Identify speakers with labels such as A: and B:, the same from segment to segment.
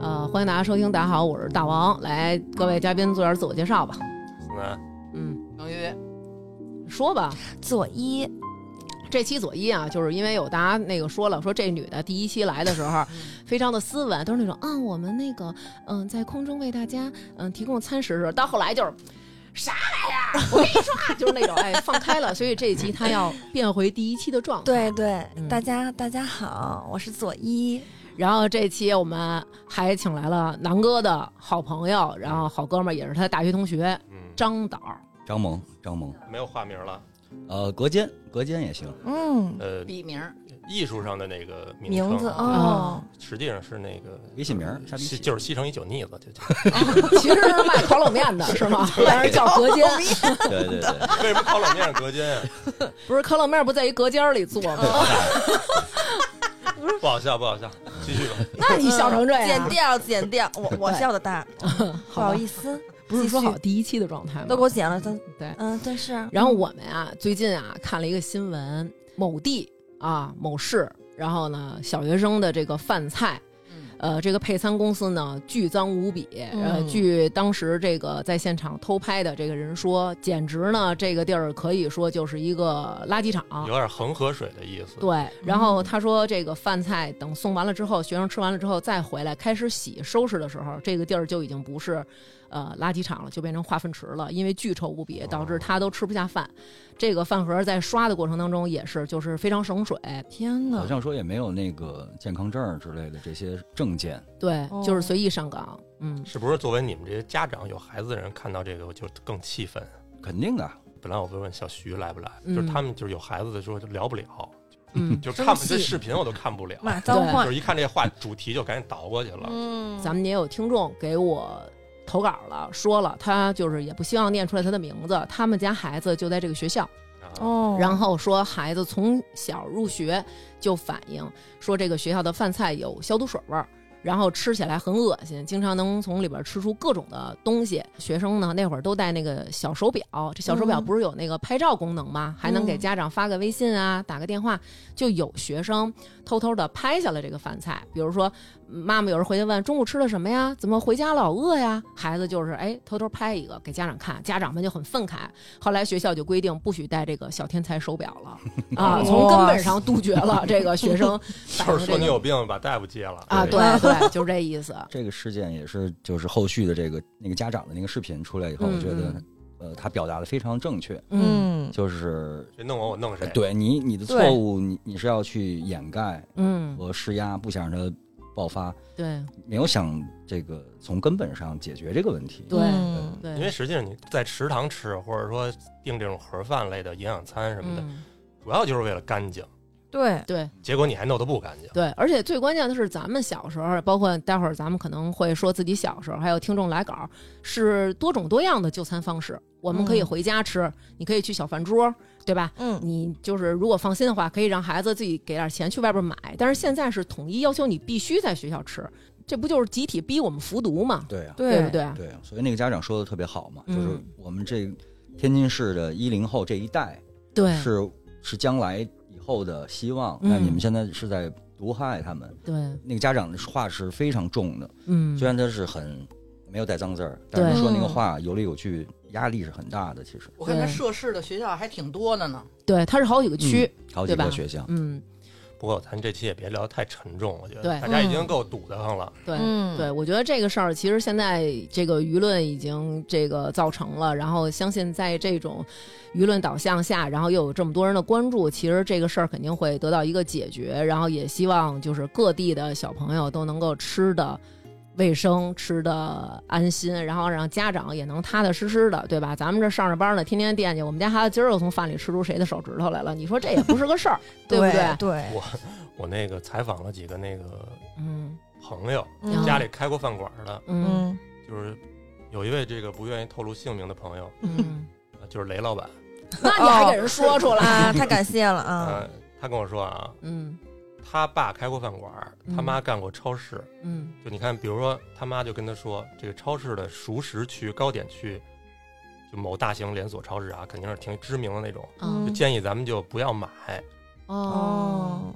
A: 呃欢迎大家收听，大家好，我是大王。来，各位嘉宾做点自我介绍吧。
B: 嗯，
A: 嗯，杨月，说吧。
C: 左一，
A: 这期左一啊，就是因为有大家那个说了，说这女的第一期来的时候，非常的斯文，都是那种啊，我们那个嗯、在空中为大家嗯、提供餐食的时候，到后来就是啥玩意 儿，我跟你说啊，就是那种哎放开了，所以这一期她要变回第一期的状态。
C: 对对，
A: 嗯
C: 大家大家好，我是左一，
A: 然后这期我们还请来了南哥的好朋友，然后好哥们儿也是他大学同学
B: 嗯，
A: 张导。
D: 张萌，张萌，
B: 没有化名了。
D: 呃，隔间，隔间也行。
C: 嗯，
B: 呃，
E: 笔名儿，
B: 艺术上的那个
C: 名
B: 称
C: 字
B: 啊
C: 哦，
B: 实际上是那个
D: 微信名儿下笔
B: 西
D: 写
B: 嗯就是西城一酒腻子，就就
A: 其实是卖烤冷面的是 吗？
C: 啊
A: 但是叫隔间，
D: 对对对，
B: 为什么烤冷面隔间啊？
A: 不是烤冷面不在一隔间儿里做
C: 哦
A: 吗？
B: 不好笑，不好笑，继续吧。
A: 那你笑成这
C: 嗯 剪
A: 样，
C: 掉剪掉，我我
A: 对
C: 笑的大，不
A: 好吧
C: 好意思，
A: 不是说
C: 继续
A: 好第一期的状态吗？
C: 都给我剪了，都
A: 对
C: 嗯，但是
A: 然后我们啊，最近啊看了一个新闻，某地啊某市，然后呢小学生的这个饭菜。呃，这个配餐公司呢，巨脏无比。呃，
C: 嗯
A: 据当时这个在现场偷拍的这个人说，简直呢，这个地儿可以说就是一个垃圾场。
B: 有点恒河水的意思。
A: 对，然后他说这个饭菜等送完了之后，学生吃完了之后再回来开始洗收拾的时候，这个地儿就已经不是呃垃圾场了，就变成化粪池了，因为巨臭无比，导致他都吃不下饭。这个饭盒在刷的过程当中也是，就是非常省水。
C: 天
D: 好
C: 哪，
D: 像说也没有那个健康证儿之类的这些证件，
A: 对，
C: 哦
A: 就是随意上岗。 嗯，
B: 是不是作为你们这些家长有孩子的人看到这个，我就更气愤？
D: 肯定的。
B: 本来我问问小徐来不来，
A: 嗯
B: 就是他们就是有孩子的时候就聊不了，
A: 嗯，
B: 就看不
C: 生气
B: 这视频我都看不了，
C: 骂脏话
B: 就，是一看这话主题就赶紧倒过去了。
C: 嗯，
A: 咱们也有听众给我投稿了，说了他就是也不希望念出来他的名字，他们家孩子就在这个学校。
B: 啊
C: 哦，
A: 然后说孩子从小入学就反映说这个学校的饭菜有消毒水味儿，然后吃起来很恶心，经常能从里边吃出各种的东西。学生呢那会儿都戴那个小手表，这小手表
C: 嗯
A: 不是有那个拍照功能吗？还能给
C: 嗯
A: 家长发个微信啊，打个电话。就有学生偷偷的拍下了这个饭菜，比如说妈妈有时候回去问中午吃的什么呀，怎么回家老饿呀，孩子就是哎偷偷拍一个给家长看，家长们就很愤慨。后来学校就规定不许戴这个小天才手 表了啊，从根本上杜绝了 这个学生反
B: 就
A: 映这
B: 是说你
A: 个
B: 有病，把大夫接了
A: 啊，对对，就是这意 思。
D: 这个事件也是，就是后续的这个那个家长的那个视频出来以后，
A: 嗯
D: 我觉得
A: 嗯，
D: 呃，他表达的非常正确，
A: 嗯
D: 就是哎
B: 谁弄我我弄谁。
D: 对你你的
C: 对
D: 错误，你你是要去掩盖
A: 嗯，
D: 和施压，不想让它爆发，
A: 对
D: 没有想这个从根本上解决这个问题。
A: 对
C: 嗯
A: 对，
B: 因为实际上你在食堂吃，或者说订这种盒饭类的营养餐什么的，
A: 嗯
B: 主要就是为了干净，
C: 对，
A: 对
B: 结果你还弄得不干净。
A: 对，而且最关键的是，咱们小时候，包括待会儿咱们可能会说自己小时候，还有听众来稿，是多种多样的就餐方式。我们可以
C: 嗯
A: 回家吃，你可以去小饭桌，对吧？
C: 嗯，
A: 你就是如果放心的话，可以让孩子自己给点钱去外边买。但是现在是统一要求你必须在学校吃，这不就是集体逼我们服毒嘛？
D: 对啊，
A: 不对？
D: 对，所以那个家长说的特别好嘛，就
A: 嗯
D: 是我们这天津市的一零后这一代
A: 对
D: 是是将来以后的希望，
A: 嗯
D: 那你们现在是在毒害他们。
A: 对，
D: 那个家长的话是非常重的，
A: 嗯
D: 虽然他是很没有带脏字儿，
A: 对
D: 但是说那个话有理有据，压力是很大的。其实，
E: 我看他
A: 对
E: 涉事的学校还挺多的呢。
A: 对，它是好几个区，
D: 嗯好
A: 对
D: 几
A: 吧
D: 个学校，
A: 嗯，
B: 不过咱这期也别聊得太沉重，我觉
A: 对嗯
B: 得大家已经够堵得慌了。
A: 对。
C: 嗯
A: 对，，我觉得这个事儿其实现在这个舆论已经这个造成了，然后相信在这种舆论导向下，然后又有这么多人的关注，其实这个事儿肯定会得到一个解决，然后也希望就是各地的小朋友都能够吃的。卫生吃的安心，然后让家长也能踏踏实实的，对吧？咱们这上着班呢，天天惦记我们家孩子今儿又从饭里吃出谁的手指头来了，你说这也不是个事儿，对不
C: 对？对，
B: 我那个采访了几个那个
A: 嗯
B: 朋友，
C: 嗯
B: 家里开过饭馆的，
A: 嗯
C: 嗯
B: 就是有一位这个不愿意透露姓名的朋友，
C: 嗯，
A: 嗯，
B: 呃就是雷老板。
A: 那你还给人说出来？
C: 啊，太感谢了啊，
B: 呃，他跟我说啊，
A: 嗯
B: 他爸开过饭馆，
A: 嗯
B: 他妈干过超市。
A: 嗯
B: 就你看，比如说他妈就跟他说，这个超市的熟食区、糕点区，就某大型连锁超市啊，肯定是挺知名的那种，
A: 啊
B: 就
C: 嗯
B: 建议咱们就不要买。
A: 哦
C: 哦，
B: 嗯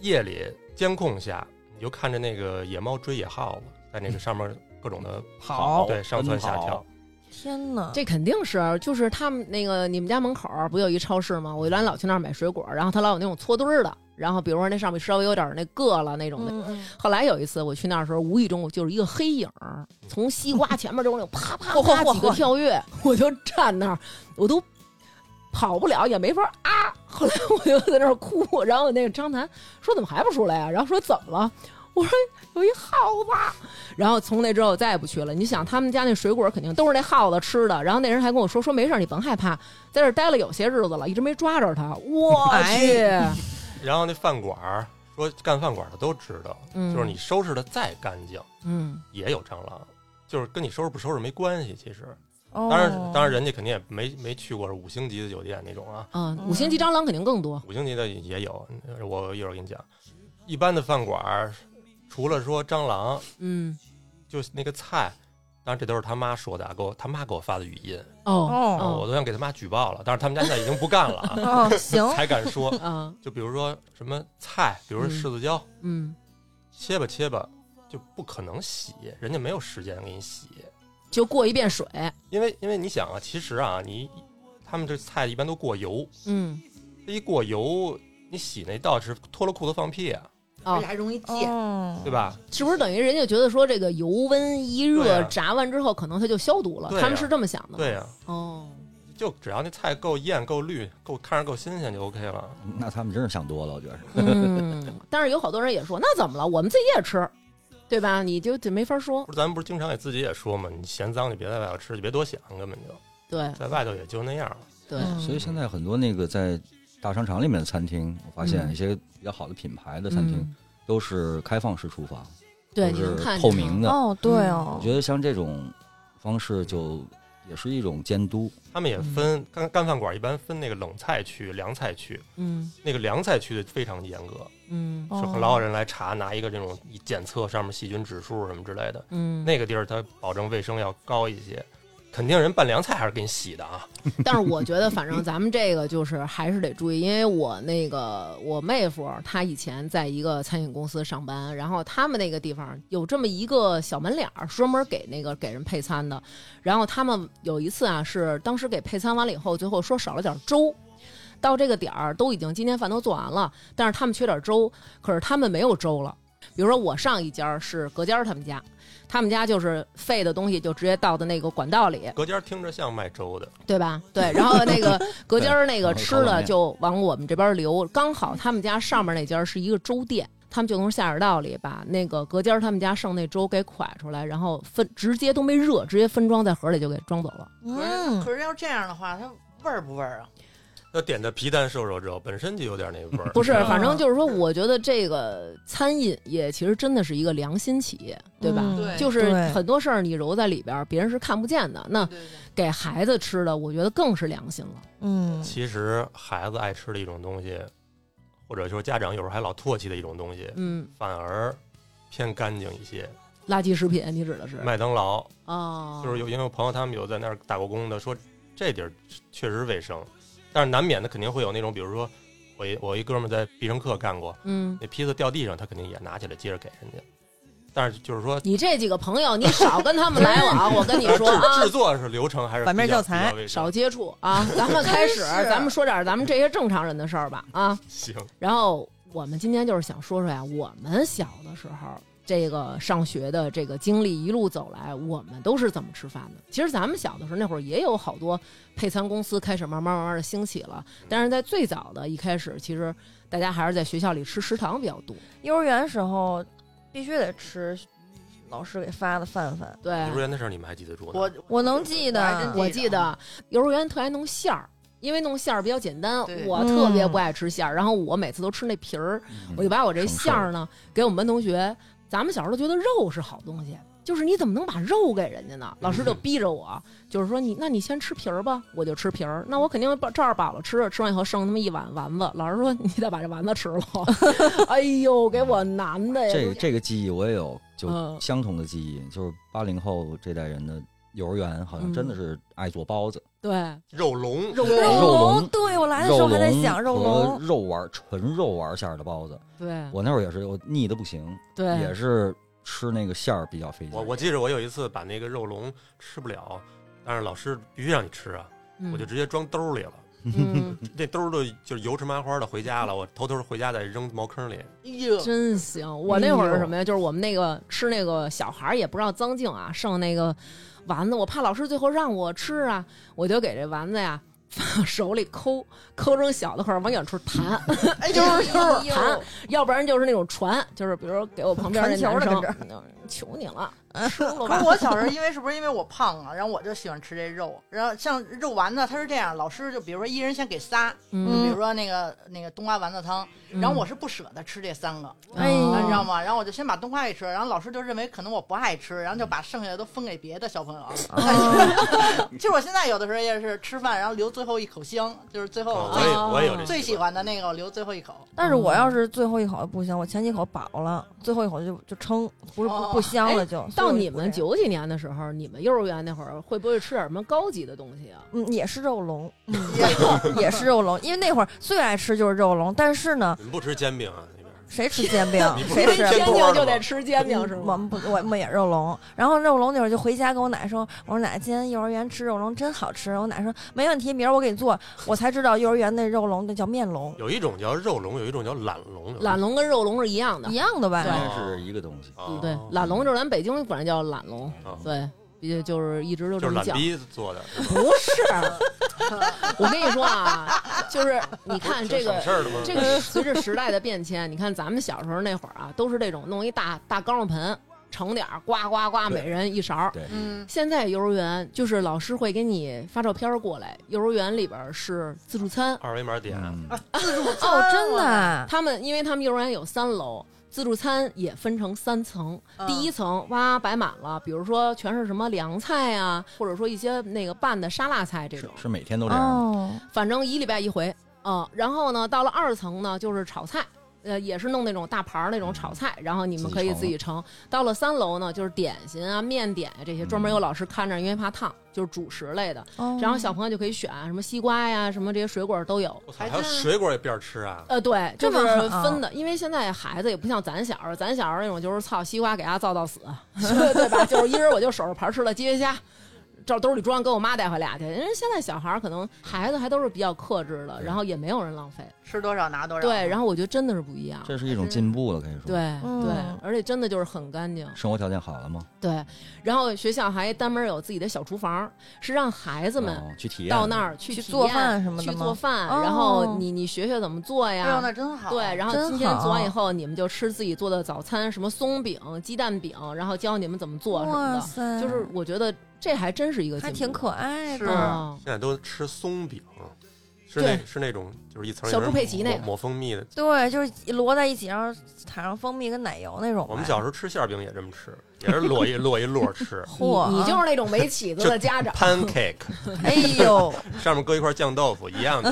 B: 夜里监控下，你就看着那个野猫追野耗子，在那个上面各种的
D: 跑
B: 对，上蹿下跳，
C: 天哪，
A: 这肯定是，就是他们那个你们家门口儿不有一超市吗？我原来老去那儿买水果，然后他老有那种搓堆儿的，然后比如说那上面稍微有点儿那硌了那种的。
C: 嗯嗯，
A: 后来有一次我去那儿的时候，无意中我就是一个黑影儿从西瓜前面就那种啪 啪
C: 嚯嚯
A: 啪
C: 嚯
A: 几个跳跃，我就站那儿，我都跑不了，也没法儿啊。后来我就在那儿哭，然后那个张楠说怎么还不出来呀、然后说怎么了？我说哎有一耗子，然后从那之后我再也不去了。你想他们家那水果肯定都是那耗子吃的，然后那人还跟我说说没事儿，你甭害怕，在这儿待了有些日子了，一直没抓着他。我
B: 哎
A: 去，
B: 然后那饭馆儿说干饭馆儿的都知道，
A: 嗯
B: 就是你收拾的再干净
A: 嗯，
B: 也有蟑螂，就是跟你收拾不收拾没关系。其实，
C: 哦
B: 当然当然 人家肯定也没没去过五星级的酒店那种啊，
A: 嗯，五星级蟑螂肯定更多。
B: 五星级的也有，呃我一会儿给你讲。一般的饭馆儿除了说蟑螂，
A: 嗯，
B: 就是那个菜，当然这都是他妈说的，啊，给我他妈给我发的语音，
A: 哦
B: 我都想给他妈举报了，但是他们家现在已经不干了啊，
C: 哦，行，
B: 才敢说。
A: 哦啊
B: 就比如说什么菜，比如说
A: 嗯
B: 柿子椒，
A: 嗯，
B: 切吧切吧，就不可能洗，人家没有时间给你洗，
A: 就过一遍水。
B: 因为因为你想啊，其实啊，你他们这菜一般都过油，
A: 嗯，
B: 这一过油，你洗那道是脱了裤子放屁啊，
A: 哦
E: 而且还容易借。
C: 哦
B: 对？吧？
A: 是不是等于人家觉得说这个油温一热、
B: 对啊
A: 炸完之后，可能它就消毒了？
B: 对啊
A: 他们是这么想的吗。
B: 对呀、啊，
A: 哦，
B: 就只要那菜够艳、够绿、够看着够新鲜就 OK 了。
D: 嗯那他们真是想多了，我觉得是。
A: 嗯，但是有好多人也说，那怎么了？我们自己也吃，对吧？你就这没法说
B: 不。是咱们不是经常给自己也说嘛，你嫌脏就别在外头吃，就别多想，根本就
A: 对
B: 在外头也就那样了。
A: 对，
C: 嗯
D: 所以现在很多那个在大商场里面的餐厅，我发现
A: 嗯
D: 一些比较好的品牌的餐厅
A: 嗯
D: 都是开放式厨房，
A: 对，
D: 都
A: 你能
D: 是
A: 看
D: 透明的。
C: 哦，对哦
D: 我，觉得像这种方式就也是一种监督。
B: 他们也
A: 嗯
B: 分干干饭馆，一般分那个冷菜区、凉菜区。
A: 嗯
B: 那个凉菜区的非常严格，
A: 嗯
B: 是
C: 哦
B: 很老有人来查，拿一个这种一检测上面细菌指数什么之类的。
A: 嗯。
B: 那个地儿它保证卫生要高一些，肯定人拌凉菜还是给你洗的啊。
A: 但是我觉得，反正咱们这个就是还是得注意，因为我那个我妹夫他以前在一个餐饮公司上班，然后他们那个地方有这么一个小门脸儿，专门给那个给人配餐的。然后他们有一次啊，是当时给配餐完了以后，最后说少了点粥。到这个点儿都已经今天饭都做完了，但是他们缺点粥，可是他们没有粥了。比如说我上一家是隔间儿他们家，他们家就是废的东西就直接倒到那个管道里，
B: 隔间儿听着像卖粥的，
A: 对吧？对，然后那个隔间儿那个
D: 对
A: 吃
D: 烤冷
A: 的
D: 面
A: 就往我们这边流，刚好他们家上面那家是一个粥店，他们就从下水道里把那个隔间儿他们家剩那粥给蒯出来，然后分直接都没热，直接分装在盒里就给装走了。
E: 可是
C: 嗯，
E: 可是要这样的话，它味儿不味儿啊？
B: 那点的皮蛋瘦肉粥本身就有点那味儿。
A: 不是，
B: 吧
A: 反正就是说，我觉得这个餐饮业其实真的是一个良心企业，对吧？
C: 嗯
E: 对
A: 就是
C: 对
A: 很多事儿你揉在里边儿，别人是看不见的。那
E: 对对对。
A: 给孩子吃的，我觉得更是良心了。
C: 嗯，
B: 其实孩子爱吃的一种东西，或者说家长有时候还老唾弃的一种东西，
A: 嗯，
B: 反而偏干净一些。
A: 垃圾食品，你指的是？
B: 麦当劳
A: 哦，
B: 就是有，因为我朋友他们有在那儿打过工的，说这地儿确实卫生，但是难免的肯定会有那种，比如说我一我一哥们儿在必胜客干过，
A: 嗯。
B: 那披萨掉地上，他肯定也拿起来接着给人家。但是就是说，
A: 你这几个朋友，你少跟他们来 往，我跟你说
B: 制
A: 啊
B: 制，作是流程还是
C: 反面
B: 比较
C: 教
B: 比
C: 材，
B: 较 卫生
A: 少接触啊。咱们开始，
C: 真是
A: 咱们说点咱们这些正常人的事儿吧啊。
B: 行，
A: 然后我们今天就是想说说呀，我们小的时候这个上学的这个经历一路走来，我们都是怎么吃饭的？其实咱们小的时候那会儿也有好多配餐公司开始慢慢慢慢的兴起了，但是在最早的一开始，其实大家还是在学校里吃食堂比较多。
C: 幼儿园时候必须得吃老师给发的饭饭，
A: 对
B: 幼，儿园的事儿你们还记得住呢？
E: 我
C: 我能记得
E: 我还真
D: 啊
A: 我记得幼儿园特爱弄馅儿，因为弄馅儿比较简单
E: 对。
A: 我特
D: 嗯
A: 别不爱吃馅儿，然后我每次都吃那皮儿，我就把我这馅儿呢给我们班同学。咱们小时候都觉得肉是好东西，就是你怎么能把肉给人家呢？老师
D: 嗯
A: 就逼着我，就是说你那你先吃皮儿吧，我就吃皮儿。那我肯定把这儿饱了吃，吃完以后剩他妈一碗丸子，老师说你得把这丸子吃了。 哎呦，给我难的呀！
D: 这个这个记忆我也有，就
A: 嗯
D: 相同的记忆，就是八零后这代人的幼儿园好像真
A: 嗯
D: 的是爱做包子、
A: 对
B: 肉龙，
A: 肉
E: 对
A: 肉
D: 肉龙
C: 对我来的时
D: 肉
C: 候
D: 龙
C: 还在想肉
D: 和
C: 龙，
D: 肉丸儿纯肉丸馅儿的包子。
A: 对
D: 我那会儿也是，我腻的不行，
A: 嗯对
D: 也是吃那个馅儿比较费劲。
B: 我我记着我有一次把那个肉龙吃不了，但是老师必须让你吃啊，
A: 嗯
B: 我就直接装兜里了，
A: 嗯
B: 那兜儿都就是油吃麻花的回家了，我偷偷回家再扔茅坑里。
E: 哎呦，
A: 真行！
C: 哎
A: 我那会儿是什么呀？就是我们那个吃那个小孩儿也不知道脏净啊，剩那个丸子，我怕老师最后让我吃啊，我就给这丸子呀 放手里抠，抠成小的块儿往远处 弹，
E: 哎呦
A: 就，是就
C: 哎
A: 是
C: 呦
A: 弹，要不然就是那种传，就是比如说给我旁边那男
C: 传球
A: 生
C: 了，
A: 求你了，
E: 可是我小时候因为是不是因为我胖啊，然后我就喜欢吃这肉，然后像肉丸子它是这样，老师就比如说一人先给仨，就
C: 嗯
A: 嗯
E: 比如说那个那个冬瓜丸子汤，然后我是不舍得吃这三个，
C: 嗯
E: 啊
A: 哎呀
E: 你知道吗？然后我就先把冬瓜给吃，然后老师就认为可能我不爱吃，然后就把剩下的都分给别的小朋友。
A: 哦
E: 其实我现在有的时候也是吃饭，然后留最后一口香，就是最后
B: 我
E: 最
B: 也我也有这
E: 哦最喜
B: 习惯。
E: 欢的那个，我留最后一口。
C: 但是我
A: 嗯
C: 要是最后一口不行，我前几口饱了，最后一口就就撑，不是不
E: 哦
C: 不香了就。所以
A: 哎到
C: 我就
A: 你
C: 不
A: 们
C: 这样，
A: 九几年的时候，你们幼儿园那会儿会不会吃点什么高级的东西啊？
C: 嗯，也是 肉龙，也是肉龙，因为那会儿最爱吃就是肉龙，但是呢，
B: 你们不吃煎饼啊？那边
C: 谁吃煎饼
B: 你，不
C: 谁
B: 是
C: 吃啊嗯
B: 煎
A: 天
B: 饼
A: 津就得吃煎饼是
C: 我
A: 吗？
C: 们不，我们也肉龙。然后肉龙那会儿就回家跟我奶说：“我说奶，今天幼儿园吃肉龙真好吃。”我奶说：“没问题，明儿我给你做。”我才知道幼儿园那肉龙那叫面龙，
B: 有一种叫肉龙，有一种叫懒龙。
A: 懒龙嗯跟肉龙是一样的
C: 一，样的吧
A: 对？
D: 应该是一个东西。
B: 啊，
C: 哦
A: 对，懒龙就是咱北京管它叫懒龙，
B: 啊
A: 对，也就是一直都
B: 就
A: 这
B: 是
A: 么
B: 懒
A: 叫。
B: 逼做的。
A: 不是，我跟你说啊，就是你看这
B: 省
A: 个
B: 事儿的吗？
A: 这个随着时代的变迁，你看咱们小时候那会儿啊，都是这种弄一大大缸肉盆，盛点儿，呱呱呱，
D: 对
A: 每人一勺儿。
D: 对
E: 嗯，
A: 现在幼儿园就是老师会给你发照片儿过来，幼儿园里边儿是自助餐，
B: 二维码点，
D: 嗯，
A: 啊
C: 哦，真的啊，
A: 他们因为他们幼儿园有三楼，自助餐也分成三层，
E: 嗯
A: 第一层哇摆满了，比如说全是什么凉菜呀、或者说一些那个拌的沙拉菜这
D: 是
A: 种，
D: 是每
A: 啊
D: 天都这样吗。
C: 哦，
A: 反正一礼拜一回啊、然后呢，到了二层呢，就是炒菜。呃，也是弄那种大盘儿那种炒菜，然后你们可以自己盛。到了三楼呢，就是点心啊、面点啊这些，
D: 嗯
A: 专门有老师看着，因为怕烫，就是主食类的。
C: 哦
A: 然后小朋友就可以选什么西瓜呀、什么这些水果都有。
B: 我操，还有水果也边吃啊？
A: 呃，对，就
C: 这
A: 是
C: 么狠啊
A: 分的，因为现在孩子也不像咱小时候，咱小时候那种就是操西瓜给他造到 死，对吧？就是一人我就守着盘吃了鸡虾，照兜里装，给我妈带回俩去。人家现在小孩儿可能孩子还都是比较克制的，
D: 对
A: 然后也没有人浪费，
E: 吃多少拿多少。
A: 对。然
E: 后
A: 后我觉得真的是不一样，
D: 这是一种进步了，可以说。
A: 对，对
C: 嗯，
A: 而且真的就是很干净，
D: 生活条件好了吗？
A: 对。然后学校还单门有自己的小厨房，是让孩子们
D: 哦去体验
A: 到那儿去
C: 去
A: 体
C: 做
A: 验
C: 饭什么的
A: 去
C: 吗
A: 做饭，
C: 哦
A: 然后你你学学怎么做呀？
E: 哎呦，那真好。
A: 对，然后
C: 真
A: 今天做完以
C: 好
A: 后，你们就吃自己做的早餐，什么松饼、鸡蛋饼，然后教你们怎么做什么的。
C: 塞
A: 就是我觉得这还真是一个
C: 还
A: 进
C: 挺
A: 步
C: 可爱
E: 是
C: 的，
A: 嗯
B: 现在都吃松饼，是
A: 对
B: 那是那种就是一层
A: 小猪佩奇那个
B: 抹抹蜂蜜的。
C: 对，就是摞在一起，然后撒上蜂蜜跟奶油那种呗。
B: 我们小时候吃馅儿饼也这么吃，也是摞一 摞一摞吃
C: 嚯，
A: 你你就是那种没起子的家长，
B: ，pancake
C: 哎 呦，
B: 上面搁一块酱豆腐一样的。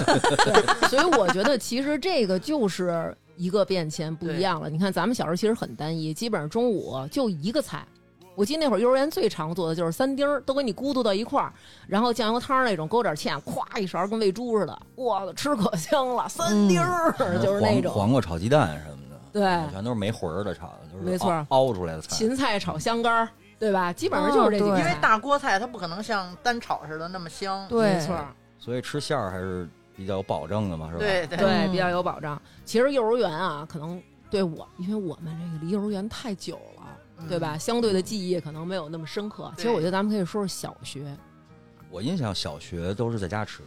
A: 所以我觉得其实这个就是一个变迁不一样了。你看咱们小时候其实很单一，基本上中午就一个菜。我记得那会儿幼儿园最常做的就是三丁儿，都给你咕嘟到一块儿，然后酱油汤儿那种，勾点儿芡，咵一勺跟喂猪似的，哇，吃可香 了，三丁儿、就是那
D: 黄
A: 种
D: 黄瓜炒鸡蛋什么的，
A: 对
D: 全都是没魂儿的炒的，都是
A: 没错
D: 熬熬出来的菜。
A: 芹菜炒香干儿，对吧？基本上就是这几
C: 哦
A: 个
C: 对
A: 菜、
E: 因为大锅菜它不可能像单炒似的那么香。
C: 对，
A: 没错儿，
D: 所以吃馅儿还是比较有保证的嘛，是吧？
E: 对对
A: 对
C: 嗯
A: 比较有保障。其实幼儿园啊，可能对我，因为我们这个离幼儿园太久了，对？吧？相对的记忆可能没有那么深刻。其实我觉得咱们可以说说小学，
D: 我印象小学都是在家吃，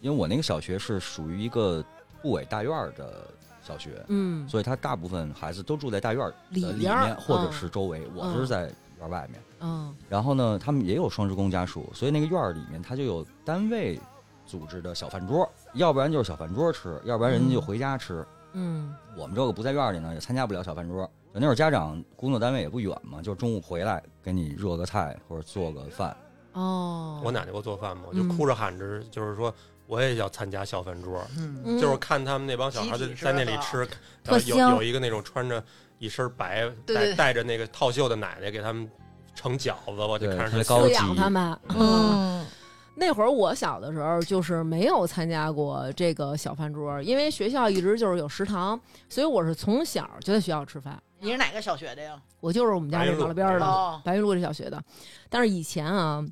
D: 因为我那个小学是属于一个部委大院儿的小学，
A: 嗯，
D: 所以他大部分孩子都住在大院儿
A: 里
D: 呃里
A: 边儿
D: 面或者
A: 嗯
D: 是周围，我是在院儿外面。
A: 嗯
D: 然后呢，他们也有双职工家属，所以那个院儿里面他就有单位组织的小饭桌，要不然就是小饭桌吃，要不然人家就回家吃。
A: 嗯
D: 我们这个不在院里呢，也参加不了小饭桌。那会儿家长工作单位也不远嘛，就是中午回来给你热个菜或者做个饭。
A: 哦，
B: 我奶奶给我做饭嘛，我就哭着喊着，就是说我也要参加小饭桌，
E: 嗯，
A: 嗯
B: 就是看他们那帮小孩
E: 集
B: 在
E: 体吃
B: 在那里
E: 饭
B: 吃，
C: 特
B: 然后有
C: 香
B: 有一个那种穿着一身白
E: 对
B: 带
E: 对
B: 带着那个套袖的奶奶给他们盛饺子，我就
D: 对
B: 看着
D: 特别
B: 特
D: 高
A: 饲
D: 级
A: 养他们，。
C: 嗯，
A: 那会儿我小的时候就是没有参加过这个小饭桌，因为学校一直就是有食堂，所以我是从小就在学校吃饭。
E: 你是哪个小学的呀？
A: 我就是我们家
B: 白
A: 这
B: 云路
A: 马路边儿的
E: 哦，
A: 白云路这小学的。但是以前啊，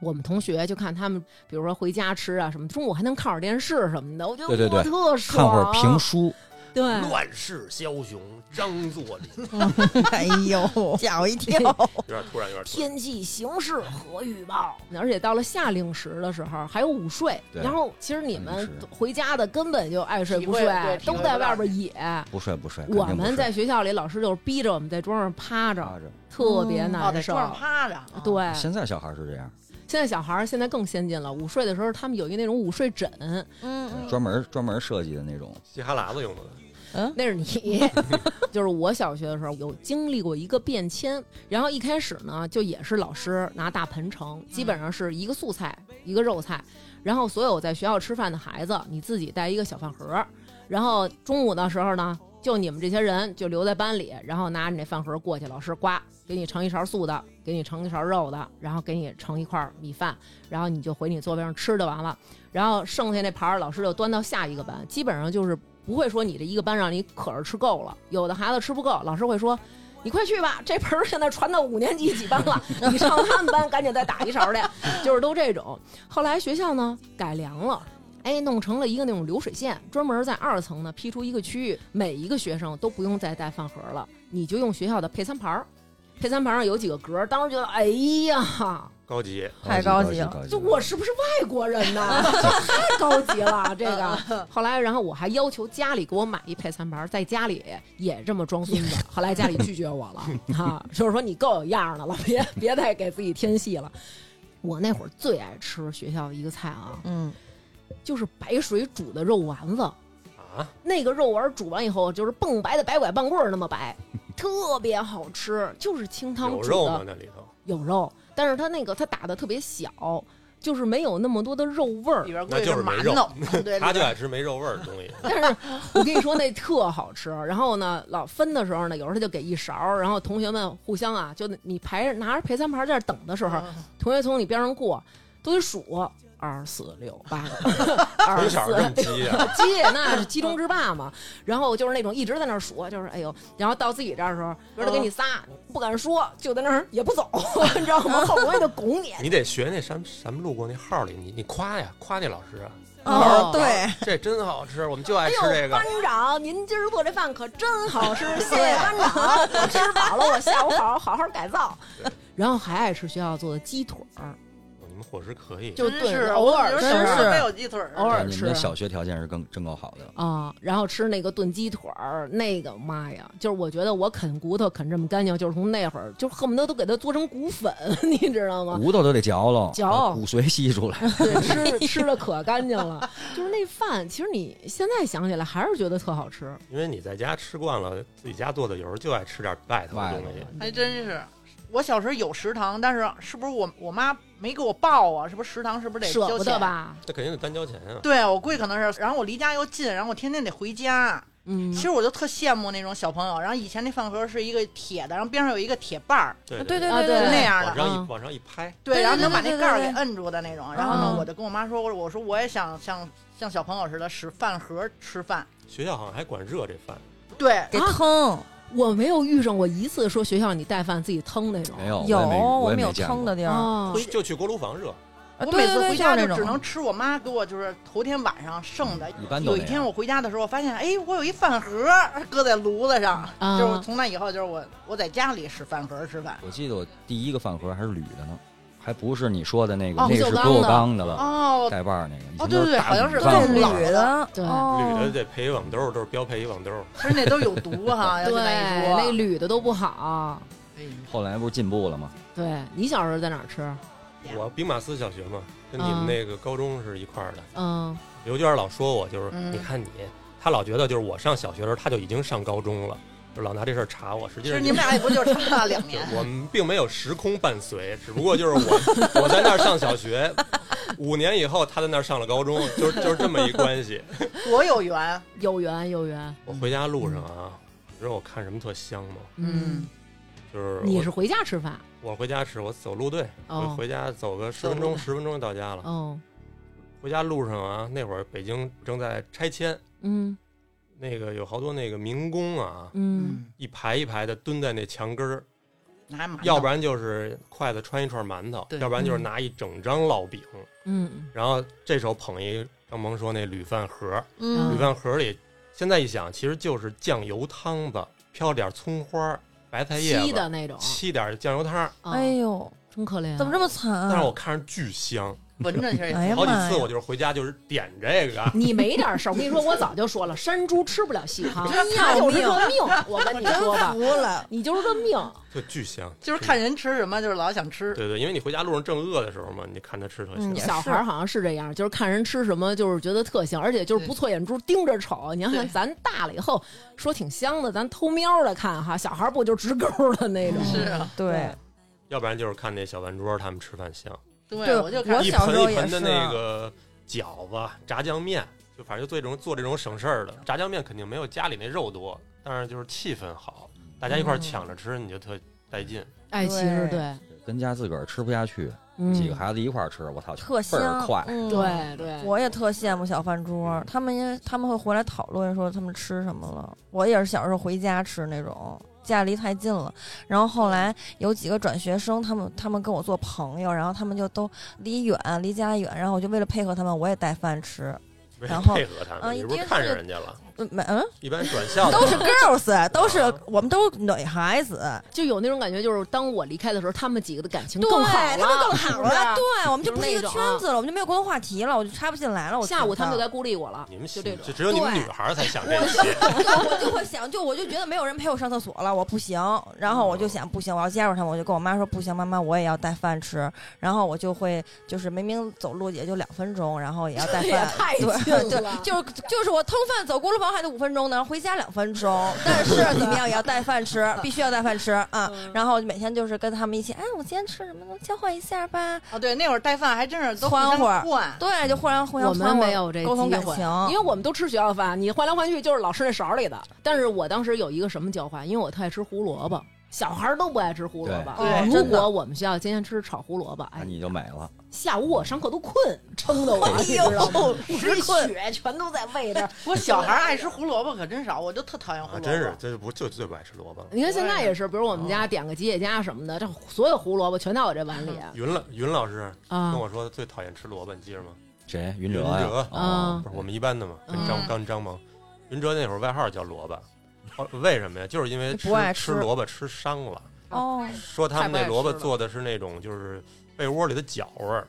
A: 我们同学就看他们，比如说回家吃啊什么，中午还能看会儿电视什么的，我觉得
D: 对对对
A: 哇特
D: 看
A: 爽。
D: 会儿评书，
A: 对，
B: 乱世枭雄张作霖，
F: 哎呦，吓 我一跳！
B: 有点突然，有点突然
A: 天气形势何预报？而且到了夏令时的时候，还有午睡。
D: 对
A: 然后其实你
D: 午
A: 们
D: 时
A: 回家的根本就爱睡
E: 体
A: 不
E: 会
A: 睡
E: 对，体
A: 都
E: 会
A: 在
E: 不
A: 外
E: 到
A: 边野。
D: 不睡不睡，
A: 我
D: 肯定不
A: 们
D: 睡
A: 在学校里，老师就是逼着我们在桌上趴着，
D: 趴着。嗯
A: 特别
E: 哦，
A: 难
E: 在
A: 受。
E: 桌上趴着。啊，
A: 对，
D: 现在小孩是这样，
A: 现在小孩儿现在更先进了，午睡的时候他们有一那种午睡枕，
C: 嗯，
D: 专门专门设计的那种，
B: 嘻哈喇子用的。
A: 那是你。就是我小学的时候有经历过一个变迁，然后一开始呢，就也是老师拿大盆盛，基本上是一个素菜一个肉菜，然后所有在学校吃饭的孩子，你自己带一个小饭盒，然后中午的时候呢。就你们这些人就留在班里，然后拿着那饭盒过去，老师呱给你盛一勺素的，给你盛一勺肉的，然后给你盛一块米饭，然后你就回你座位上吃就完了。然后剩下那盘儿，老师就端到下一个班，基本上就是不会说你这一个班让你可着吃够了，有的孩子吃不够，老师会说。你快去吧，这盆儿现在传到五年级几班了，你上他们班赶紧再打一勺去， 就是都这种。后来学校呢改良了，哎，弄成了一个那种流水线，专门在二层呢批出一个区域，每一个学生都不用再带饭盒了，你就用学校的配餐盘儿，配餐盘上有几个格儿，当时觉得哎呀，
B: 高级，
C: 太高
D: 高
C: 级了
D: 高级
A: 就我是不是外国人呢？ 太高级了，这
B: 嗯
A: 个。 后来，然后我还要求家里给我买一配餐盘，在家里也这么装孙 子。后来家里拒绝我了，哈、就是说你够有样儿的了，别别再给自己添戏了。我那会儿最爱吃学校的一个菜啊，
F: 嗯，
A: 就是白水煮的肉丸子。
B: 啊，
A: 那个肉丸煮完以后，就是蹦白的白拐棒棍儿那么白，特别好吃。就是清汤
B: 有
A: 煮
B: 肉
A: 的
B: 吗？那里头？
A: 有肉，但是它那个它打的特别小，就是没有那么多的肉味儿
E: 里。边
B: 那
E: 跪
B: 就是没
E: 馒
B: 肉
E: 头，嗯对，
B: 他就爱吃没肉味儿的东西。
A: 但是我跟你说那特好吃。然后呢，老分的时候呢，有时候他就给一勺儿，然后同学们互相啊，就你排着拿着陪餐盘在那儿等的时候，
E: 嗯
A: 同学从你边上过，都得数二四六八，二四
B: 从小就这么鸡啊呀，
A: 鸡那是鸡中之霸嘛。然后就是那种一直在那儿数，就是哎呦，然后到自己这儿的时候，比如
B: 嗯
A: 他给你仨，不敢说，就在那儿也不走， 你知道吗？好不容易就拱你，
B: 你得学那咱们咱们路过那号里，你你夸呀，夸那老师啊，
A: 哦
F: 哦，对，
B: 这真好吃，我们就爱吃
A: 哎
B: 这
A: 呦，
B: 个
A: 班。长，您今儿做这饭可真好吃，谢谢班长。我吃饱了，我下午好好好改造
B: 对。
A: 然后还爱吃学校做的鸡腿儿，
B: 你们伙食可以，
A: 就
E: 真
A: 对，
E: 是
A: 偶尔
E: 我
A: 吃
E: 有时
F: 真
E: 候小时
F: 是
E: 候没有鸡腿儿，
A: 偶尔
D: 你
A: 吃
D: 们的小学条件是更真够好的，
A: 啊，然后吃那个炖鸡腿儿，那个妈呀，就是我觉得我啃骨头啃这么干净，就是从那会儿就恨不得都给它做成骨粉， 你知道吗？
D: 骨头都得嚼了，
A: 嚼
D: 把骨髓吸出来。
A: 对，吃吃的可干净了，就是那饭，其实你现在想起来还是觉得特好吃。
B: 因为你在家吃惯了，自己家做的，有时候就爱吃点外头的东西。
E: 还真是。我小时候有食堂，但是是不是我我妈没给我报啊？是不是食堂是不是得
A: 舍
E: 交
A: 不得
E: 钱？
A: 吧？
B: 那肯定得单交钱啊。
E: 对我估计可能是，然后我离家又近，然后我天天得回家。
A: 嗯
E: 其，实我就特羡慕那种小朋友。然后以前那饭盒是一个铁的，然后边上有一个铁把儿，
B: 对
C: 对
B: 对，
A: 啊
C: 对
A: 对
E: 就那
C: 对，
E: 样
B: 往
E: 的。
B: 上一
A: 嗯
B: 往上一拍，
E: 对，
C: 对
E: 然后能把
C: 对
E: 那
C: 对
E: 盖儿
C: 对
E: 给
C: 对哦
E: 摁住的那种。然后呢
A: 嗯，
E: 我就跟我妈说，我我说我也想像像小朋友似的使饭盒吃饭。
B: 学校好像还管热这饭，
E: 对，
C: 给
A: 啊
C: 腾
A: 我没有遇上过一次说学校你带饭自己腾那种，
D: 没有，哦我也
C: 有，
D: 没
C: 我
D: 我也
C: 们有
D: 没见过
C: 腾的地儿，
A: 哦，
B: 就去锅炉房热。
C: 啊
E: 我
C: 对
E: 每
C: 对
E: 次
C: 对，
E: 回
C: 就是
E: 家
C: 那
E: 就只
C: 种
E: 能，吃我妈给我就是头天晚上剩的。
D: 嗯一般都
E: 有
D: 那
E: 一
D: 样
E: 天我回家的时候，发现哎，我有一饭盒儿搁在炉子上，
C: 嗯
A: 啊
E: 就是从那以后就是我我在家里使饭盒儿吃饭。
D: 我记得我第一个饭盒还是铝的呢，还不是你说的那个，
A: 哦
D: 那个
A: 不锈
D: 是不
A: 钢
D: 锈
A: 的
D: 钢的了，
E: 哦
D: 带把儿那个。以前
E: 哦，对
D: 都
E: 对对，
D: 大
E: 好像是
D: 铝
C: 对
D: 饭盒
E: 老
C: 铝的，
A: 对
B: 铝的
C: 哦，
B: 得赔一网兜儿，都是标赔一网兜儿。
E: 其实那都有毒哈，要
A: 对，
E: 现在一说，
A: 那铝的都不好。
E: 哎呀
D: 后来不是进步了吗？
A: 对你小时候在哪儿吃？
B: 我兵马司小学嘛，跟你们那个高中是一块儿的。
A: 嗯，
B: 刘娟老说我就是，
E: 嗯
B: 你看你，她老觉得就是我上小学的时候，她就已经上高中了，就老拿这事儿查我。实际
E: 其实
B: 上，
E: 你们俩也不就是差了两年
B: 我们并没有时空伴随， 只不过就是我 我在那儿上小学，五年以后她在那儿上了高中，就是就是这么一关系。
E: 多有缘。
A: 有缘有缘。
B: 我回家路上啊，你知道我看什么特香吗？
E: 嗯，
B: 就是我
A: 你是回家吃饭？
B: 我回家吃，我走路队，
A: 哦
B: 回回家走个十分
A: 走路
B: 钟，
A: 队
B: 十分钟就到家了。
A: 哦，
B: 回家路上啊，那会儿北京正在拆迁，
A: 嗯
B: 那个有好多那个民工啊，
A: 嗯，
B: 一排一排的蹲在那墙根儿，
E: 拿
A: 哎
E: 馒头，
B: 要不然就是筷子穿一串馒头，
E: 对
B: 要不然就是拿一整张烙饼，
A: 嗯
B: 然后这手捧一张萌说那铝饭盒，
A: 嗯
B: 铝饭盒里现在一想，其实就是酱油汤子，飘点葱花、白菜叶
A: 稀
B: 子，
A: 的那种，
B: 沏点酱油汤，
A: 哦
C: 哎，呦，
A: 真可怜啊，
C: 怎么这么惨啊？
B: 但是我看着巨香，
E: 闻着其实也
C: 哎呀
B: 好几
C: 妈
B: 次我就是回家就是点这个，
A: 你没点事儿，我跟你说，我早就说了，山猪吃不了 细糠，
C: 真
A: 它
C: 要
A: 就
C: 命
A: 是这命。我跟你
F: 真
A: 说吧
F: 服，了，
A: 你就是这命。
B: 就巨香，
E: 就是看人吃什么，就是老想吃。
B: 对对，因为你回家路上正饿的时候嘛，你看他吃特香
C: 嗯也。
A: 小孩儿好像是这样，就是看人吃什么，就是觉得特香，而且就是不错眼珠盯着瞅。你要看
E: 对
A: 咱大了以后，说挺香的，咱偷瞄着看哈，小孩儿不就直勾的那种？
E: 是啊，
C: 对，
B: 要不然就是看那小饭桌他们吃饭香，
C: 对
E: 对，我就
C: 我
E: 看
B: 一
C: 小时候
B: 盆
C: 也
B: 一盆的
C: 是啊
B: 那个饺子、炸酱面，就反正就做这种做这种省事儿的。炸酱面肯定没有家里那肉多，但是就是气氛好，大家一
C: 嗯
B: 块儿抢着吃，你就特带劲。
A: 哎，其实对，
D: 跟家自个儿吃不下去，
A: 嗯，
D: 几个孩子一块儿吃，我操，
C: 特
D: 倍儿
C: 香，
D: 快。
C: 嗯
A: 对对，
C: 我也特羡慕小饭桌，他们因为他们会回来讨论说他们吃什么了。我也是小时候回家吃那种，家离太近了。然后后来有几个转学生，他们他们跟我做朋友，然后他们就都离远，离家远。然后我就为了配合他们，我也带饭吃。
B: 为
C: 然
B: 了
C: 后
B: 配合他
C: 啊
B: 们，你
C: 一
B: 是不是
C: 定
B: 看
C: 是
B: 上人家了？
C: 嗯，没嗯，
B: 一般转校的
C: 都是
B: 嘛
C: girls，都是
B: 啊
C: 我们都是女孩子，
A: 就有那种感觉，就是当我离开的时候，他们几个的感情
C: 对，
A: 更好
C: 他们更
A: 是
C: 好
A: 不是
C: 了，啊对，我们就
A: 就是
C: 不是一
A: 那
C: 个
A: 种
C: 圈子了，我们就没有共同话题了，我就插不进来了。我
A: 下午他们就
C: 觉得
A: 该孤立我了
B: 你，们
A: 就这种
B: 只。只有你们
C: 对
B: 女孩儿才想这些。
C: 对，我就会想，就我就觉得没有人陪我上厕所了，我不行。然后我就想，不行，我要加入他们。我就跟我妈说，不行，妈妈，我也要带饭吃。然后我就会，就是明明走路也就两分钟，然后也要 带
A: 这也
C: 饭。
A: 哎太近
C: 对对
A: 了，
C: 就是就是我通饭走锅炉房还得五分钟呢，回家两分钟。但是怎么样也要带饭吃，必须要带饭吃啊。
A: 嗯
C: 然后每天就是跟他们一起，哎，我今天吃什么呢？交换一下吧。
E: 啊，对，那会儿带饭还真是都互
C: 窜
E: 相
C: 会儿
E: 换，
C: 对，就互相互
A: 我
C: 相
A: 们
C: 穿
A: 没有这
C: 沟通
A: 机
C: 感
A: 会
C: 情，
A: 因为我们都吃学校饭，你换来换去就是老师那勺里的。但是我当时有一个什么交换，因为我特爱吃胡萝卜，小孩儿都不爱吃胡萝卜。
E: 对对
A: 如
E: 真
A: 果我们学校今天吃炒胡萝卜，
D: 那
A: 哎，
D: 你就美了，
A: 下午我上课都困，撑的我，
F: 哎
A: 你知
F: 呦
A: 道吗？
F: 直
A: 这
F: 困
A: 血全都在胃这儿。
E: 我小孩儿爱吃胡萝卜可真少，我就特讨厌胡
B: 啊，
E: 萝卜。
B: 真是，这就不就最不爱吃萝卜了。
A: 你看现在也是，比如我们
D: 哦
A: 家点个吉野家什么的，这所有胡萝卜全到我这碗里
B: 云老云老师跟
A: 啊
B: 我说最讨厌吃萝卜，你记着吗？
C: 嗯
D: 谁？云哲
B: 云
D: 呀
B: 哲？
A: 啊
D: 哦
B: 不是我们一班的嘛，跟
A: 嗯
B: 张跟张萌，云哲那会儿外号叫萝卜，哦为什么呀？就是因为
C: 不爱
B: 吃
C: 吃
B: 萝卜吃伤了，
D: 啊
C: 哦，
B: 说他们
A: 太不爱
B: 那
A: 吃
B: 萝卜
A: 了
B: 做的是那种就是被窝里的脚味儿，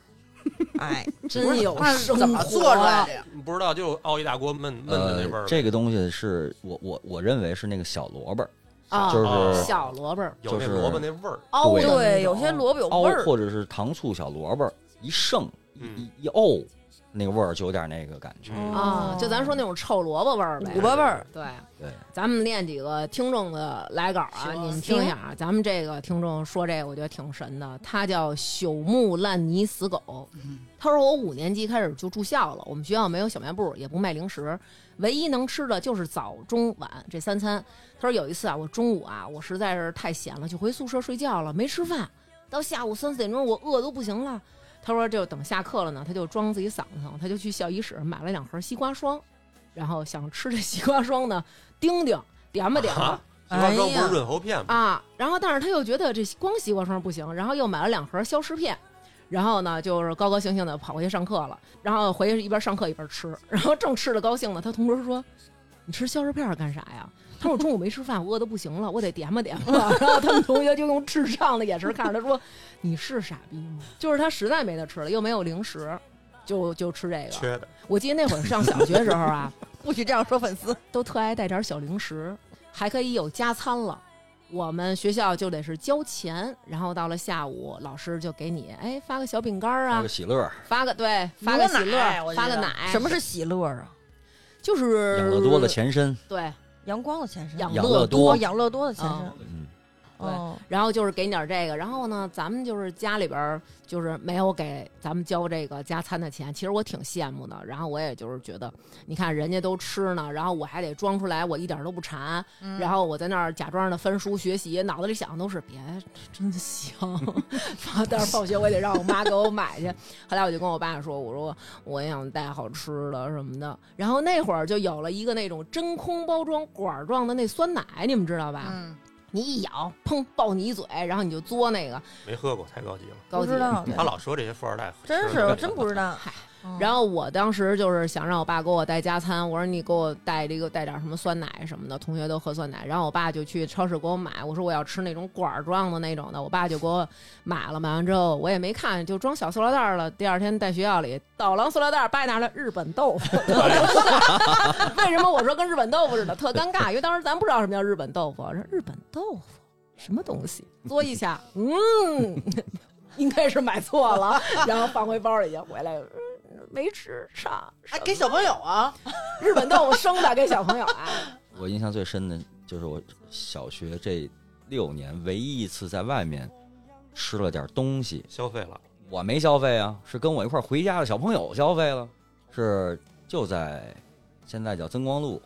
F: 哎，
A: 真有
E: 那是
A: 生
E: 怎么
A: 活
E: 做出来的呀？
B: 嗯不知道就熬一大锅焖焖的那味儿
D: 呃，
B: 呗。
D: 这个东西是我我我认为是那个小萝卜儿，
A: 啊？
D: 就是
B: 哦
A: 小萝卜儿哦
B: 有那
D: 就是
B: 萝卜那味儿，
A: 熬的那种，
C: 对，有些萝卜有
D: 熬
C: 味儿，
D: 或者是糖醋小萝卜儿一剩一
B: 嗯
D: 一沤，那个味儿就有点那个感觉。
B: 嗯
A: 啊，就咱说那种臭萝卜味儿呗，
C: 五八味儿。
A: 对。
D: 对，
A: 咱们念几个听众的来稿啊，
E: 行
A: 你们听一下啊。咱们这个听众说这个，我觉得挺神的。他叫朽木烂泥死狗，他说我五年级开始就住校了，我们学校没有小卖部，也不卖零食，唯一能吃的就是早中晚这三餐。他说有一次啊，我中午啊，我实在是太闲了，就回宿舍睡觉了，没吃饭。到下午三四点钟，我饿都不行了。他说就等下课了呢，他就装自己嗓子疼，他就去校医室买了两盒西瓜霜，然后想吃这西瓜霜呢，叮叮点吧点吧
B: 啊西瓜霜不
C: 哎呀
B: 是润喉片吗？
A: 啊，然后但是他又觉得这光西瓜霜不行，然后又买了两盒消食片。然后呢，就是高高兴兴的跑回去上课了，然后回去一边上课一边吃，然后正吃的高兴呢，他同桌说：“你吃消食片儿干啥呀？”他说：“我中午没吃饭，我饿的不行了，我得点吧点吧。”然后他们同学就用智障的眼神看着他说：“你是傻逼吗？”就是他实在没得吃了，又没有零食，就就吃这个。
B: 缺的，
A: 我记得那会儿上小学时候啊，
F: 不许这样说粉丝。
A: 都特爱带点小零食，还可以有加餐了。我们学校就得是交钱，然后到了下午，老师就给你哎发个小饼干儿
D: 那
A: 啊
D: 个，喜乐儿，
A: 发个对，发个喜
E: 牛奶我
A: 乐，
E: 记得
A: 发个奶，
C: 什么是喜乐啊？
A: 就是嗯
D: 养乐多的前身。
A: 对
C: 阳光的前身，
A: 养
D: 养
A: 乐多
D: 乐多
C: 哦，养乐多的前身
A: 嗯。
D: 嗯，
A: 对
C: 嗯
A: 然后就是给你点儿这个，然后呢，咱们就是家里边儿就是没有给咱们交这个加餐的钱，其实我挺羡慕的。然后我也就是觉得，你看人家都吃呢，然后我还得装出来我一点儿都不馋，
E: 嗯
C: 嗯
A: 然后我在那儿假装的翻书学习，脑子里想的都是别真 香。但是放学我也得让我妈给我买去。后来我就跟我爸说，我说我也想带好吃的什么的。然后那会儿就有了一个那种真空包装管儿状的那酸奶，你们知道吧？
E: 嗯，
A: 你一咬，砰，爆你一嘴，然后你就嘬那个
B: 没喝过，太高级了。
A: 高
C: 不
A: 级。
C: 知道，对
B: 他老说这些富二代，
C: 真是我真不知。道。嗯
A: 然后我当时就是想让我爸给我带加餐，我说你给我带这个带点什么酸奶什么的，同学都喝酸奶。然后我爸就去超市给我买，我说我要吃那种管儿状的那种的，我爸就给我买了。买完之后我也没看，就装小塑料袋儿了。第二天带学校里，倒狼塑料袋儿，爸拿了日本豆腐。 为什么我说跟日本豆腐似的，特尴尬？因为当时咱不知道什么叫日本豆腐，说日本豆腐什么东西， 嘬一下，嗯，应该是买错 了，然后放回包里去，回来。嗯没吃上，
E: 哎，给小朋友啊，
A: 日本豆腐生的给小朋友 啊，
D: 我印象最深的就是我小学这六年唯一一次在外面吃了点东西，
B: 消费了，
D: 我没消费啊，是跟我一块儿回家的小朋友消费了，是就在现在叫增光路，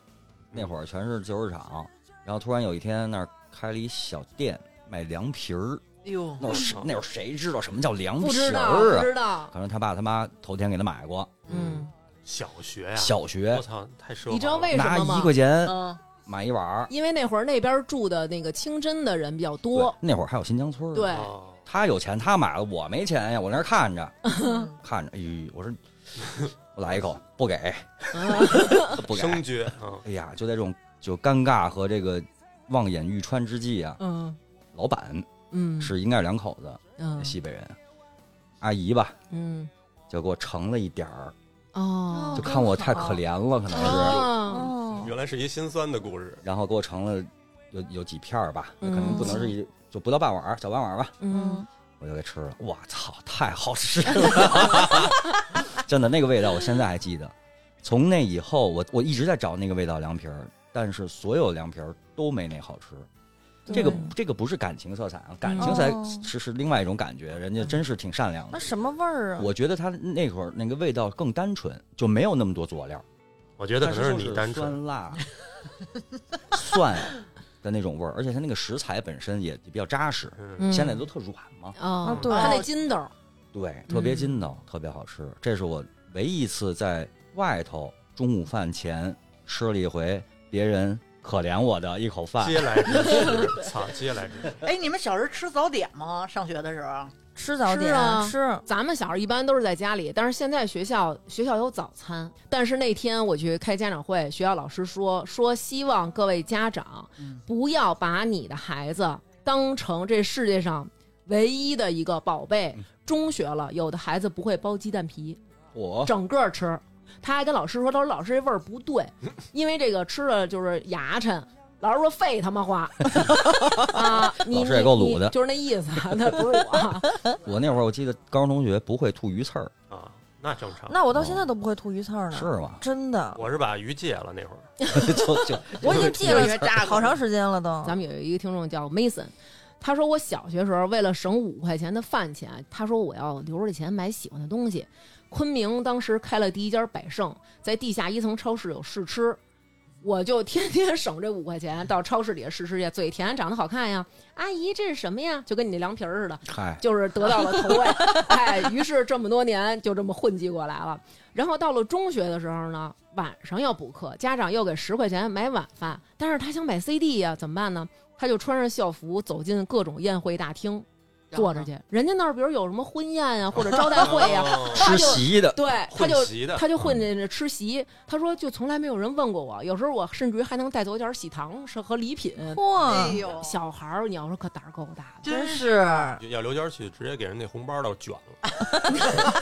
D: 那会儿全是旧市场，然后突然有一天那儿开了一小店卖凉皮儿，
E: 哎呦，
D: 那会儿谁那会儿谁知道什么叫凉
A: 不
D: 皮
A: 知道
D: 儿
A: 嗯不
D: 啊？
A: 知道，
D: 可能他爸他妈头天给他买过，
A: 嗯，
B: 小学呀，
D: 小学
B: 我操，太奢华了。
A: 你知道为什
D: 拿
A: 么吗
D: 一块？钱
E: 嗯，
D: 买一碗儿，
A: 因为那会儿那边住的那个清真的人比较多，
D: 对那会儿还有新疆村儿
A: 嗯
D: 呢，
A: 对，
B: 哦
D: 他有钱，他买了，我没钱呀，我那儿看着
A: 嗯
D: 看着，哎呦，我说我来一口，不给，不给，
B: 生绝啊，
D: 哎呀，就在这种就尴尬和这个望眼欲穿之际啊，
A: 嗯
D: 老板
A: 嗯
D: 是应该是两口子，
A: 嗯
D: 西北人，阿姨吧，
A: 嗯
D: 就给我盛了一点儿，
A: 哦
D: 就看我太可怜了，可能是，
A: 哦
C: 哦，
B: 原来是一心酸的故事。
D: 然后给我盛了有有几片儿吧，
A: 嗯
D: 肯定不能是一就不到半碗儿，小半碗儿吧，
A: 嗯
D: 我就给吃了，我操，太好吃了， 真的那个味道我现在还记得。从那以后，我我一直在找那个味道凉皮儿，但是所有凉皮儿都没那好吃。这个这个不是感情色彩啊，感情色
C: 哦
D: 彩是是另外一种感觉，人家真是挺善良
C: 那
D: 的。
C: 什么味儿啊？
D: 我觉得他那会儿那个味道更单纯，就没有那么多佐料。
B: 我觉得可
D: 但
B: 能
D: 是
B: 是
D: 就
B: 你单纯，
D: 酸辣、 蒜的那种味儿，而且它那个食材本身也比较扎实。
B: 嗯，
A: 嗯，
D: 现在都特软嘛，
A: 哦
C: 对
A: 他那筋斗，
D: 对，特
A: 嗯
D: 别筋道，特别好吃。这是我唯一一次在外头中午饭前吃了一回别人可怜我的一口饭。
B: 嗟来之食，操，嗟来之食。
E: 哎，你们小时候吃早点吗？上学的时候，
C: 吃早
A: 吃
C: 点
A: 啊
C: 吃，
A: 咱们小时候一般都是在家里，但是现在学校学校有早餐。但是那天我去开家长会，学校老师说说希望各位家长
E: 嗯
A: 不要把你的孩子当成这世界上唯一的一个宝贝。
D: 嗯
A: 中学了，有的孩子不会剥鸡蛋皮，
D: 我
A: 整个吃。他还跟老师说，他说老师这味儿不对，因为这个吃了就是牙碜。老师说废他妈 话啊！你
D: 老师也够鲁
A: 你
D: 的
A: 你就是那意思，那不是我。
D: 我那会儿我记得高中同学不会吐鱼刺儿，
B: 啊，那正常。
C: 那我到现在都不会吐鱼刺
A: 嗯
C: 儿呢。？
D: 是哦吗
C: 真的，
B: 我是把鱼戒了那会儿，
D: 就就
C: 我已经戒了好长时间了都。
A: 咱们有一个听众叫 Mason，他说我小学时候为了省五块钱的饭钱，他说我要留着这钱买喜欢的东西。昆明当时开了第一家百盛，在地下一层超市有试吃，我就天天 省这五块钱到超市里试吃去，嘴甜，长得好看呀，阿姨这是什么呀？就跟你那凉皮儿似的，
D: 嗨，
A: 就是得到了投 喂，哎，于是这么多年就这么混迹过来了。然后到了中学的时候呢，晚上要补课，家长又给十块钱买晚饭，但是他想买 CD 呀、怎么办呢？他就穿上校服走进各种宴会大厅，坐着去。人家那儿比如有什么婚宴啊呀，或者 招待会呀、
B: 哦
A: 他
D: 吃
A: 就
D: 席的，
A: 对， 他
B: 混
A: 就
B: 席啊嗯的，
A: 他就混进去吃席。他说就从来没有人问过我，有时候我甚至于还能带走点喜糖是和礼品。
E: 哎
C: 哇，
E: 呦，
A: 嗯小孩儿，你要说可胆儿够大的。
E: 真是
C: 是
B: 要刘谦去，直接给人那红包都卷了，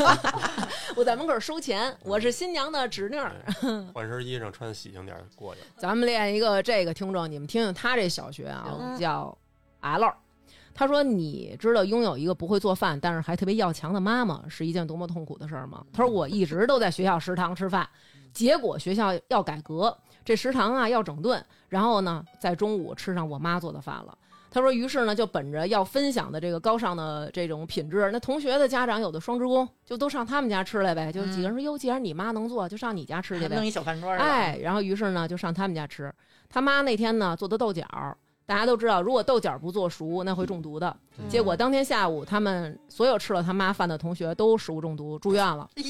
A: 我在门口收钱，我是新娘的侄女儿。
B: 哎 换身衣裳穿喜庆点儿过去了。
A: 咱们练一个这个听众，你们听听他这小学啊，叫 L。他说：“你知道拥有一个不会做饭，但是还特别要强的妈妈是一件多么痛苦的事儿吗？”他说：“我一直都在学校食堂吃饭，结果学校要改革，这食堂啊要整顿，然后呢，在中午吃上我妈做的饭了。他说，于是呢，就本着要分享的这个高尚的这种品质，那同学的家长有的双职工，就都上他们家吃来呗。就几个人说，哟，既然你妈能做，就上你家吃去呗
E: 弄。一小饭桌儿了，
A: 哎，然后于是呢就上他们家吃。他妈那天呢做的豆角儿，大家都知道，如果豆角儿不做熟，那会中毒的。
C: 嗯
A: 结果当天下午，他们所有吃了他妈饭的同学都食物中毒住院了。
E: 哎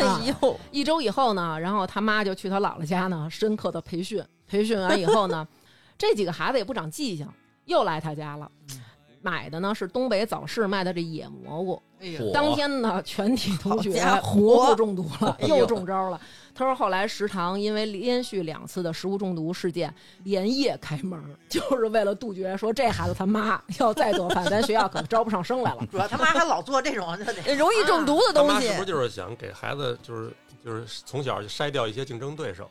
E: 呦，
A: 啊
F: 呦，
A: 一周以后呢，然后他妈就去他姥姥家呢，深刻的培训。培训完以后呢，这几个孩子也不长记性，又来他家了。买的呢是东北早市卖的这野蘑菇，
E: 哎呦，
A: 当天呢，全体同学
F: 好家伙
A: 蘑菇中毒了，
D: 哎呦
A: 又中招了。他说，后来食堂因为连续两次的食物中毒事件，连夜开门，就是为了杜绝说这孩子他妈要再做饭，咱学校可招不上生 来了。
E: 主要他妈还老做这种，就得
F: 容易中毒的
B: 他
F: 东
B: 啊妈
F: 西
B: 是不，是就是想给孩子就是就是从小就筛掉一些竞争对手？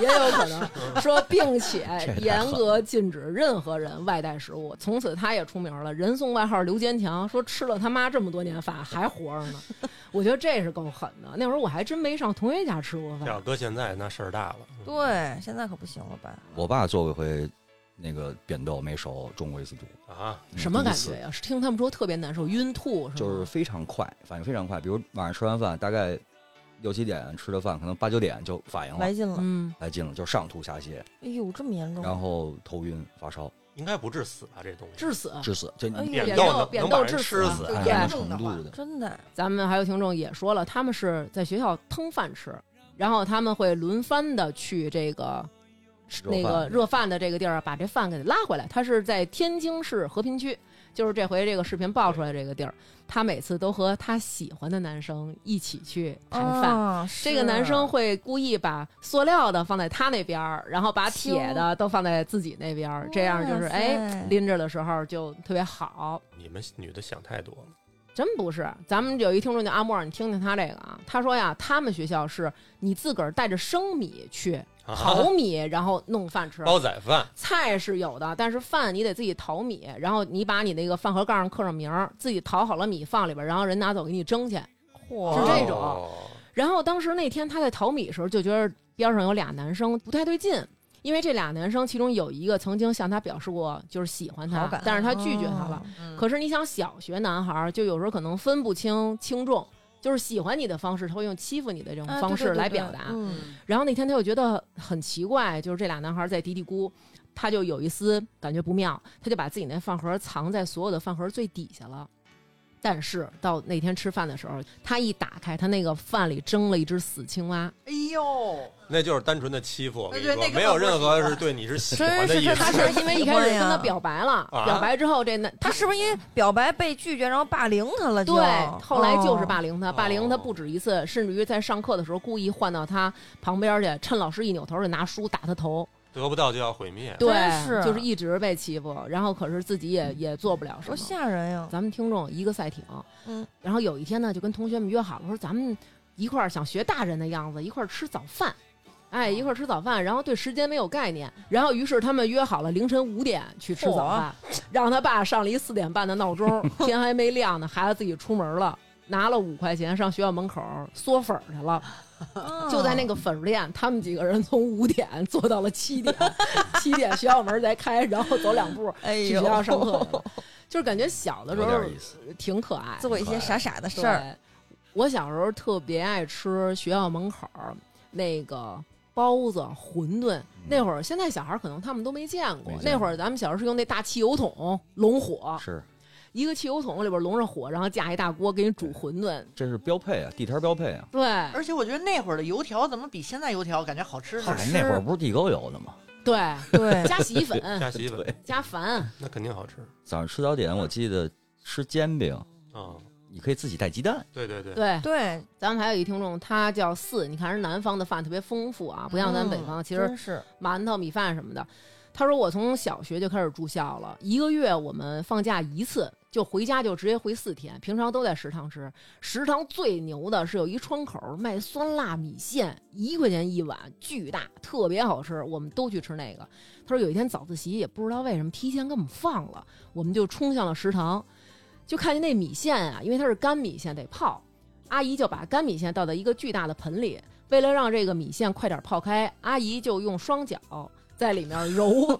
A: 也有可能说，并且
D: 这太
A: 严格禁止任何人外带食物。从此他也出名了，人送外号“刘坚强”，说吃了他妈这么多年饭还活着呢。我觉得这是够狠的。那会儿我还真没上同学家吃过
B: 这
A: 饭
B: 要，搁现在那事儿大了。
C: 对，现在可不行了吧？
D: 我爸做过一回那个扁豆没熟，中过一次毒。
B: 啊，
D: 嗯
A: 什么
D: 第一
A: 感
D: 次
A: 觉嗯呀、是听他们说特别难受，晕吐是
D: 就
A: 吗？
D: 是非常快，反应非常快。比如晚上吃完饭，大概六七点吃的饭，可能八九点就反应了
C: 来，劲了，
A: 嗯，
D: 来劲了，就上吐下泻，
C: 哎呦，这么严重？
D: 然后头晕发烧，
B: 应该不致死吧？这东西
A: 致死。
D: 致死。这
C: 哎呦
D: 你
B: 扁
A: 扁
B: 豆
A: 豆
B: 能
A: 扁
B: 能把
A: 豆
B: 人
A: 致
B: 吃
A: 死啊
B: 死，啊
E: 对
D: 按
A: 对
D: 什么程度的？
C: 真的，
A: 咱们还有听众也说了，他们是在学校腾饭吃，然后他们会轮番的去这个
D: 热
A: 那个
D: 饭
A: 热饭的这个地儿，把这饭给拉回来。他是在天津市和平区，就是这回这个视频爆出来这个地儿。他每次都和他喜欢的男生一起去谈饭。
C: 啊，
A: 这个
C: 是
A: 男生会故意把塑料的放在他那边儿，然后把铁的都放在自己那边儿，这样就是
C: 哇塞
A: 哎拎着的时候就特别好。
B: 你们女的想太多了。
A: 真不是，咱们有一听众叫阿莫尔，你听听他这个啊，他说呀，他们学校是你自个儿带着生米去
B: 啊
A: 淘米，然后弄饭吃。
B: 煲仔饭，
A: 菜是有的，但是饭你得自己淘米，然后你把你那个饭盒盖上刻上名儿，自己淘好了米放里边儿，然后人拿走给你蒸去。
C: 嚯
A: 是这种
B: 哦
A: 然后当时那天他在淘米的时候，就觉得边上有俩男生不太对劲，因为这俩男生其中有一个曾经向他表示过就是喜欢
C: 好
A: 他
C: 感，哦
A: 但是他拒绝他了。
E: 嗯
A: 可是你想，小学男孩儿就有时候可能分不清轻重，就是喜欢你的方式，他会用欺负你的这种
C: 啊
A: 方
C: 对
A: 式
C: 对对
A: 来
C: 对
A: 表达。
C: 嗯，
A: 然后那天他又觉得很奇怪，就是这俩男孩儿在嘀嘀咕，他就有一丝感觉不妙，他就把自己那饭盒藏在所有的饭盒最底下了。但是到那天吃饭的时候，他一打开，他那个饭里蒸了一只死青蛙，
E: 哎呦，
B: 那就是单纯的欺负。我跟你
E: 对那
B: 说，
E: 个
B: 没有任何是对你是喜欢
C: 真
B: 的
C: 是
B: 意
C: 他
A: 他
B: 思。
A: 是因为一开始跟他表白了，
B: 啊
A: 表白之后这男
C: 他
A: 他
C: 是不是因为表白被拒绝，然后霸凌他了就？
A: 对，后来就是
C: 哎哦
A: 霸凌他，霸凌他不止一次，甚至于在上课的时候故意换到他旁边去，趁老师一扭头就拿书打他头。
B: 得不到就要毁灭，
A: 对
C: 真，是
A: 就是一直被欺负，然后可是自己也也做不了什
C: 多
A: 么。
C: 吓人啊呀！
A: 咱们听众一个赛艇，
C: 嗯，
A: 然后有一天呢，就跟同学们约好了，说咱们一块儿想学大人的样子，一块儿吃早饭。哎，一块儿吃早饭，然后对时间没有概念，然后于是他们约好了凌晨五点去吃早饭，让他爸上了一四点半的 闹钟，天还没亮呢，孩子自己出门了，拿了五块钱上学校门口嗦粉儿去了，
F: 嗯
A: 就在那个粉儿店，他们几个人从五点 坐到了七点，七点学校门才开，然后走两步
F: 哎
A: 去
F: 呦
A: 学，校上课去了，就是感觉小的时
D: 有
A: 候
D: 点意思。
A: 挺可爱的，
F: 做一些傻傻的事
A: 对，
F: 儿，
A: 我小时候特别爱吃学校门口儿那个包子、馄饨。那会儿，现在小孩儿可能他们都没见过
D: 嗯没。见
A: 那会
D: 过
A: 儿咱们小时候是用那大汽油桶拢火，
C: 啊
D: 是，
A: 一个汽油桶里边拢着火，然后架一大锅给你煮馄饨。
D: 这是标配啊，地摊标配啊。
A: 对
E: 而且我觉得那会儿的油条怎么比现在油条感觉好吃呢？
D: 嗨，那会儿不是地沟油的吗？
A: 对，
C: 对，
A: 加洗衣粉，
B: 加洗衣粉
D: 对
A: 加矾，
B: 那肯定好吃
D: 早上吃早点，我记得吃煎饼，
B: 啊！
D: 你可以自己带鸡蛋。
B: 对对对，
A: 对。
C: 对，
A: 咱们还有一听众，他叫四，你看人南方的饭特别丰富啊，不像咱北方，其实
C: 真是
A: 馒头、米饭什么的。他说我从小学就开始住校了，一个月我们放假一次，就回家就直接回四天，平常都在食堂吃。食堂最牛的是有一窗口卖酸辣米线，一块钱一碗，巨大，特别好吃，我们都去吃那个。他说有一天早自习也不知道为什么提前给我们放了，我们就冲向了食堂，就看见那米线啊，因为它是干米线得泡，阿姨就把干米线倒到一个巨大的盆里，为了让这个米线快点泡开，阿姨就用双脚在里面揉。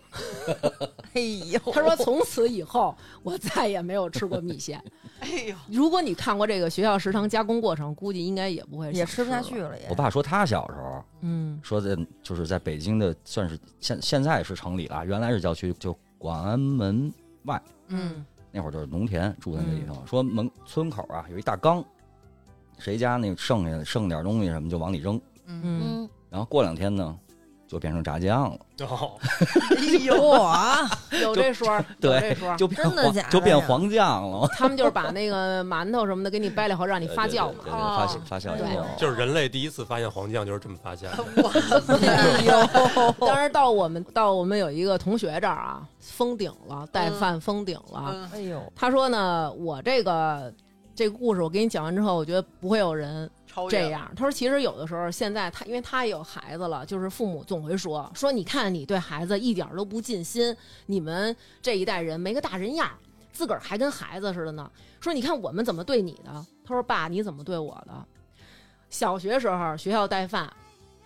C: 哎呦，
A: 他说从此以后我再也没有吃过米线。
E: 哎呦，
A: 如果你看过这个学校食堂加工过程，估计应该也不会
C: 也
A: 想
C: 吃不下去
A: 了。
C: 了也
D: 我。爸说他小时候
A: 嗯
D: 说在就是在北京的，算是现现在是城里了，原来是郊区，就广安门外
A: 嗯
D: 那会儿就是农田，住在那里头。
C: 嗯
D: 说门村口啊有一大缸，谁家那剩下剩点东西什么就往里扔，
E: 嗯，
A: 嗯，
C: 嗯，
D: 然后过两天呢就变成炸酱了，
B: 哦，
E: 哎
C: 哇，
A: 有这说儿，有
D: 对
A: 这说儿。
D: 就变
C: 真的
D: 黄
C: 假的
D: 就变
C: 呀
D: 黄酱了，
A: 他们就是把那个馒头什么的给你掰了以后，让你发酵嘛
D: 对对对。对发酵
E: 哦
D: 发酵
A: 对
D: 以后，
B: 就是人类第一次发现黄酱就是这么发现 的。
E: 我
A: 当时到我们到我们有一个同学这儿啊，封顶了，带饭封顶
B: 啊
A: 了。
E: 嗯
C: 哎 呦，
A: 他说呢，我这个这个故事我给你讲完之后，我觉得不会有人
E: 超越
A: 这样。他说，其实有的时候现在他，因为他也有孩子了，就是父母总会说说，你看你对孩子一点儿都不尽心，你们这一代人没个大人样儿，自个儿还跟孩子似的呢。说你看我们怎么对你的？他说爸，你怎么对我的？小学时候学校带饭，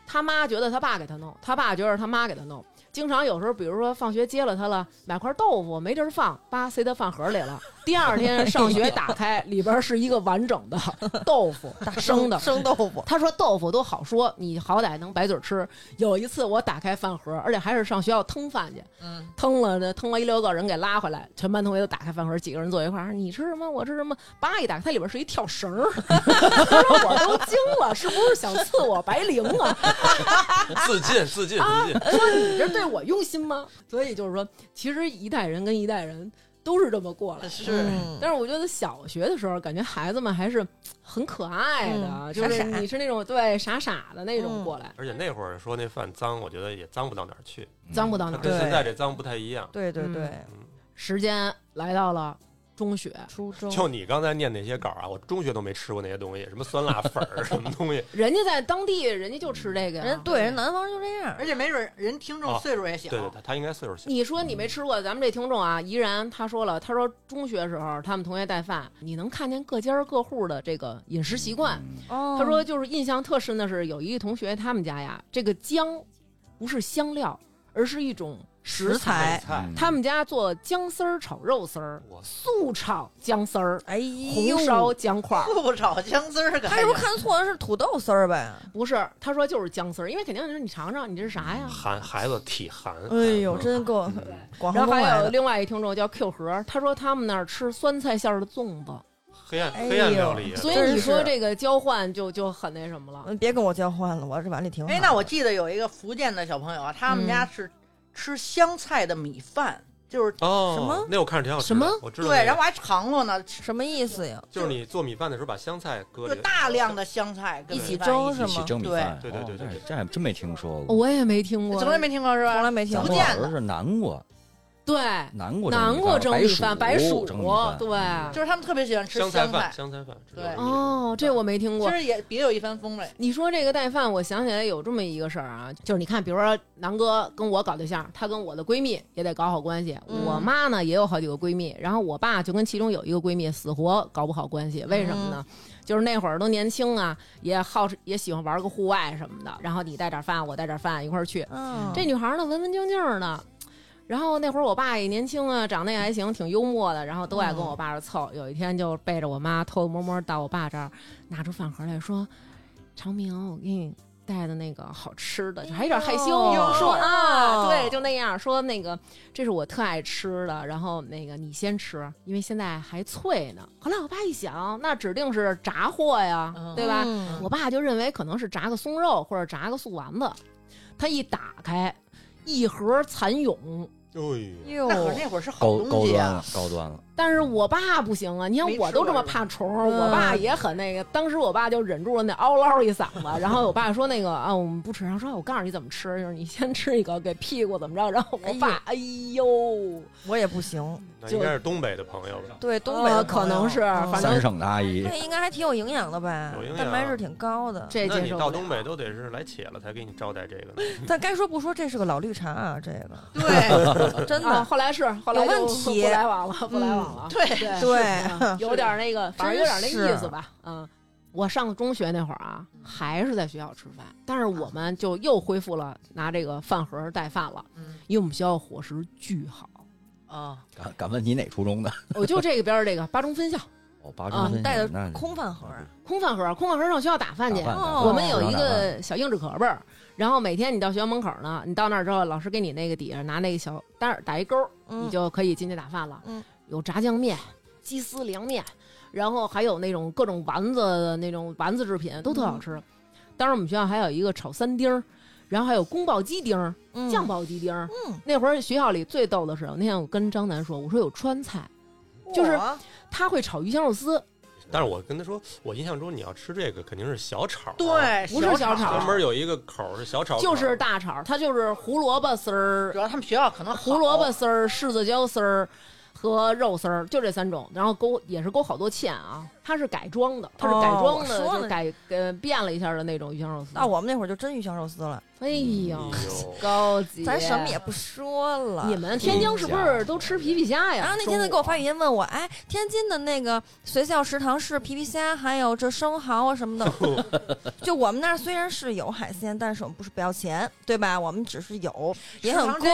A: 他妈觉得他爸给他弄，他爸觉得他妈给他弄。经常有时候，比如说放学接了他了，买块豆腐没地儿放，叭塞到饭盒里了。第二天上学打 开，里边是一个完整的豆腐，生的。
C: 生豆 腐，
A: 他说豆腐都好说，你好歹能白嘴吃。有一次我打开饭盒，而且还是上学校腾饭去，
E: 嗯，
A: 腾了呢，腾了一溜个人给拉回来，全班同学都打开饭盒，几个人坐一块儿，你吃什么，我吃什么，叭一打开，它里边是一跳绳儿， 他说我都惊了，是不是想刺我白绫啊？
B: 自尽，自尽，自尽。
A: 说你这对我用心吗？ 所以就是说，其实一代人跟一代人都是这么过来的。
E: 是
C: 嗯
A: 但是我觉得小学的时候，感觉孩子们还是很可爱的，
C: 嗯
A: 就是
C: 傻傻
A: 你是那种对傻傻的那种
C: 嗯
A: 过来，
B: 而且那会儿说那饭脏，我觉得也脏不到哪儿去，
A: 脏不到
B: 它
C: 嗯
A: 哪儿去
B: 跟。现在这脏不太一样。
C: 对对
A: 嗯
C: 对，
A: 时间来到了中学，
C: 初中
B: 就你刚才念那些稿啊，我中学都没吃过那些东西，什么酸辣粉儿，什么 东西，
A: 人家在当地，人家就吃这个
D: 啊
A: 呀。
C: 人对人南方就这样
E: 而，且没准儿人听众
B: 哦
E: 岁数也小
B: 对， 对，他他应该岁 数小，
A: 你说你没吃过，咱们这听众啊，怡然他说了，他说中学时候他们同学带饭，你能看见各家儿各户的这个饮食习惯。
D: 嗯
C: 哦
A: 他说就是印象特深的是，有一个同学他们家呀，这个姜不是香料，而是一种食
C: 食材，
B: 菜
D: 嗯
A: 他们家做姜丝儿炒肉丝儿，
B: 我操
A: 素炒姜丝儿，
C: 哎呦，
A: 红烧姜块儿。
E: 素炒姜丝儿可
C: 他
E: 还
C: 是不
E: 有
C: 哎是看错的是土豆丝儿呗？
A: 不是，他说就是姜丝儿，因为肯定是你尝尝，你这是啥呀？
B: 寒孩子体寒。嗯
C: 哎呦，真够广
A: 然
C: 东
A: 后
C: 来
A: 还有
C: 的，
A: 哦另外一听众叫 Q 盒，他说他们那儿吃酸菜馅儿的粽 子，
B: 黑暗
C: 哎呦
B: 黑暗料理啊，
A: 所以
C: 真
A: 你说
C: 是
A: 这个交换就就很那什么了。
C: 嗯别跟我交换了，我这碗里挺好。
E: 哎，那我记得有一个福建的小朋友啊，他们
C: 嗯
E: 家是吃香菜的米饭，就是
B: 哦，
C: 什么
B: 那我看着挺好吃的，
A: 什么
B: 我知道那个。
E: 对，然后我还尝过呢，
C: 什么意思呀？
B: 就是你做米饭的时候把香菜搁
E: 就
B: 里，
E: 大量的香菜跟
C: 一起
E: 米饭
C: 蒸是
D: 一
C: 吗
D: 起蒸米
E: 对
D: 饭，
B: 对对对对
D: 哦
B: 对
D: 这这还真没听说过。
A: 呃我也没听过，
E: 从来没听过是
C: 从
E: 吧？
C: 来没听
D: 咱们
E: 福
C: 过
E: 建。
D: 小时候是南瓜，
A: 对，
D: 南瓜
A: 南瓜蒸
D: 蒸
A: 米
D: 米
A: 饭，
D: 饭，
A: 白
D: 薯蒸米饭
A: 对，
E: 就是他们特别喜欢吃
B: 香
E: 菜
B: 菜饭，香菜饭。这
E: 对
B: 种
A: 哦，这我没听
E: 其
A: 过。
E: 实也别有一番风味。
A: 你说这个带饭，我想起来有这么一个事儿啊，就是你看，比如说南哥跟我搞对象，他跟我的闺蜜也得搞好关系。
C: 嗯
A: 我妈呢也有好几个闺蜜，然后我爸就跟其中有一个闺蜜死活搞不好关系，为什么呢？就是那会儿都年轻啊，也好吃也喜欢玩个户外什么的，然后你带点饭，我带点饭一块儿去。
C: 嗯，
A: 这女孩呢文文静静的，然后那会儿我爸也年轻啊，长得也还行，挺幽默的，然后都爱跟我爸这儿凑。有一天就背着我妈偷偷摸摸到我爸这儿，拿出饭盒来说：“长明，我给你。”带的那个好吃的，就还有点害羞，
C: 哎呦
A: 说啊，
C: 哎呦
A: 对，就那样说那个，这是我特爱吃的，然后那个你先吃，因为现在还脆呢。后来我爸一想，那指定是炸货呀，
E: 嗯
A: 对吧？
C: 嗯
A: 我爸就认为可能是炸个松肉或者炸个素丸子，他一打开，一盒蚕蛹。
B: 哎呦，
C: 哟
E: 那，可是那会儿是好
D: 高
E: 东
D: 高
E: 西
D: 端
E: 啊
D: 了，，高端了。
A: 但是我爸不行啊，你看
E: 没吃
A: 我都这么
E: 过
A: 怕虫儿，
C: 嗯
A: 我爸也很那个。当时我爸就忍住了那嗷唠一嗓子，然后我爸说那个啊，我们不吃。然后说我告诉你怎么吃，就是你先吃一个，给屁股怎么着。然后我爸，哎呦，
C: 我也不行。
B: 那
A: 就
B: 应该是东北的朋友了。
C: 对，东北的
A: 呃
C: 朋
A: 可
C: 友
A: 能是
C: 嗯
A: 反正
D: 三省的阿姨，
C: 对，应该还挺有营养的吧
B: 有营？养
C: 蛋白质挺高的。
A: 这
B: 那
A: 接
B: 你
A: 受
B: 到
A: 不
B: 东
A: 了
C: 啊
B: 北都得是来且了才给你招待这个呢。
C: 但该说不说，这是个老绿茶啊，这个
E: 对
C: 真
A: 啊，
C: 的。
A: 后来是后来
C: 有问
A: 就
C: 题嗯
A: 不 来往了，不来往了。
E: 对，
A: 对
C: 对
A: 嗯有点那个，反正有点那意思吧，嗯。我上中学那会儿啊，还是在学校吃饭，但是我们就又恢复了拿这个饭盒带饭了，
E: 嗯
A: 因为我们学校伙食巨好。
E: 啊，
D: 敢敢问你哪初中的？
A: 我就这个边儿这个八中分校
D: 哦，八
A: 啊
D: 中分
C: 带
D: 校
C: 的
D: 那
C: 空饭盒儿
A: 空饭盒，空饭盒上学校打饭去。
D: 打饭
C: 哦
D: 打饭
A: 我们有一
D: 打饭啊
A: 个小硬纸壳儿儿，然后每天你到学校门口儿呢，你到那儿之后，老师给你那个底下拿那个小单儿打一勾儿，
C: 嗯
A: 你就可以进去打饭了。
C: 嗯，
A: 有炸酱面、鸡丝凉面，然后还有那种各种丸子的那种丸子制品，都特
C: 嗯
A: 好吃。当时我们学校还有一个炒三丁儿，然后还有宫保鸡丁儿、
C: 嗯
A: 酱爆鸡丁儿。
C: 嗯，
A: 那会儿学校里最逗的是，那天我跟张楠说，我说有川菜，就是
C: 哇
A: 他会炒鱼香肉丝，
B: 但是我跟他说，我印象中你要吃这个肯定是小炒，，啊
E: 对，
A: 不是小炒
B: 专门有一个口儿是小炒口，
A: 就是大炒，它就是胡萝卜丝儿
E: 主、要他们学校可能好
A: 胡萝卜丝儿、柿子椒丝儿和肉丝儿，就这三种。然后勾也是勾好多芡啊，它是改装的，它是改装的，
C: 哦我说哦
A: 就是
C: 呢
A: 改呃变了一下的那种鱼香肉丝。
C: 那我们那会儿就真鱼香肉丝了，
A: 哎
B: 哎
A: 呦，啊
B: 呦，
F: 高级，
C: 嗯咱什么也不说了。
A: 你们天津是不是都吃皮皮虾呀？
C: 然后那天他给我发语音问我，哎，天津的那个学校食堂是皮皮虾，还有这生蚝啊什么的。就我们那儿虽然是有海鲜，但是我们不是不要钱，对吧？我们只是有，也很贵。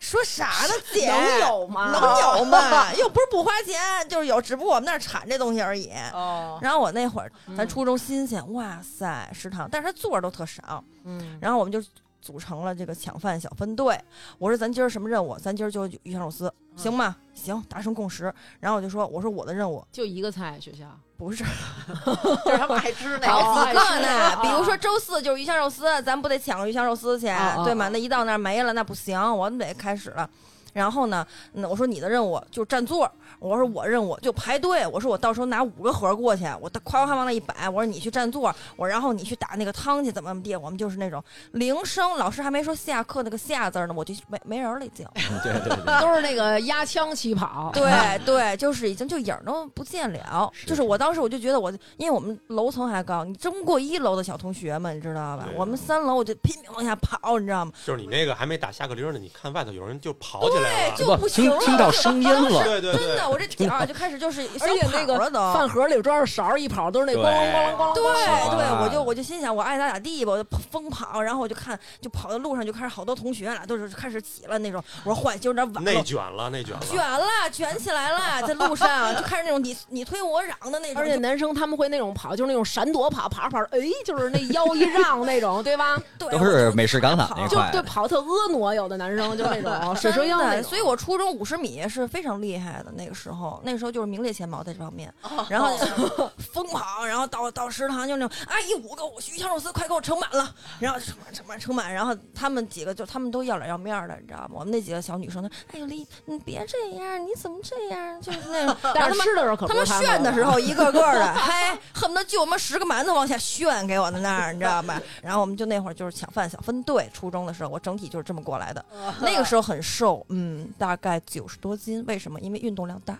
C: 说啥呢，姐？
E: 能有吗？
C: 能 有吗？又不是不花钱，就是有，只不过我们那儿产这东西而已。
E: 哦，
C: 然后我那会儿咱
A: 嗯
C: 初中新鲜，哇塞，食堂，但是他座儿都特少。
A: 嗯，
C: 然后我们就组成了这个抢饭小分队。我说咱今儿什么任务？咱今儿就鱼香肉丝，行吗？行，达成共识。然后我就说，我说我的任务
A: 就一个菜，学 校
C: 不是
E: 就是他们爱吃那
A: 好
E: 个
A: 好
C: 好
A: 爱
C: 几
A: 吃
C: 个呢
A: 啊，
C: 比如说周四就是鱼香肉丝，咱不得抢鱼香肉丝去
A: 啊啊，
C: 对吗？那一到那儿没了，那不行，我们得开始了。然后呢，嗯我说你的任务就占座，我说我任务就排队，我说我到时候拿五个盒过去，我到夸夸往那一摆，我说你去占座，我然后你去打那个汤去，怎么怎么地，我们就是那种铃声，老师还没说下课那个下字儿呢，我就没没人了已经。
D: 对对对，
A: 都是那个压枪起跑。
C: 对对，就是已经就影儿都不见了。就是我当时我就觉得我，因为我们楼层还高，你争不过一楼的小同学们，你知道吧？
B: 对
C: 我们三楼我就拼命往下跑，你知道吗？
B: 就是你那个还没打下课铃呢，你看外头有人就跑起来了，
C: 就
D: 哇
C: 不行
D: 听
C: 了
D: 听到声音 了，
B: 对对
C: 真
B: 对
C: 的，，我这脚儿就开始就是想
A: 而且那
C: 跑
A: 个
C: 了都。
A: 饭盒里装着勺儿，一跑都是那咣啷咣啷咣啷。
C: 对对，
D: 哇
C: 我就我就心想，我爱咋咋地吧，我就疯跑，然后我就看，就跑的路上就开始好多同学了，都是开始起了那种，我说换，就有点晚了，
B: 内卷了，内卷
C: 卷
B: 了，
C: 了，卷起来了，在路上就开始那种你你推我嚷的那种，
A: 而且男生他们会那种跑，就是那种闪躲跑，跑着跑着，哎，就是那腰一让那种，对 吧？
C: 对
D: 都
C: 我
D: 是
C: 就
D: 美式港塔那
A: 就
D: 块
A: 对
D: 的。
A: 跑特婀娜，有的男生就那 种水蛇
C: 真
A: 腰那
C: 的，
A: 种。
C: 所以我初中五十米是非常厉害的。那个时候，那时候就是名列前茅在这方面，
A: 哦
C: 然后就 疯跑，然后到到食堂就那种阿姨五个我鱼香肉丝快给我盛满了，然后盛满盛满盛满，然后他们几个就他们都要脸要面儿的，你知道吗？我们那几个小女生都，哎呦丽，你别这样，你怎么这样？就是 那种，然后
A: 但
C: 他
A: 是
C: 们
A: 吃的时候可
C: 他
A: 不
C: 们
A: 是他啊
C: 炫的时
D: 啊
C: 候，
A: 了
C: 一个个 的，嘿，恨不得就我们十个馒头往下炫给我的那儿，你知道吧？然后我们就那会儿就是抢饭小分队，初中的时候我整体就是这么过来的。
A: 哦
C: 那个时候很瘦，嗯，大概九十多斤。为什么？因为运动量大，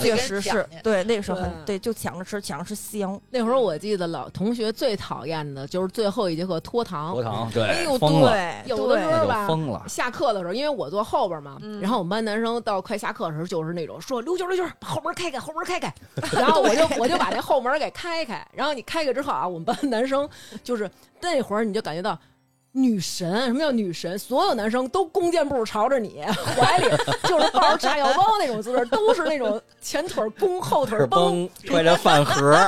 C: 确实是对那个时候很
A: 嗯
C: 对，就抢着吃，抢着吃香。
A: 那会儿我记得老同学最讨厌的就是最后一节课拖堂
D: 佛，堂对，
C: 哎呦，
D: 疯了，
C: 对，
A: 有的时
C: 对
A: 候
D: 那
A: 吧
D: 就疯了。
A: 下课的时候，因为我坐后边嘛，然后我们班男生到快下课的时候，就是那种说刘娟刘娟，把后门开开，后门开开， 然后我就我就把那后门给开开，然后你开开之后啊，我们班 男生就是那会儿你就感觉到。女神，什么叫女神？所有男生都弓箭步朝着你，怀里就是抱着炸药包那种姿势，都是那种前腿弓，后腿
D: 是
A: 绷，
D: 崩，揣着饭盒，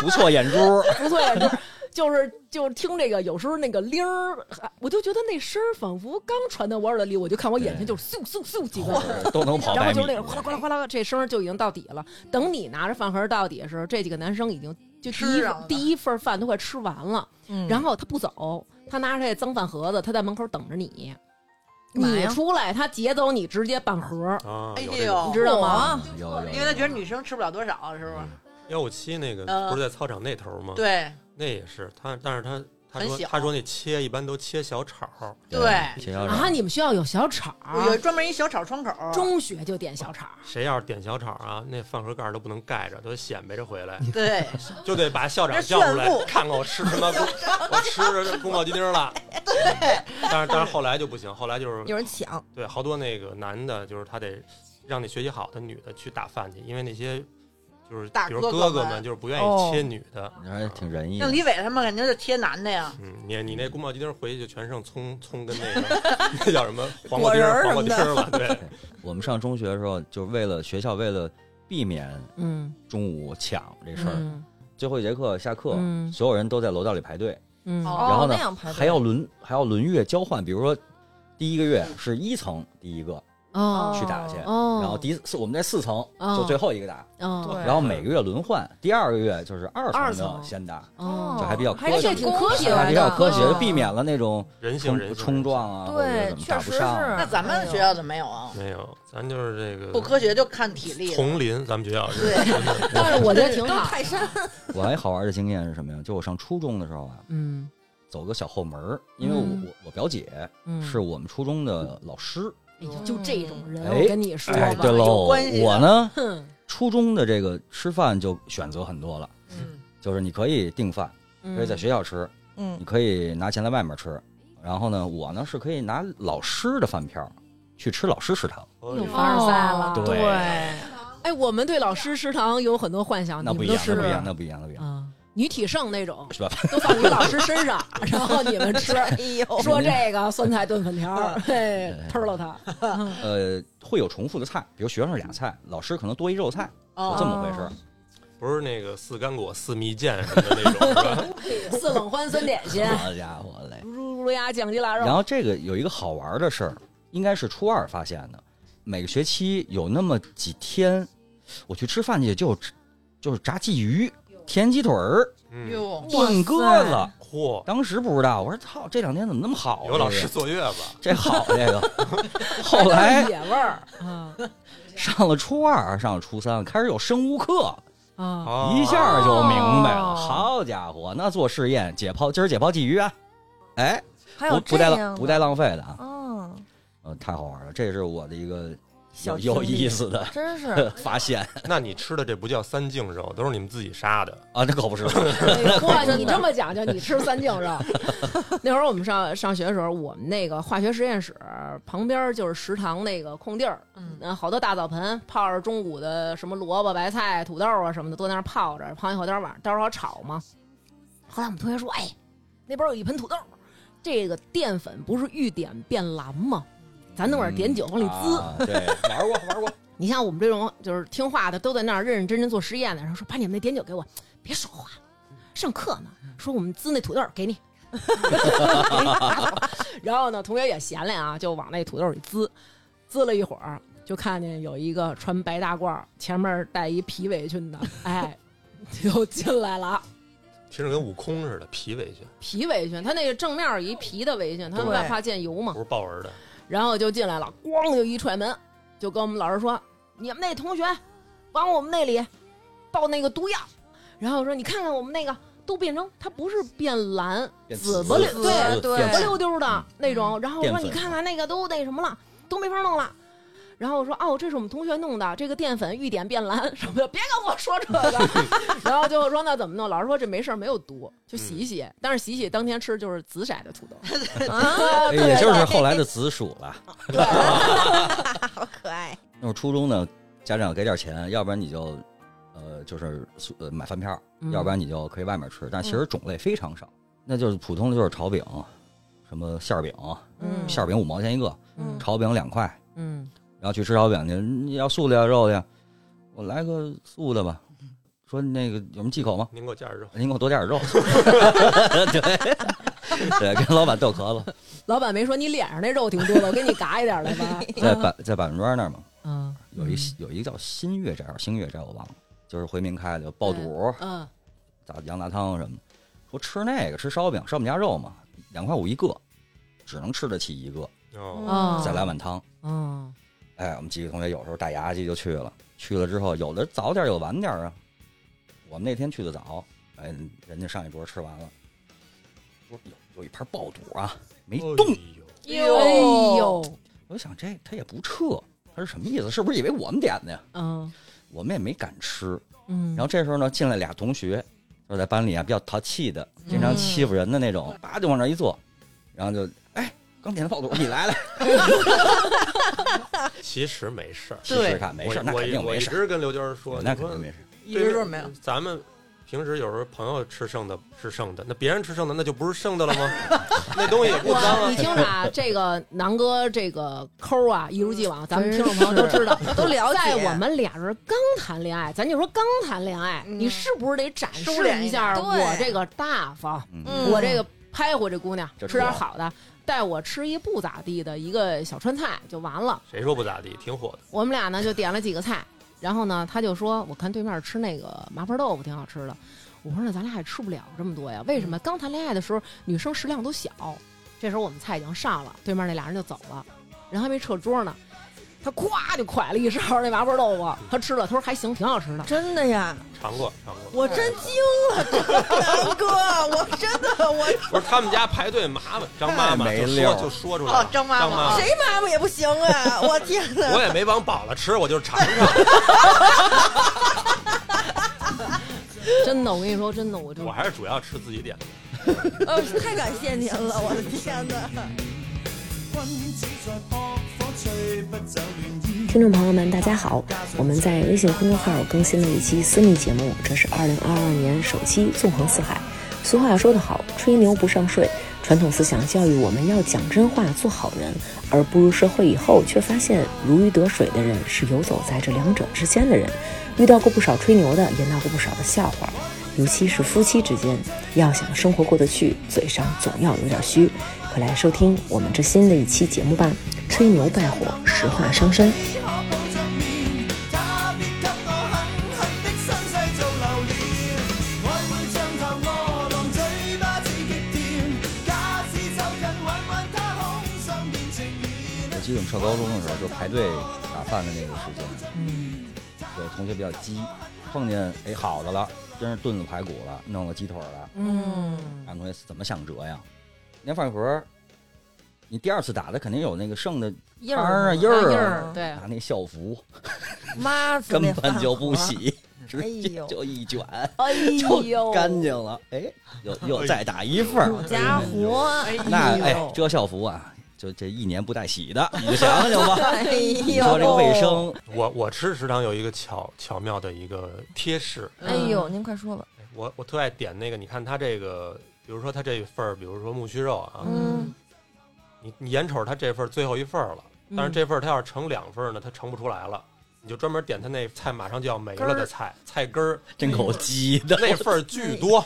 D: 不错眼珠，
A: 不错，就是就是就是听这个，有时候那个铃儿，我就觉得那声儿仿佛刚传到我耳朵里，我就看我眼前就是嗖嗖嗖几个。
D: 都能跑
A: 然后
D: 哦百
A: 就
D: 米
A: 是。那种哗啦哗啦哗啦，这声儿就已经到底了。等你拿着饭盒到底的时候，这几个男生已经就第一
E: 吃上了
A: 第一份饭都快吃完了，
C: 嗯
A: 然后他不走，他拿着这脏饭盒子，他在门口等着你。
C: 干嘛
A: 你
C: 呀
A: 出来，他劫走你，直接半盒儿，
B: 啊，
E: 哎
B: 有这种。
A: 你
E: 呦，
A: 知道吗？
C: 哇
D: 有有有，
E: 因为他觉得女生吃不了多少，是不是？
B: 幺五七那个
E: 呃
B: 不是在操场那头吗？，
E: 对
B: 那也是他，但是他他
E: 很
B: 说
E: 小
B: 他说那切一般都切小炒儿，
E: 对
D: 切小肠
A: 啊，你们学校有小炒儿，
E: 我有专门一小炒窗口，
A: 啊中学就点小炒儿，
B: 谁要是点小炒儿啊，那饭盒盖儿都不能盖着，都显摆着回来，
E: 对，
B: 就得把校长
E: 这
B: 叫出来
E: 炫富，
B: 看看我吃什 么宫，我吃着宫保鸡丁儿了。对，但是但是后来就不行，后来就是
C: 有人
D: 哦
C: 抢，
B: 对，好多那个男的，就是他得让那学习好的女的去打饭去，因为那些就是
E: 大
B: 比如
E: 哥哥
B: 哥哥们
E: 们
B: 就是不愿
C: 哦
B: 意切女的。
D: 你还挺仁义
E: 像
D: 的。
E: 李伟他们肯定是贴男 的呀，
B: 嗯，你你那宫保鸡丁回去就全剩葱葱跟那个 那叫什么黄
C: 果
B: 瓜丁
C: 仁
B: 儿
C: 儿
B: 黄瓜丁
C: 什
B: 儿了，对，
D: 我们上中学的时候，就为了学校为了避免
A: 嗯，
D: 中午抢这事儿，
A: 嗯
D: 最后一节课下课，
A: 嗯
D: 所有人都在楼道里排队，
A: 嗯
C: 哦
D: 然后呢
C: 那样排队
D: 还要轮还要轮月交换，比如说第一个月是一层第一个
A: 哦
D: 去打去，
A: 哦，
D: 然后第四我们在四层
A: 哦
D: 就最后一个打，
A: 哦
C: 对
D: 然后每个月轮换，第二个月就是二
A: 二
D: 层
A: 层
D: 的先打，
A: 哦
D: 这还比较科
A: 还
D: 学，
A: 这挺科学
D: 还
A: 的，
D: 比较科学，
A: 嗯
D: 就避免了那种
B: 人性人
D: 冲
B: 性
D: 冲撞啊，或者
C: 对
D: 怎，么
C: 确
D: 打不
C: 实是。
D: 上啊。
E: 那咱们学校怎么没有啊？
B: 没有，咱就是这个
E: 不科学就看体力 了。
B: 丛林，咱们学校是
E: 对，
A: 但是我觉得挺好，
F: 泰山
D: 我还有好玩的经验是什么呀？就我上初中的时候啊，
A: 嗯
D: 走个小后门儿，因为我、
A: 嗯
D: 我我表姐
A: 嗯，
D: 是我们初中的老师，
A: 哎呦就这种人，
D: 哎
A: 我跟你说
D: 哎，
A: 吧
D: 对喽，
E: 有关系的
D: 我呢
A: 哼，
D: 初中的这个吃饭就选择很多了，
E: 嗯，
D: 就是你可以订饭，可以在学校吃，
C: 嗯
D: 你可以拿钱在外面吃，然后呢，我呢是可以拿老师的饭票去吃老师食堂，
E: 哎
A: 有
B: 哦
A: 凡尔赛了，
D: 对
A: 哎，我们对老师食堂有很多幻想，
D: 那
A: 哦你
D: 不
A: 们
D: 一
A: 都是
D: 样，那不一样，那不一样，那不一样。
A: 啊，女体盛那种
D: 是吧，
A: 都放你老师身上， 然后你们 吃，
C: 哎呦，
A: 说这个酸菜炖粉条， 嘿，偷了它，
D: 呃，会有重复的菜，比如学生是俩菜，老师可能多一肉菜，就这
E: 哦，
D: 么回事儿。
B: 不是那个四干果四蜜饯什么的那 种，是吧？
A: 四冷欢酸点心，
D: 好家伙嘞！
A: 猪猪鸭酱鸡
E: 嗯
A: 腊
D: 然
A: 肉，
D: 后这个有一个好玩的事儿，应该是初二发现的。每个学期有那么几天，我去吃饭去就有就是炸鲫鱼、田鸡腿儿、
B: 嗯，
E: 哟，
D: 炖鸽子。
B: 嚯，
D: 当时不知道，我说操，这两天怎么那么好、啊？
B: 有老师
D: 这个
B: 坐月子，
D: 这好这 个。后来
A: 野味儿，啊
D: 上了初二，上了初三，开始有生物课，
A: 啊，
B: 哦
D: 一下就明白
C: 哦
D: 了。好家伙，那做试验解剖，今儿解剖鲫鱼啊！哎，
C: 还有
D: 不
C: 这
D: 不带
C: 样
D: 浪不带
C: 的，
D: 浪费的啊，
C: 嗯，
D: 呃，太好玩了，这是我的一个
C: 小
D: 有有
C: 经
D: 意
C: 历
D: 思的
C: 真是
D: 发现
B: 那你吃的这不叫三净肉，都是你们自己杀的。
D: 啊，那可不是，
A: 嚯，你这么讲究，你吃三净肉。那会儿我们上上学的时候，我们那个化学实验室旁边就是食堂那个空地儿，
E: 嗯，
A: 嗯，好多大澡盆泡着中午的什么萝卜、白菜、土豆啊什么的，都在那儿泡着，泡一会儿，待会儿晚上待会儿好炒嘛。后来我们同学说：“哎，那边有一盆土豆，这个淀粉不是遇点变蓝吗？咱弄点碘酒往里滋。
D: 啊对，玩过玩过，
A: 你像我们这种就是听话的，都在那儿认认真真做实验的，然后说把你们那碘酒给我，别说话，上课呢。说我们滋那土豆儿给你， 给你拿走然后呢，同学也闲了啊，就往那土豆里滋，滋了一会儿，就看见有一个穿白大褂儿，前面带一皮围裙的，哎，就进来了。
B: 听着跟悟空似的，皮围裙，
A: 皮围裙，他那个正面有一皮的围裙，他
C: 对
A: 外化见油嘛
B: 不，是豹纹的。
A: 然后就进来了，咣就一踹门，就跟我们老师说：“你们那同学往我们那里爆那个毒药。”然后说：“你看看我们那个都变成，它不是变蓝，
D: 变
A: 紫
D: 紫
A: 不溜
D: 紫
A: 对
D: 紫
C: 对
D: 变
A: 不
D: 紫
A: 溜丢的那种。”然后我
D: 嗯淀
A: 说：“
D: 粉
A: 你看看那个都那什么了，都没法弄了。”然后我说：“哦，这是我们同学弄的，这个淀粉遇点变蓝 什么的，别跟我说这 个。”然后最后说：“那怎么弄？”老师说：“这没事儿，没有毒，就洗一
D: 嗯
A: 洗。但是洗一洗当天吃就是紫色的土豆， 啊
D: 哎也就是后来的紫薯了。
F: 好可爱，
D: 那会儿初中呢，家长给点钱，要不然你就呃就是呃买饭票，
A: 嗯
D: 要不然你就可以外面吃，但其实种类非常少，那就是普通的就是炒饼，什么馅儿饼，
C: 嗯
D: 馅儿饼五毛钱一个，
A: 嗯
D: 炒饼两块，
A: 嗯。”
D: 然后去吃炒饼去，你要素的要肉的呀，我来个素的吧。说那个有什么忌口吗？
B: 您给我加点肉，
D: 您给我多点肉。 对对，跟老板斗咳了，
A: 老板没说你脸上那肉挺多的，我给你嘎一点来吧。
D: 在百在百分庄那儿嘛，
A: 嗯，
D: 有一有一个叫新月斋还是星月斋，我忘了，就是回民开的，有爆肚、
A: 嗯，
D: 打羊杂汤什么的。说吃那个吃烧饼，烧饼夹肉嘛，两块五一个，只能吃得起一个，
B: 哦，
A: 哦
D: 再来碗汤。
A: 嗯
D: 哎，我们几个同学有时候带牙祭就去了，去了之后有的早点，有的晚点啊。我们那天去的早，哎，人家上一桌吃完了，说有有一盘爆肚啊，没动。
B: 哎呦
A: 哎
C: 哟，
A: 呦，
D: 我就想这他也不撤，他是什么意思？是不是以为我们点的呀？
A: 嗯
D: 我们也没敢吃。
A: 嗯，
D: 然后这时候呢，进来俩同学，就是在班里啊比较淘气的，经常欺负人的那种，叭就往那儿一坐，然后就哎，刚点的爆肚，你 来了，
B: 其实没事儿。
D: 试试看，没事
B: 我
D: 儿，那肯定
B: 我
D: 没
B: 一
D: 事儿，嗯
B: 直跟刘娟说，
D: 那
B: 你
D: 肯
B: 说
D: 定没事儿。
E: 一直都是没有。
B: 咱们平时有时候朋友吃剩的吃剩的，那别人吃剩的那就不是剩的了吗？那东西也不脏
A: 我
B: 啊
A: 你。听着啊，这个南哥这个抠啊，一如既往，咱们听众朋友都知道。
C: 嗯都了解
A: 在我们俩人刚谈恋爱，咱就说刚谈恋爱，
E: 嗯
A: 你是不是得展示
E: 收敛
A: 一
E: 一
A: 下
E: 下
A: 我这个大方，
D: 嗯，
C: 嗯
A: 我这个拍活这姑娘，
D: 这
A: 吃点
D: 主要
A: 好的，带我吃一不咋地的一个小川菜就完了。
B: 谁说不咋地，挺火的。
A: 我们俩呢就点了几个菜，然后呢他就说，我看对面吃那个麻婆豆腐挺好吃的。我说那咱俩也吃不了这么多呀？为什么？刚谈恋爱的时候女生食量都小，这时候我们菜已经上了，对面那俩人就走了，人还没撤桌呢，他咵就蒯了一勺那麻婆豆腐，他吃了，他说还行，挺好 吃的。
C: 真的呀，
B: 尝过，尝过。
F: 我真惊了，南哥，我真的我
B: 不是他们家排队麻烦，张妈妈
D: 太没
B: 就
D: 溜
B: 说
D: 儿
B: 就说出来了。
E: 哦，张妈
B: 张妈
E: 妈
B: 妈，
F: 谁妈妈也不行 啊！我天哪！
B: 我也没往饱了吃，我就是尝尝。
A: 真的，我跟你说，真的，我就
B: 我还是主要吃自己点的。
F: 呃，太感谢您了，我的天哪！
G: 听众朋友们，大家好！我们在微信公众号更新了一期私密节目，这是二零二二年首期，纵横四海。俗话说得好，吹牛不上税。传统思想教育我们要讲真话，做好人，而步入社会以后，却发现如鱼得水的人是游走在这两者之间的人。遇到过不少吹牛的，也闹过不少的笑话，尤其是夫妻之间，要想生活过得去，嘴上总要有点虚。快来收听我们这新的一期节目吧！吹牛败火，实话伤身。
D: 我记得我们上高中的时候，就排队打饭的那个时间，有同学比较急，碰见哎好的了，真是炖了排骨了，弄了鸡腿了，
A: 嗯，
D: 俺同学怎么想折呀？那饭盒，你第二次打的肯定有那个剩的，
C: 印
D: 儿啊印
A: 儿
D: 儿
A: 啊对
D: 拿那校服
C: 妈子
D: 根
C: 那
D: 本就不
C: 饭盒，
D: 洗，直
C: 哎
D: 接
C: 呦
D: 就一卷，
A: 哎
D: 就干净了。哎，又 又再打一份
B: 哎
D: 儿，
C: 家伙，
D: 那
C: 呦
D: 哎，这校服啊，就这一年不带洗的，你就想想吧。
C: 哎呦，
D: 你说这个卫，生，
B: 我我吃食堂有一个巧巧妙的一个贴士，
C: 哎呦，您快说吧，
B: 我我特爱点那个。你看它这个，比如说它这一份儿，比如说木须肉啊，
C: 嗯，
B: 你你眼瞅它这份儿最后一份儿了，但
D: 嗯
B: 是这份儿它要是盛两份儿呢，它盛不出来了。你就专门点它那菜马上就要没了的菜，菜根儿
D: 真够鸡 的。
B: 那份儿巨多，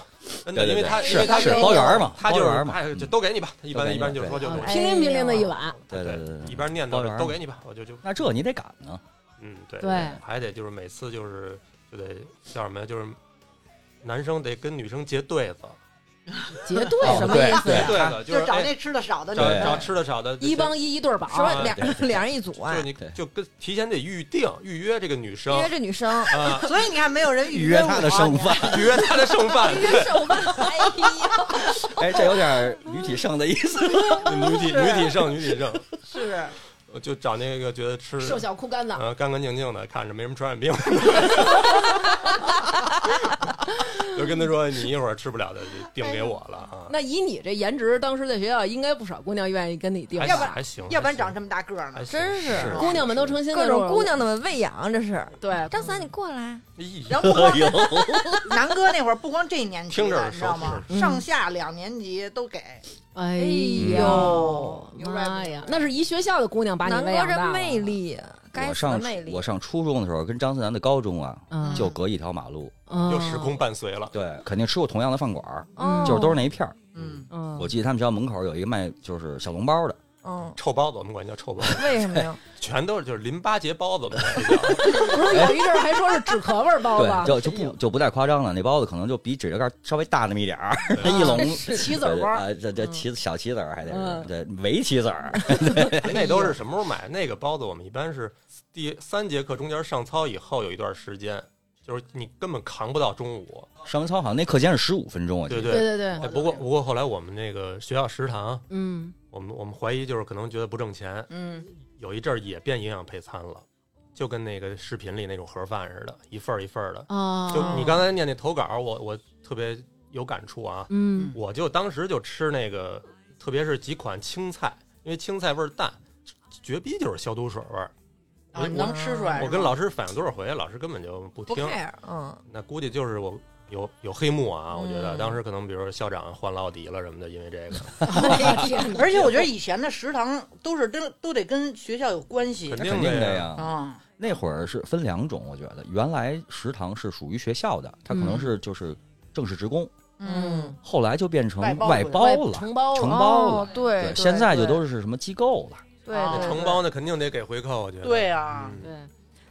B: 真的，
D: 对对
B: 因为
D: 对
B: 它因
D: 是
B: 为它
D: 是
B: 是
D: 包圆儿嘛，
B: 他就
D: 包圆
B: 是
D: 儿嘛，嗯
B: 哎，就都给你吧。一
D: 都
B: 般
D: 给你嗯
B: 一般就说就
A: 啊
B: 给你，
A: 乒铃乒铃的一碗，
D: 对对对
B: 一
D: 对。
B: 般念叨
D: 包圆
B: 着
D: 儿
B: 都给你吧，我就就
D: 那这你得赶呢，
B: 嗯，对
A: 对
B: 还得就是每次就是就得叫什么呀，就是男生得跟女生结对子，
A: 结对
D: 哦
A: 什么
D: 对
A: 意思呀？
B: 对子
E: 就是找
B: 哎
E: 那吃的少的那
D: 对啊
B: 找找
E: 个，
B: 吃的少的，
A: 一帮一，一对儿宝
C: 什。么
B: 啊
C: 两
D: 对
C: 两人一组啊
B: 就是？你
D: 对
B: 就跟提前得预定预约这个女生
C: 因为这女生，
D: 哦
B: 啊，
E: 所以你看没有人
D: 预
E: 约
D: 约他的剩
E: 我啊
D: 饭，
B: 预约她的剩饭，
C: 手吧，哎呦，
D: 哎，这有点女体盛的意思。
B: 女体女体盛女体盛，
E: 是
B: 我就找那个觉得吃
A: 瘦小枯干的，
B: 呃，干干净净的，看着没什么传染病。就跟他说，你一会儿吃不了的就订给我了啊。
A: 那以你这颜值，当时在学校应该不少姑娘愿意跟你订
B: 还。
E: 要
B: 行
E: 不然
B: 还行，
E: 要不然
B: 还行
E: 长这么大个儿呢
B: 还。行
C: 真是
A: 姑娘们都成心
C: 各
A: 的时候
C: 种姑娘的喂养，这是。
A: 对
F: 张三，你过来，
B: 哎呀
E: 然后不光
D: 哎呦，
E: 南哥那会儿，不 光这年级
B: 听着
E: 的，你知道吗？
A: 是是
E: 上下两年级都给。
A: 哎
C: 哎呦
A: 妈呀！那是一学校的姑娘把你
C: 南
A: 喂
C: 哥
A: 养大
C: 这
A: 了
C: 魅，力， 该
D: 我
C: 死的
D: 上
C: 魅力
D: 我。上初中的时候，跟张思楠的高中啊，
A: 嗯
D: 就隔一条马路，
B: 又时空，伴随了，
D: 对，肯定吃过同样的饭馆儿，
C: 嗯
D: 就是都是那一片儿。
E: 嗯，
A: 嗯
D: 我记得他们学校门口有一个卖就是小笼包的，
C: 嗯，
B: 臭包子，我们管叫臭包子，
C: 为什 么呀？
B: 全都是就是淋巴结包子，我们管这叫
A: 不是有一阵儿还说是纸壳味儿包
D: 对，
A: 子，啊
D: 就就不就不太夸张了，那包子可能就比指甲盖稍微大那么一点儿，
B: 啊
D: 一笼
A: 嗯 棋子儿包儿
D: 啊，这这棋子小棋子儿还得
A: 嗯
D: 是这围棋子儿，
B: 那都是什么时候买？那个包子我们一般是第三节课中间上操以后有一段时间，就是你根本扛不到中午，
D: 上完操好像那课间是十五分钟，我记
B: 对
D: 得。
B: 不
A: 对
B: 对？
A: 对对，
B: 哎，不过不过后来我们那个学校食堂，
A: 嗯，
B: 我们我们怀疑就是可能觉得不挣钱，
E: 嗯，
B: 有一阵儿也变营养配餐了，就跟那个视频里那种盒饭似的，一份儿一份儿的。
A: 啊，
B: 就你刚才念那投稿，我我特别有感触啊，
A: 嗯
B: 我就当时就吃那个，特别是几款青菜，因为青菜味儿淡，绝逼就是消毒水味儿。
E: 啊，你能吃出来是吧？
B: 我跟老师反映多少回，老师根本就不
C: 不
B: 听。
C: care，嗯，
B: 那估计就是我有有黑幕啊，我觉得
C: 嗯
B: 当时可能比如说校长换了奥迪了什么的，因为这个
A: 哎嗯
E: 而且我觉得以前的食堂都是都都得跟学校有关系
B: 肯
D: 那肯定
B: 的
D: 的
B: 呀。
D: 呀。
E: 啊，
D: 那会儿是分两种，我觉得原来食堂是属于学校的，它可能是就是正式职工，
A: 嗯，
D: 后来就变成
E: 外包
D: 外包了，
A: 承包
D: 承
A: 了，
D: 包了
C: 哦对对，
D: 现在就
C: 对
D: 都是什么机构了。
C: 对
E: 啊
C: 对
B: 承包那肯定得给回扣，我觉得。
E: 对啊
B: 嗯
A: 对。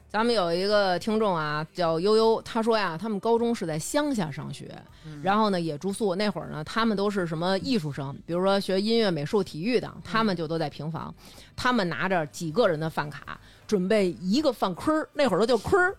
A: 咱们有一个听众啊，叫悠悠，他说呀，他们高中是在乡下上学，
B: 嗯
E: 嗯
A: 然后呢也住宿。那会儿呢，他们都是什么艺术生，比如说学音乐、美术、体育的，他们就都在平房。他们拿着几个人的饭卡，准备一个饭盔儿，那会儿都叫盔儿，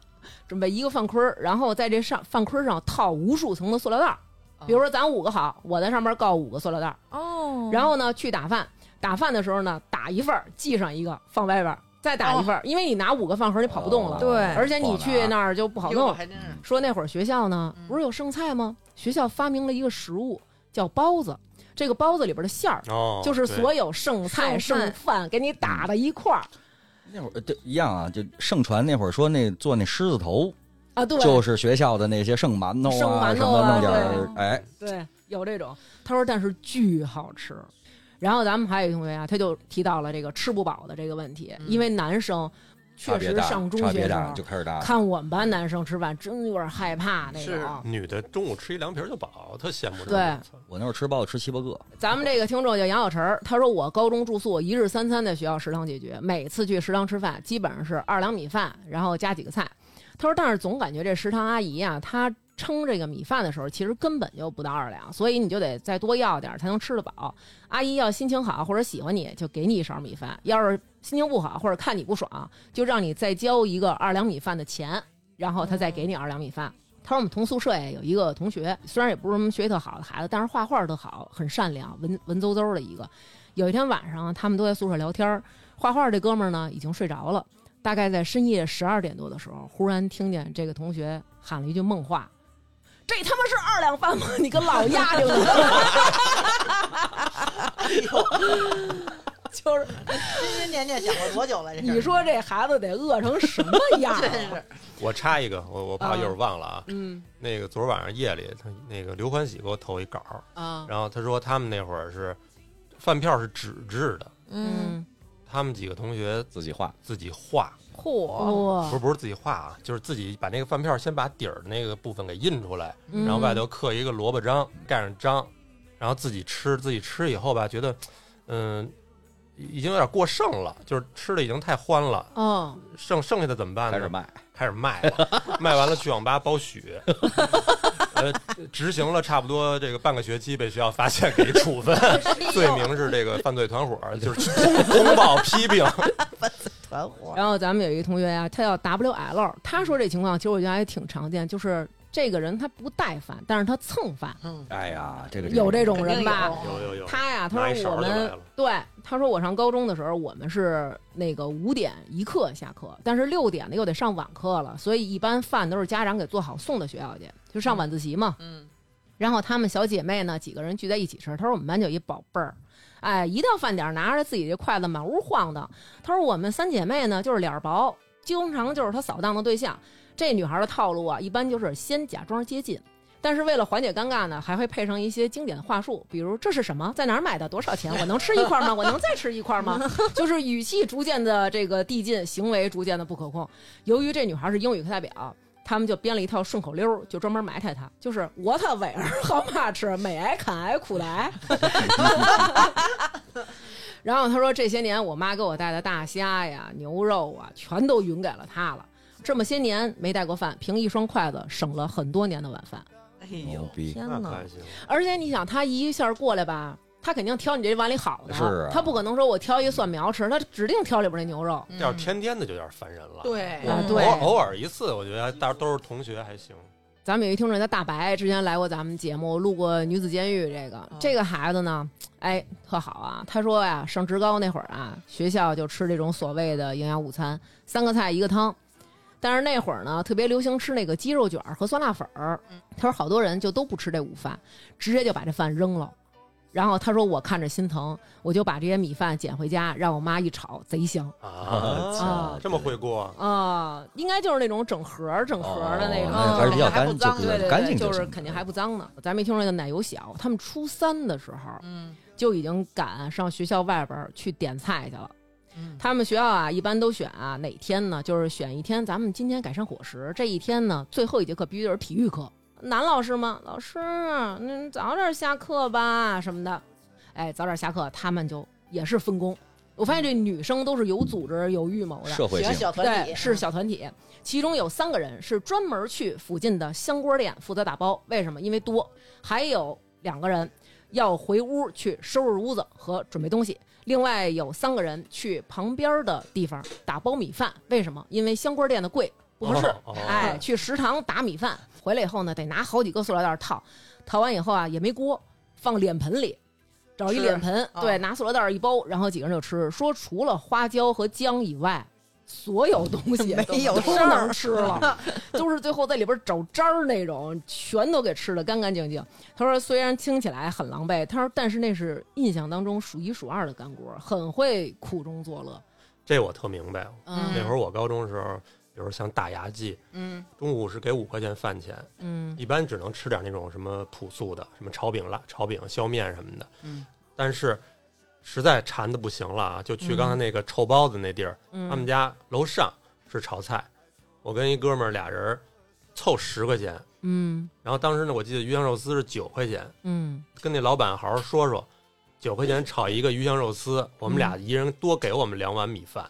A: 准备一个饭盔儿，然后在这上饭盔儿上套无数层的塑料袋儿。比如说咱五个好，我在上面告五个塑料袋儿，
C: 哦，
A: 然后呢去打饭，打饭的时候呢打一份儿，系上一个放外边儿，再打一份儿，因为你拿五个饭盒儿你跑不动了，
D: 哦
C: 哦对
A: 而且你去那
D: 儿，
A: 儿就不好
E: 哟
A: 弄。
E: 还真是。
A: 说那会儿学校呢
E: 嗯
A: 不是有剩菜吗？学校发明了一个食物叫包子，这个包子里边的馅儿。
B: 哦，
A: 就是
B: 对
A: 所有剩菜
C: 剩
A: 剩
C: 饭嗯
A: 饭给你打到一块儿
D: 那会儿对一样啊，就盛传那会儿说那做那狮子头，
A: 啊，对，
D: 就是学校的那些剩馒头
A: 剩
D: 啊
A: 馒
D: 什
A: 头
D: 么
A: 啊
D: 弄点儿，哎，
A: 对，有这种。他说，但是巨好吃。然后咱们还有一同学啊，他就提到了这个吃不饱的这个问题，
E: 嗯
A: 因为男生确
D: 差别
A: 实
D: 大，
A: 上中
D: 差
A: 学
D: 别
A: 时
D: 大
A: 候
D: 就开始大了。
A: 看我们班男生吃饭，真有点害怕那
E: 是
A: 种。
B: 女的中午吃一凉皮儿就饱，特羡慕。
A: 对，
D: 我那会儿吃包子吃七八个，
A: 咱们这个听众叫杨小晨儿，他说我高中住宿一日三餐在学校食堂解决，每次去食堂吃饭基本上是二两米饭，然后加几个菜。他说，但是总感觉这食堂阿姨啊，她称这个米饭的时候，其实根本就不到二两，所以你就得再多要点儿才能吃得饱。阿姨要心情好或者喜欢你，就给你一勺米饭；要是心情不好或者看你不爽，就让你再交一个二两米饭的钱，然后她再给你二两米饭。他说我们同宿舍呀有一个同学，虽然也不是什么学习特好的孩子，但是画画特好，很善良，文文绉绉的一个。有一天晚上，他们都在宿舍聊天儿，画画这哥们儿呢已经睡着了，大概在深夜十二点多的时候，忽然听见这个同学喊了一句梦话：“这他妈是二两饭吗？你个老丫头！”就是
E: 心心念念想了多久了？这事儿
A: 你说这孩子得饿成什么样 啊
E: 真
A: 儿？
E: 是
B: 我插一个，我我怕一会儿忘了啊。
A: 嗯
B: 那个昨儿晚上夜里，他那个刘欢喜给我投一稿儿，
A: 啊
B: 然后他说他们那会儿是饭票是纸质的，
C: 嗯，
B: 他们几个同学
D: 自己画，
B: 自己画，
C: 嚯，
A: 哇
B: 不是不是自己画啊，就是自己把那个饭票先把底儿那个部分给印出来，
A: 嗯
B: 然后外头刻一个萝卜章，盖上章，然后自己吃，自己吃以后吧，觉得嗯。已经有点过剩了，就是吃的已经太欢了，
A: 哦，
B: 剩剩下的怎么办呢？
D: 开始卖，
B: 开始卖了，卖完了去网吧包宿，呃，执行了差不多这个半个学期，被学校发现给处分，罪名是这个犯罪团伙，就是通通报批评。
E: 团伙，
A: 然后咱们有一个同学呀、他叫 WL，他说这情况其实我觉得还挺常见，就是这个人他不带饭，但是他蹭饭，
E: 嗯，
D: 哎呀，这个
A: 有这种人
E: 肯
A: 吧？
E: 定
B: 有有有，
A: 他呀，
B: 拿
A: 他
B: 一勺
A: 说我
B: 就来
A: 们
B: 了
A: 对他说我上高中的时候，我们是那个五点一刻下课，但是六点呢又得上晚课了，所以一般饭都是家长给做好送到学校去，就上晚自习嘛。
E: 嗯，
A: 然后她们小姐妹呢几个人聚在一起吃。她说我们班就有一宝贝儿，哎，一到饭点儿拿着自己这筷子满屋晃荡。她说我们三姐妹呢就是脸儿薄，经常就是她扫荡的对象。这女孩的套路啊，一般就是先假装接近。但是为了缓解尴尬呢，还会配上一些经典的话术，比如这是什么，在哪儿买的，多少钱，我能吃一块吗？我能再吃一块吗？就是语气逐渐的这个递进，行为逐渐的不可控。由于这女孩是英语课代表，他们就编了一套顺口溜儿，就专门埋汰她，就是 What where how much 美癌砍癌苦来。然后他说，这些年我妈给我带的大虾呀、牛肉啊，全都匀给了她了。这么些年没带过饭，凭一双筷子省了很多年的晚饭。
E: 哎
D: 牛
E: 呦，
D: 逼，
C: 天
B: 那
C: 哪
B: 还，行，
A: 而且你想，她一下过来吧，她肯定挑你这碗里好的，
D: 是啊
A: 她不可能说我挑一蒜苗吃，她指定挑里边那牛肉。
E: 嗯
B: 要是天天的就有点烦人了。
E: 对
B: 我
A: 啊
B: 偶
A: 对
B: 偶尔一次，我觉得还大都是同学还行。
A: 咱们有一听众叫大白，之前来过咱们节目，录过女子监狱这个。这个孩子呢，哎，特好啊。他说呀，上职高那会儿啊，学校就吃这种所谓的营养午餐，三个菜一个汤。但是那会儿呢，特别流行吃那个鸡肉卷嗯儿和酸辣粉儿。他说好多人就都不吃这午饭，直接就把这饭扔了。然后他说我看着心疼，我就把这些米饭捡回家，让我妈一炒，贼香
B: 啊，这么会过啊，
A: 啊、应该就是那种整盒儿整盒儿的那嗯种。
D: 哦还是比较
E: 还
D: 干
E: 不
D: 净，
E: 脏
D: 比
A: 对
D: 较
A: 对
D: 干
A: 对，
D: 净
A: 就是
D: 行
A: 肯定还不脏呢。咱没听说叫奶油小，他们初三的时候
E: 嗯
A: 就已经赶上学校外边儿去点菜去了。
E: 嗯，
A: 他们学校啊，一般都选啊哪天呢？就是选一天，咱们今天改善伙食。这一天呢，最后一节课必须就是体育课。男老师吗？老师，那早点下课吧，什么的。哎，早点下课，他们就也是分工。我发现这女生都是有组织、有预谋的，
D: 社会
E: 行
D: 性
E: 小团体啊
A: 对，是小团体。其中有三个人是专门去附近的香锅店负责打包，为什么？因为多。还有两个人要回屋去收拾屋子和准备东西，另外有三个人去旁边的地方打包米饭，为什么？因为香锅店的贵不合适，
B: 哦
A: 哎，去食堂打米饭，回来以后呢，得拿好几个塑料袋套，套完以后啊也没锅，放脸盆里。找一
E: 吃
A: 脸盆，
E: 啊
A: 对，拿塑料袋一包，然后几个人就吃。说除了花椒和姜以外，所有东西都
F: 没有
A: 都
F: 事儿
A: 能吃了，就是最后在里边找渣儿那种，全都给吃的干干净净。他说虽然听起来很狼狈，他说但是那是印象当中数一数二的干锅，很会苦中作乐。
B: 这我特明白。
A: 嗯
B: 那会儿我高中的时候，比如像打牙祭，
E: 嗯
B: 中午是给五块钱饭钱，
A: 嗯
B: 一般只能吃点那种什么朴素的，什么炒饼、辣炒饼、削面什么的。
E: 嗯，
B: 但是实在馋的不行了啊，就去刚才那个臭包子那地儿，
A: 嗯，
B: 他们家楼上是炒菜，我跟一哥们儿俩人凑十块钱，
A: 嗯
B: 然后当时呢，我记得鱼香肉丝是九块钱，
A: 嗯
B: 跟那老板好好说说，九块钱炒一个鱼香肉丝，我们俩一人多给我们两碗米饭，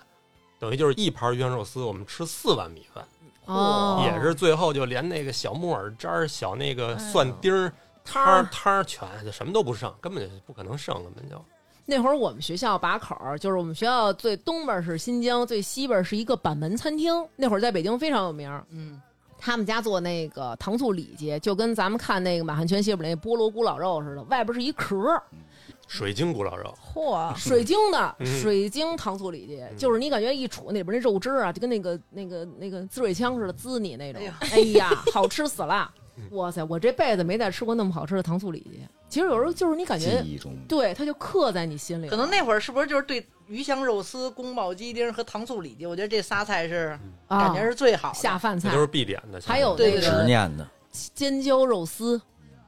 B: 等于就是一盘鱼香肉丝，我们吃四碗米饭。
A: 哦，
B: 也是最后就连那个小木耳渣儿、小那个蒜丁儿、
A: 摊
B: 汤
A: 儿
B: 儿汤儿全就什么都不剩，根本就不可能剩，根本就
A: 那会儿我们学校把口儿，就是我们学校最东边儿是新疆，最西边儿是一个板门餐厅。那会儿在北京非常有名儿，
E: 嗯
A: 他们家做那个糖醋里脊，就跟咱们看那个满汉全席里那菠萝咕老肉似的，外边是一壳儿，
B: 水晶咕老肉。
C: 嚯，
A: 水晶的、
B: 嗯
A: 水晶糖醋里脊，就是你感觉一杵那里边那肉汁儿啊，就跟那个那个那个滋水枪似的滋你那种
E: 哎呀，
A: 哎呀，好吃死了！哇塞，我这辈子没再吃过那么好吃的糖醋里脊。其实有时候就是你感
D: 记
A: 觉，
D: 忆中
A: 对，它就刻在你心里了。
E: 可能那会儿是不是就是对鱼香肉丝、宫保鸡丁和糖醋里脊，我觉得这仨菜是
A: 啊
E: 感觉是最好的。
A: 下饭菜
B: 那都是必点的，
A: 还有
B: 现在
E: 对
A: 那
D: 执
A: 个
D: 念的，
A: 尖椒肉丝，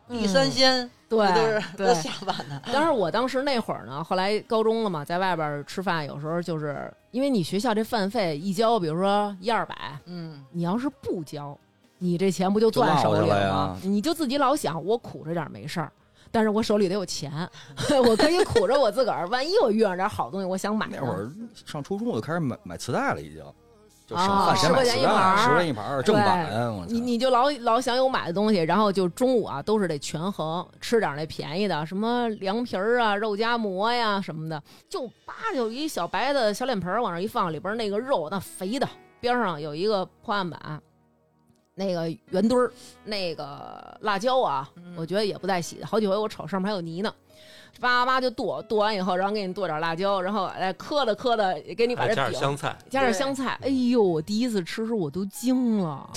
E: 地
A: 嗯
E: 三鲜，
A: 对
E: 这都是
A: 对
E: 都下饭的。
A: 当时我当时那会儿呢，后来高中了嘛，在外边儿吃饭，有时候就是因为你学校这饭费一交，比如说一二百，
E: 嗯，
A: 你要是不交，你这钱不就攥手里
D: 就落下来
A: 了吗
D: 啊？
A: 你就自己老想我苦着点儿没事儿。但是我手里得有钱， 我可以苦着我自个儿。万一我遇上点儿好东西，我想买呢
D: 那会儿上初中我就开始买买磁带了，已经就省
A: 哦
D: 饭钱买
A: 10块钱
D: 磁
A: 一盘
D: 带，
A: 儿
D: 十块钱一盘儿正版，我
A: 你
D: 操！
A: 你就老老想有买的东西，然后就中午啊都是得权衡，吃点那便宜的，什么凉皮儿啊、肉夹馍呀什么的，就叭有一小白的小脸盆儿往上一放，里边那个肉那肥的，边上有一个破案板，那个圆墩儿，那个辣椒啊，我觉得也不带洗的，好几回我炒上面还有泥呢。叭叭就剁，剁完以后，然后给你剁点辣椒，然后哎磕的磕的，给你把
B: 还
A: 这
B: 加点
A: 饼
B: 哎香菜，
A: 加点
E: 对
A: 香菜。哎呦，我第一次吃时候我都惊 了，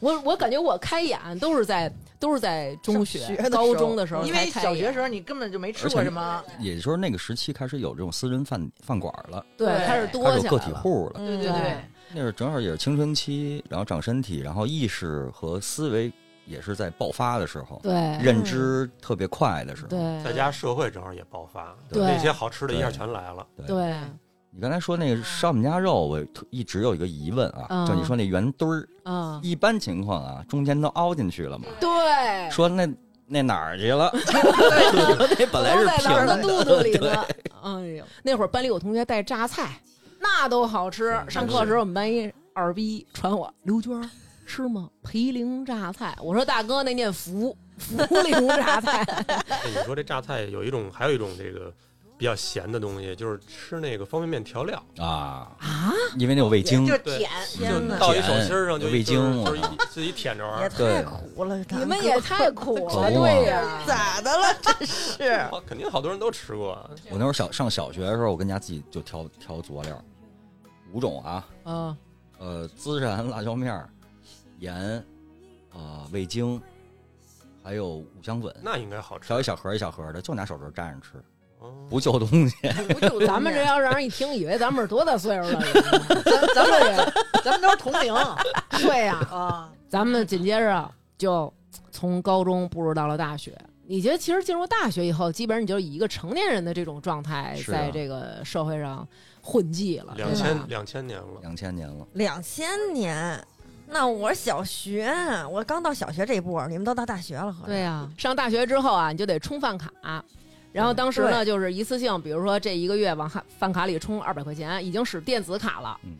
A: 我我感觉我开眼都是在都是在中学
F: 上学的、时候
A: 高中的时候才
E: 因
A: 开眼，
E: 为小学时候你根本就没吃
D: 而
E: 过
D: 且
E: 什么，
D: 也就是那个时期开始有这种私人饭饭馆了，
A: 对
E: 对
A: 开始
D: 开
A: 多
D: 始
A: 起来
D: 有个体
A: 了，嗯
D: 户了。
E: 对
F: 对
E: 对对，
D: 那是正好也是青春期，然后长身体，然后意识和思维也是在爆发的时候，
A: 对
D: 认知特别快的时候。
A: 对
B: 再加社会正好也爆发，
A: 嗯对
B: 那些好吃的一下全来了。
A: 对，
D: 你刚才说那个烧我们家肉，我特一直有一个疑问啊，
A: 嗯
D: 就你说那圆墩儿，
A: 嗯，
D: 一般情况啊，中间都凹进去了嘛？
A: 对，
D: 说那那哪儿去了？ 那本来
A: 都
D: 是
A: 在
D: 平
A: 狼的
D: 的，
A: 肚子里呢。 哎呦，那会儿班里有同学带榨菜，那都好吃。
D: 嗯
A: 上课时候我们班一二逼传我刘娟儿吃吗？培灵榨菜。我说大哥那念福福灵榨菜。
B: 哎你说这榨菜有一种，还有一种这个比较咸的东西，就是吃那个方便面调料，
D: 啊啊！因为那有味精
E: 就，是
B: 对
E: 舔，
C: 天哪，
B: 倒一手心儿上就
D: 有味精
B: 就是就是
D: 我操
B: 一自己舔着玩
C: 也
B: 儿，
C: 太苦了，
A: 你们也太苦了，
D: 可不嘛
A: 对呀、
F: 咋的了？这
A: 啊
F: 是
B: 哇肯定好多人都吃过。
D: 我那会儿小上小学的时候，我跟家自己就调调佐料，五种啊，
A: 嗯，
D: 呃，孜然、辣椒面儿、盐，呃，味精，还有五香粉，
B: 那应该好吃
D: 调。一小盒一小盒的，就拿手指蘸着吃，
B: 哦
D: 不就东西。
A: 不就啊咱们这要让人一听，以为咱们是多大岁数了？
E: 咱 咱们也，咱们都是同龄
A: 对呀、
E: 啊，
A: 咱们紧接着就从高中步入到了大学。你觉得其实进入大学以后，基本上你就以一个成年人的这种状态，
D: 是啊
A: 在这个社会上混迹了，
B: 两
A: 对
B: 千
A: 吧
B: 两千年了，
D: 两千年了，
C: 两千年，那我小学，我刚到小学这一步，你们都到大学了，合着
A: 对呀、啊上大学之后啊，你就得充饭卡。然后当时呢，就是一次性，比如说这一个月往哈饭卡里充二百块钱，已经使电子卡了。
D: 嗯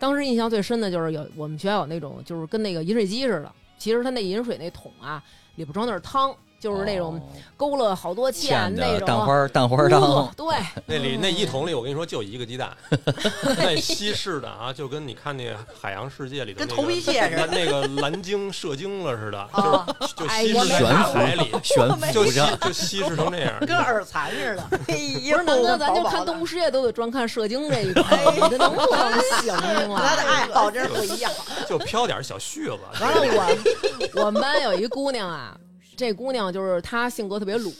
A: 当时印象最深的就是有我们学校有那种就是跟那个饮水机似的，其实它那饮水那桶啊里边装的是汤，就是那种
D: 哦
A: 勾了好多芡啊
D: 嵌
A: 那
D: 的
A: 种
D: 蛋花儿蛋花儿
A: 乌
D: 汤，
A: 对，
B: 那
E: 嗯
B: 里那一桶里我跟你说就一个鸡 蛋，那西式的啊，就跟你看那海洋世界里的
E: 跟
B: 那个
E: 头皮屑似的
B: 那个蓝鲸射精了似的，
E: 啊，
B: 就
A: 哎
B: 稀
A: 我没
B: 释在
D: 悬
B: 大
D: 浮
B: 海里，
D: 悬
B: 就
D: 浮
B: 稀
D: 着。
B: 就稀释成那样。
E: 跟耳残似的。
C: 哎
A: 不
C: 呦
A: 是，那那咱就
E: 薄薄
A: 看《
E: 的
A: 动物世界》都得专看射精这一块，你这能不能行
E: 咱
A: 啊？
E: 的爱好真是不一样。
B: 就飘点小絮子，
A: 完了，我我们班有一姑娘啊，这姑娘就是她性格特别鲁，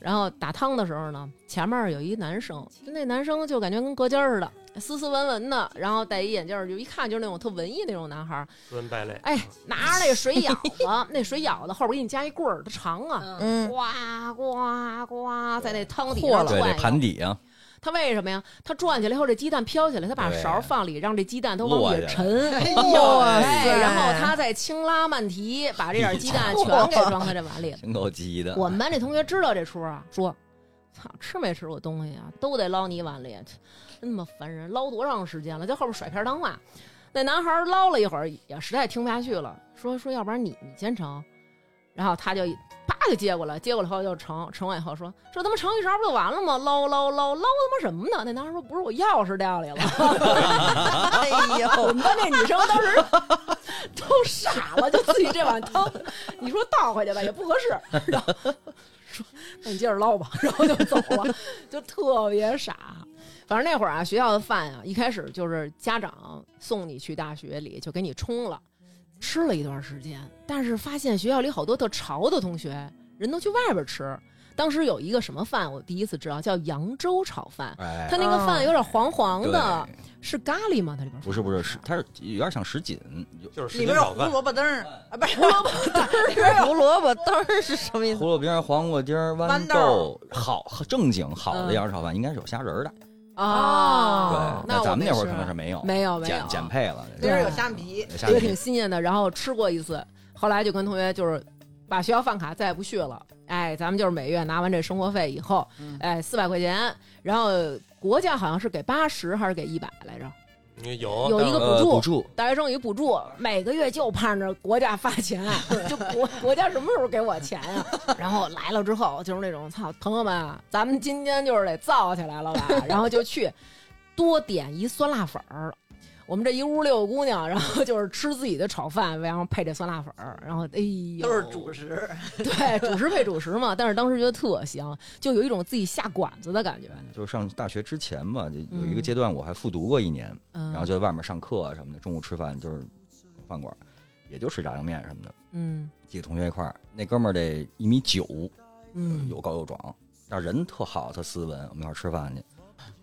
A: 然后打汤的时候呢，前面有一男生，就那男生就感觉跟隔间儿似的，斯斯文文的，然后戴一眼镜儿，就一看就是那种特文艺那种男孩儿。
B: 斯文败类。
A: 哎，拿着那水舀 子，那水舀子后边给你加一棍儿，它长啊，
C: 嗯，
A: 呱呱呱，在那汤底
C: 和
A: 上
C: 了
D: 对，
A: 转
D: 这
A: 悠
D: 盘底啊，
A: 它为什么呀？它转起来以后，这鸡蛋飘起来，它把
D: 对
A: 勺放里，让这鸡蛋都往
D: 落
A: 里
D: 下。
A: 沉。
E: 哎
C: 哇
E: 呦，
A: 哎，
C: 塞
A: 然后它再轻拉慢提，把这点鸡蛋全给装在这碗里
D: 挺够急的。
A: 我们班这同学知道这出啊，说：“操，吃没吃过东西啊？都得捞你碗里，真他妈烦人！捞多长时间了，在后边甩片儿当话。”那男孩捞了一会儿，也实在听不下去了，说：“说要不然你你先盛。”然后他就啪就接过来，接过来后就盛，盛完以后说：“这他妈盛一勺不就完了吗？捞捞捞捞他妈什么呢？”那男孩说：“不是我钥匙掉里了。”
C: 哎 呦，
A: 我们班那女生当时都傻了，就自己这碗汤，你说倒回去吧也不合适，然后说那你接着捞吧，然后就走了，就特别傻。反正那会儿啊，学校的饭啊，一开始就是家长送你去大学里就给你冲了，吃了一段时间，但是发现学校里好多特潮的同学，人都去外边吃。当时有一个什么饭，我第一次知道叫扬州炒饭，
D: 哎
A: 它，那个饭有点黄黄
D: 对
A: 的，是咖喱吗？它里边
D: 不是不是，是它是有点像什锦，有
B: 就是
E: 里
B: 时
E: 边
B: 间早
E: 有胡
B: 饭，
E: 萝卜丁儿啊，不是胡萝卜
C: 里边 有胡萝卜丁儿是什么意
D: 胡
C: 思？
D: 萝卜丁儿、黄瓜丁儿、豌
E: 豌
D: 豆
E: 豆
D: 儿，好正经好的
A: 嗯
D: 羊肉炒饭应该是有虾仁儿的。
A: 啊，
D: 对
C: 哦，
A: 那我
D: 咱们那
A: 没
D: 会儿
A: 吃
D: 可能是没有，
A: 没有没有
D: 减减配了，嗯
E: 丁儿有虾米，
D: 有虾
A: 也挺
D: 米。
A: 新鲜的。然后吃过一次，后来就跟同学就是把学校饭卡再也不续了。哎，咱们就是每月拿完这生活费以后，哎，四百块钱，然后国家好像是给八十还是给一百来着？
B: 你有
A: 有一个
D: 呃，
A: 补助
D: 补助，
A: 大学生有一补助，每个月就盼着国家发 钱，就国国家什么时候给我钱呀、 然后来了之后，就是那种操，朋友们啊，咱们今天就是得造起来了 吧？然后就去多点一酸辣粉儿。我们这一屋六个姑娘，然后就是吃自己的炒饭，然后配这酸辣粉儿，然后哎呦，
E: 都是主食。
A: 对主食配主食嘛。但是当时觉得特香，就有一种自己下馆子的感觉。
D: 就是上大学之前吧，就有一个
A: 嗯
D: 阶段我还复读过一年，
A: 嗯，
D: 然后就在外面上课啊什么的，中午吃饭就是饭馆，也就吃炸酱面什么的，
A: 嗯
D: 几个同学一块儿，那哥们儿得一米九，
A: 嗯，
D: 又高又壮，但是人特好，特斯文，我们一块儿吃饭去，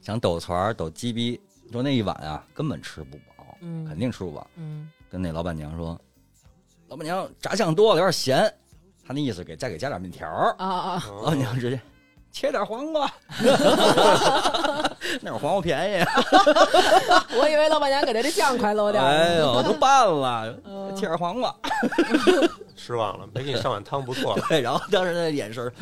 D: 想抖团儿抖鸡逼，你说那一碗啊根本吃不饱，
A: 嗯
D: 肯定吃不饱，
A: 嗯
D: 跟那老板娘说，老板娘炸酱多了有点咸，他那意思给再给加点面条儿。
A: 啊啊，
B: 嗯
D: 老板娘哦直接切点黄瓜，那会儿黄瓜便宜，
A: 哦我以为老板娘给他这酱快漏点儿了。
D: 哎呦都拌了，
A: 嗯
D: 切点黄瓜。
B: 失望了，没给你上碗汤不错了。
D: 对，然后当时那眼神儿，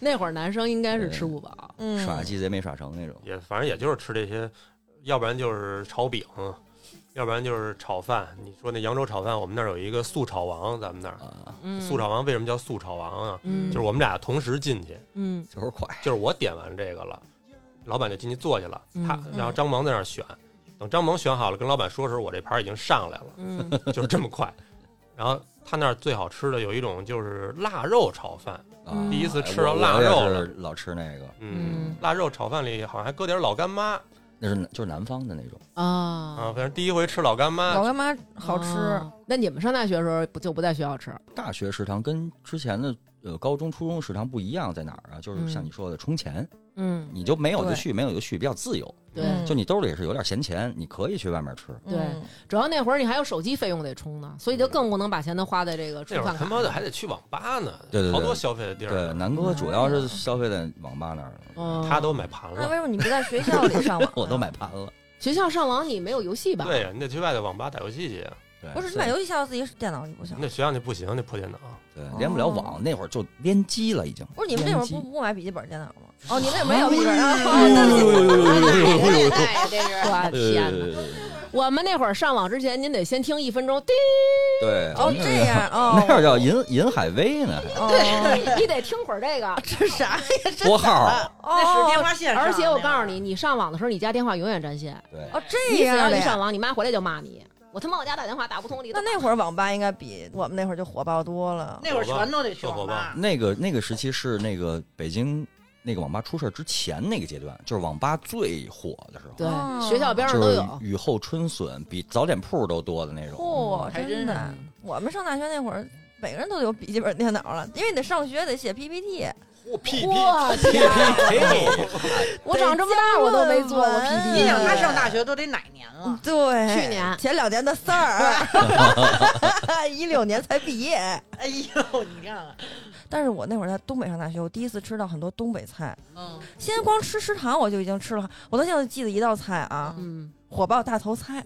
A: 那会儿男生应该是吃不饱，
C: 嗯，
D: 耍鸡贼没耍成那种。
B: 也反正也就是吃这些，要不然就是炒饼，要不然就是炒饭。你说那扬州炒饭，我们那儿有一个素炒王，咱们那儿、
D: 啊，
A: 嗯，
B: 呃素炒王为什么叫素炒王啊？
A: 嗯，
B: 就是我们俩同时进去，
A: 嗯
D: 就是快，
B: 就是我点完这个了，老板就进去坐去了，他
A: 嗯
B: 然后张萌在那儿选，等张萌选好了，跟老板说时候，我这盘已经上来了，
A: 嗯，
B: 就是这么快。然后他那儿最好吃的有一种就是腊肉炒饭，
D: 啊
B: 第一次吃到
D: 我
B: 腊肉
D: 我也
B: 了
D: 是老吃那个，
B: 嗯
A: 嗯，
B: 腊肉炒饭里好像还搁点老干妈，
D: 那是就是南方的那种。
B: 啊，
A: 啊
B: 反，正第一回吃老干妈
D: 啊
C: 老，干妈好吃，
A: 哦那你们上大学的时候不就不在学校吃？
D: 大学食堂跟之前的呃高中、初中食堂不一样，在哪儿啊？就是像
A: 嗯
D: 你说的充钱，
A: 嗯，
D: 你就没有就
C: 对
D: 续，没有就续，比较自由。
A: 对，
C: 嗯
D: 就你兜里也是有点闲钱，你可以去外面吃。
A: 对
C: 嗯
A: 主要那会儿你还有手机费用得充呢，所以就更不能把钱都花在这个吃
B: 那会
A: 饭
B: 儿他
A: 卡。
B: 妈的还得去网吧呢，
D: 对对对
B: 好多消费的地
D: 对，
B: 儿，
D: 南哥主要是消费在网吧那儿了，
A: 嗯，
B: 他都买盘
C: 那
B: 了。
C: 为什么你不在学校里上网啊
D: ？我都买。盘了。
A: 学校上网你没有游戏吧？
B: 对呀，你得去外头网吧打游戏去，
D: 对
C: 不是你买游戏下到自己电脑里不行
B: 你？得学校那不行，那破电脑。
D: 对，连不了网，那会儿就联机了，已经。
C: 不是你们那会儿
D: 联
C: 不
D: 机
C: 不买笔记本电脑吗？哦，你们也没有
D: 哎
C: 笔记本啊？
E: 哎呀，这是
A: 我
D: 呃
A: 天 哪！我们那会儿上网之前，您得先听一分钟，滴，
D: 对，
C: 哦，
D: 那
C: 这样哦，
D: 那会儿叫银银海威呢，
C: 对，
A: 你得听会儿 这个。
E: 这啥呀？
D: 拨号。
E: 那是电
C: 哦
E: 话线上的。
A: 而且我告诉你，你上网的时候，你家电话永远占线。
D: 哎对，
C: 哦，
A: 你
C: 这
A: 只要
C: 样的
A: 一
C: 呀
A: 上。网，你妈回来就骂你。我他妈我家打电话打不通，你
C: 那那会儿网吧应该比我们那会儿就火爆多了。
E: 那会儿全都得去网吧。
D: 那个那个时期是那个北京那个网吧出事儿之前那个阶段，就是网吧最火的时候，
A: 对
C: 哦
A: 学校边上
D: 就
A: 都
D: 是
A: 有。
D: 雨后春笋，比早点铺都多的那种。
C: 嚯、
E: 还
C: 哦真
E: 真
C: 的
E: 是！
C: 我们上大学那会儿，每个人都有笔记本电脑了，因为你得上学得写 PPT。
B: 我 P
A: 哇，我长这么大我都没做过
C: 得加论
A: PPT。
C: 文
E: 你想他上大学都得哪年了？
C: 对，
A: 去年
C: 前两年的事 儿，一六年才毕业。
E: 哎呦，你看看，
C: 但是我那会儿在东北上大学，我第一次吃到很多东北菜。
E: 嗯，
C: 先光吃食堂我就已经吃了，我到现在记得一道菜啊，
A: 嗯，
C: 火爆大头菜。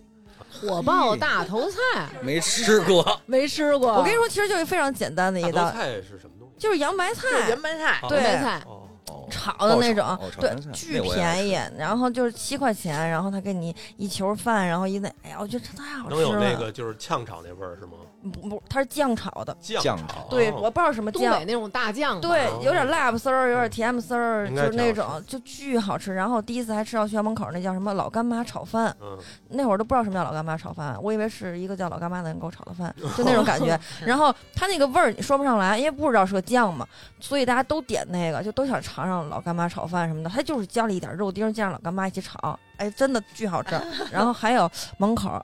A: 火爆大头菜
D: 没吃过，
A: 没吃过。
C: 我跟你，说，其实就是非常简单的
B: 大
C: 一
B: 头
C: 道，
B: 菜是什么东西？
C: 就是洋白
E: 就是
C: 菜
E: 圆。白菜，
B: 啊
C: 对
A: 白菜
B: 哦，
C: 炒的那种，
D: 爆炒哦炒
C: 对
D: 洋菜，
C: 巨
D: 那我也爱
C: 便宜，然后就是七块钱，然后他给你一球饭，然后一那，哎呀，我觉得这太好
B: 能
C: 吃
B: 有那
C: 了。嗯
B: 个就是炝炒那味儿是吗？
C: 不不，它是酱炒的，
B: 酱
D: 酱
B: 炒，
D: 炒
C: 对，
B: 哦
C: 我不知道什么
A: 东北
C: 酱，
A: 那种大酱吧，
C: 对
B: 哦，
C: 有点辣不丝儿，有点甜不丝儿，
B: 应
C: 就
B: 该
C: 是那
B: 挺
C: 种就巨好吃。然后我第一次还吃到学校门口那叫什么老干妈炒饭，
B: 嗯，
C: 那会儿都不知道什么叫老干妈炒饭，我以为是一个叫老干妈的人给我炒的饭，就那种感觉。然后它那个味儿你说不上来，因为不知道是个酱嘛，所以大家都点那个，就都想尝尝老干妈炒饭什么的。它就是加了一点肉丁，加上老干妈一起炒，哎，真的巨好吃。然后还有门口儿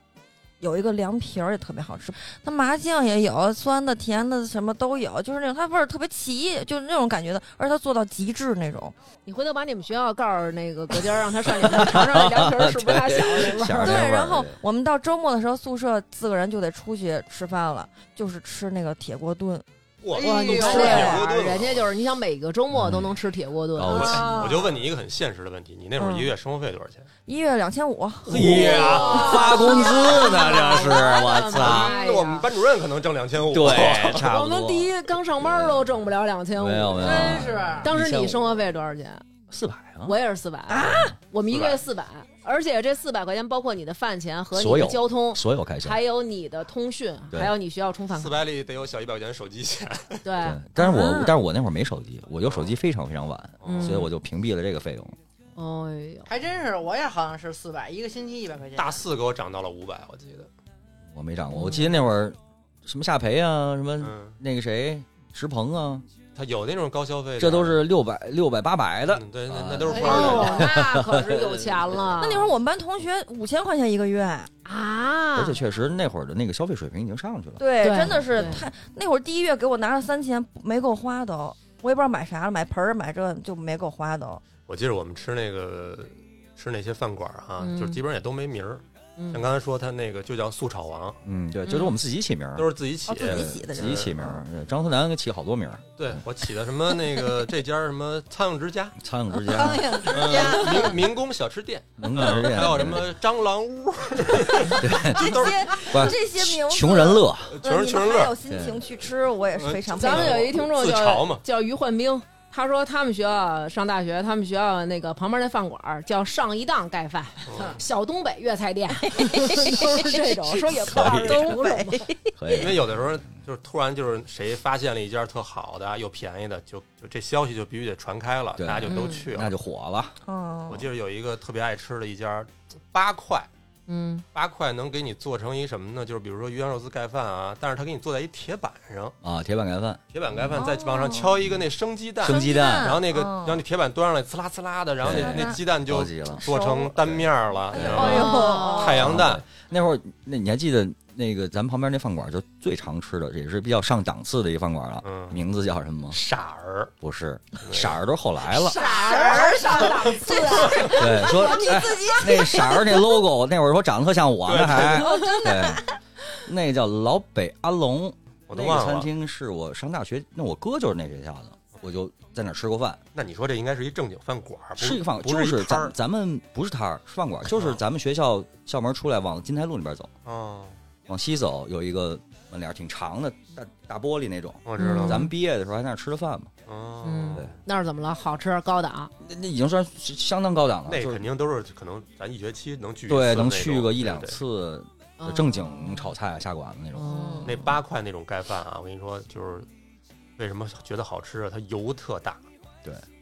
C: 有一个凉皮儿也特别好吃，它麻酱也有，酸的、甜的什么都有，就是那种它味儿特别齐，就是那种感觉的，而且它做到极致那种。
A: 你回头把你们学校告诉那个葛尖儿，让他上你们那儿尝尝那凉皮儿是不 是他小的那味
D: 想
A: 儿。
D: 着那味
C: 对，
D: 儿
C: 然后
D: 对
C: 我们到周末的时候，宿舍四个人就得出去吃饭了，就是吃那个铁锅炖。
B: 我
E: 哎
A: 哇，你看
E: 对
A: 那
B: 锅
A: 会儿
B: 炖
A: 人家就是，你想每个周末都
D: 嗯
A: 能吃铁锅
D: 高
A: 炖，
D: 级
E: 啊
B: 我就问你一个很现实的问题，你那会儿一个月生活费多少钱？
C: 一月两千五，
D: 哎
B: 哎
D: 呀，发工资呢，这是我操！
A: 哎呀
B: 那我们班主任可能挣两千五，
D: 对，差
A: 我
D: 不多。
A: 们第一刚上班都挣不了两千五，
D: 没有没有，
E: 真是
A: 当时你生活费多少钱？
D: 四百啊，
A: 我也是四百啊，我们一个月四百，而且这四百块钱包括你的饭钱和你
D: 所
A: 的
D: 有
A: 交通，
D: 所有开销。
A: 还有你的通讯，
D: 对
A: 还有你学校充饭
B: 四
A: 卡。
B: 百里得有小一百块钱手机钱，
A: 对，
D: 对，但是我但是我那会儿没手机，我有手机非常非常晚，
A: 嗯
D: 所以我就屏蔽了这个费用。
A: 哎呦，
E: 还真是，我也好像是四百，一个星期一百块钱。
B: 大四给我涨到了五百，我记得。
D: 我没涨过，我记得那会儿什么夏培啊，什么
B: 嗯，
D: 那个谁石鹏啊，
B: 他有那种高消费的，
D: 这都是六百六百八百的。
B: 嗯对，那
D: 啊
B: 那都是
A: 哎
B: 富二代。
A: 呦，那可是有钱 了。
C: 那那会儿我们班同学五千块钱一个月，
A: 啊，
D: 而且确实那会儿的那个消费水平已经上去了，
C: 对，
A: 对
C: 真的是
A: 对
C: 太。那会儿第一月给我拿了三千，没够花都，我也不知道买啥了，买盆儿买这就没够花 都。
B: 我记得我们吃那个吃那些饭馆儿哈，
A: 嗯
B: 就是基本上也都没名儿。
A: 嗯
B: 像刚才说，他那个就叫素炒王，
D: 嗯，对，就是我们自己起名儿，
B: 都是自己起
C: 哦。自己起的
D: 嗯自己起名儿，对张思楠给起好多名儿，
B: 对我起的什么那 个这家儿什么苍蝇之家，
D: 苍蝇之家，
B: 嗯，民民工小吃 店，
D: 能干
B: 还有什么蟑螂屋，
D: 哎
B: 这都是
D: 不
C: 这些名字，
D: 呃穷人 乐，
B: 全是
C: 你
B: 全
C: 们
B: 是乐
C: 嗯还
B: 儿。
C: 有
B: 呃
C: 心情去吃，我也是非常佩
A: 咱
C: 服。
A: 们有一听众
B: 自嘲
A: 叫
B: 嘛
A: 叫于焕兵，他说他们学校上大学，他们学校那个旁边那饭馆儿叫上一档盖饭，
B: 嗯
A: 小东北粤菜 店，都是这种，说也不知道是什么
C: 北
D: 可以
B: 因。为有的时候就是突然就是谁发现了一家特好的又便宜的，就就这消息就必须得传开了，大
D: 对
B: 家就都去
D: 那
B: 了。
D: 就火了，
C: 嗯
B: 我记得有一个特别爱吃的一家，八块
A: 嗯
B: 八块能给你做成一什么呢？就是比如说鱼香肉丝盖饭啊，但是它给你做在一铁板上，
D: 啊，铁板盖饭，
B: 铁板盖饭
C: 哦
B: 再往上敲一个那生鸡蛋，
D: 生鸡蛋
B: 然后那个，
C: 嗯
B: 然后那铁板端上来，呲啦呲啦的，然后那
C: 对
B: 那鸡蛋
D: 高
B: 就
D: 级了。
B: 做成单面儿了，
C: 哎
B: 然
C: 呦
B: 后
C: 哎
A: 哦
C: 呦，
B: 太阳蛋
D: 啊那会儿，那你还记得那个咱们旁边那饭馆，就最常吃的，也是比较上档次的一饭馆了，
B: 嗯，
D: 名字叫什么吗？
B: 色儿，
D: 不是，色儿都是后来了。
E: 儿上档次啊！
D: 对，说 哎，那色儿那 logo 那会儿说长得特像我呢，还
C: 哦
D: 对，那叫老北阿龙，
B: 我
D: 那
B: 都
D: 个
B: 忘
D: 餐
B: 了。
D: 厅是我上大学，那我哥就是那学校的，我就在那儿吃过饭，
B: 那你说这应该是一正经饭馆儿，不
D: 吃一个饭，
B: 不
D: 就是
B: 一摊
D: 咱
B: 儿
D: 咱们不是摊儿，是饭馆，就是咱们学校校门出来往金台路那边走，
B: 哦，
D: 往西走有一个门脸儿挺长的大大玻璃那种，
B: 我知道
A: 嗯
B: 了。
D: 咱们毕业的时候还在那儿吃的饭嘛，
B: 哦
A: 嗯
D: 对，
A: 那儿怎么了？好吃高档，
D: 那那已经算是相当高档了，
B: 那
D: 就是
B: 肯定都是可能咱一学期能聚一
D: 对
B: 次
D: 能
B: 那
D: 去
B: 种
D: 个一两。
B: 对对
D: 次
A: 嗯
D: 正经炒菜啊下馆子那种。
A: 嗯
B: 那八块那种盖饭啊，我跟你说，就是为什么觉得好吃啊？它油特大，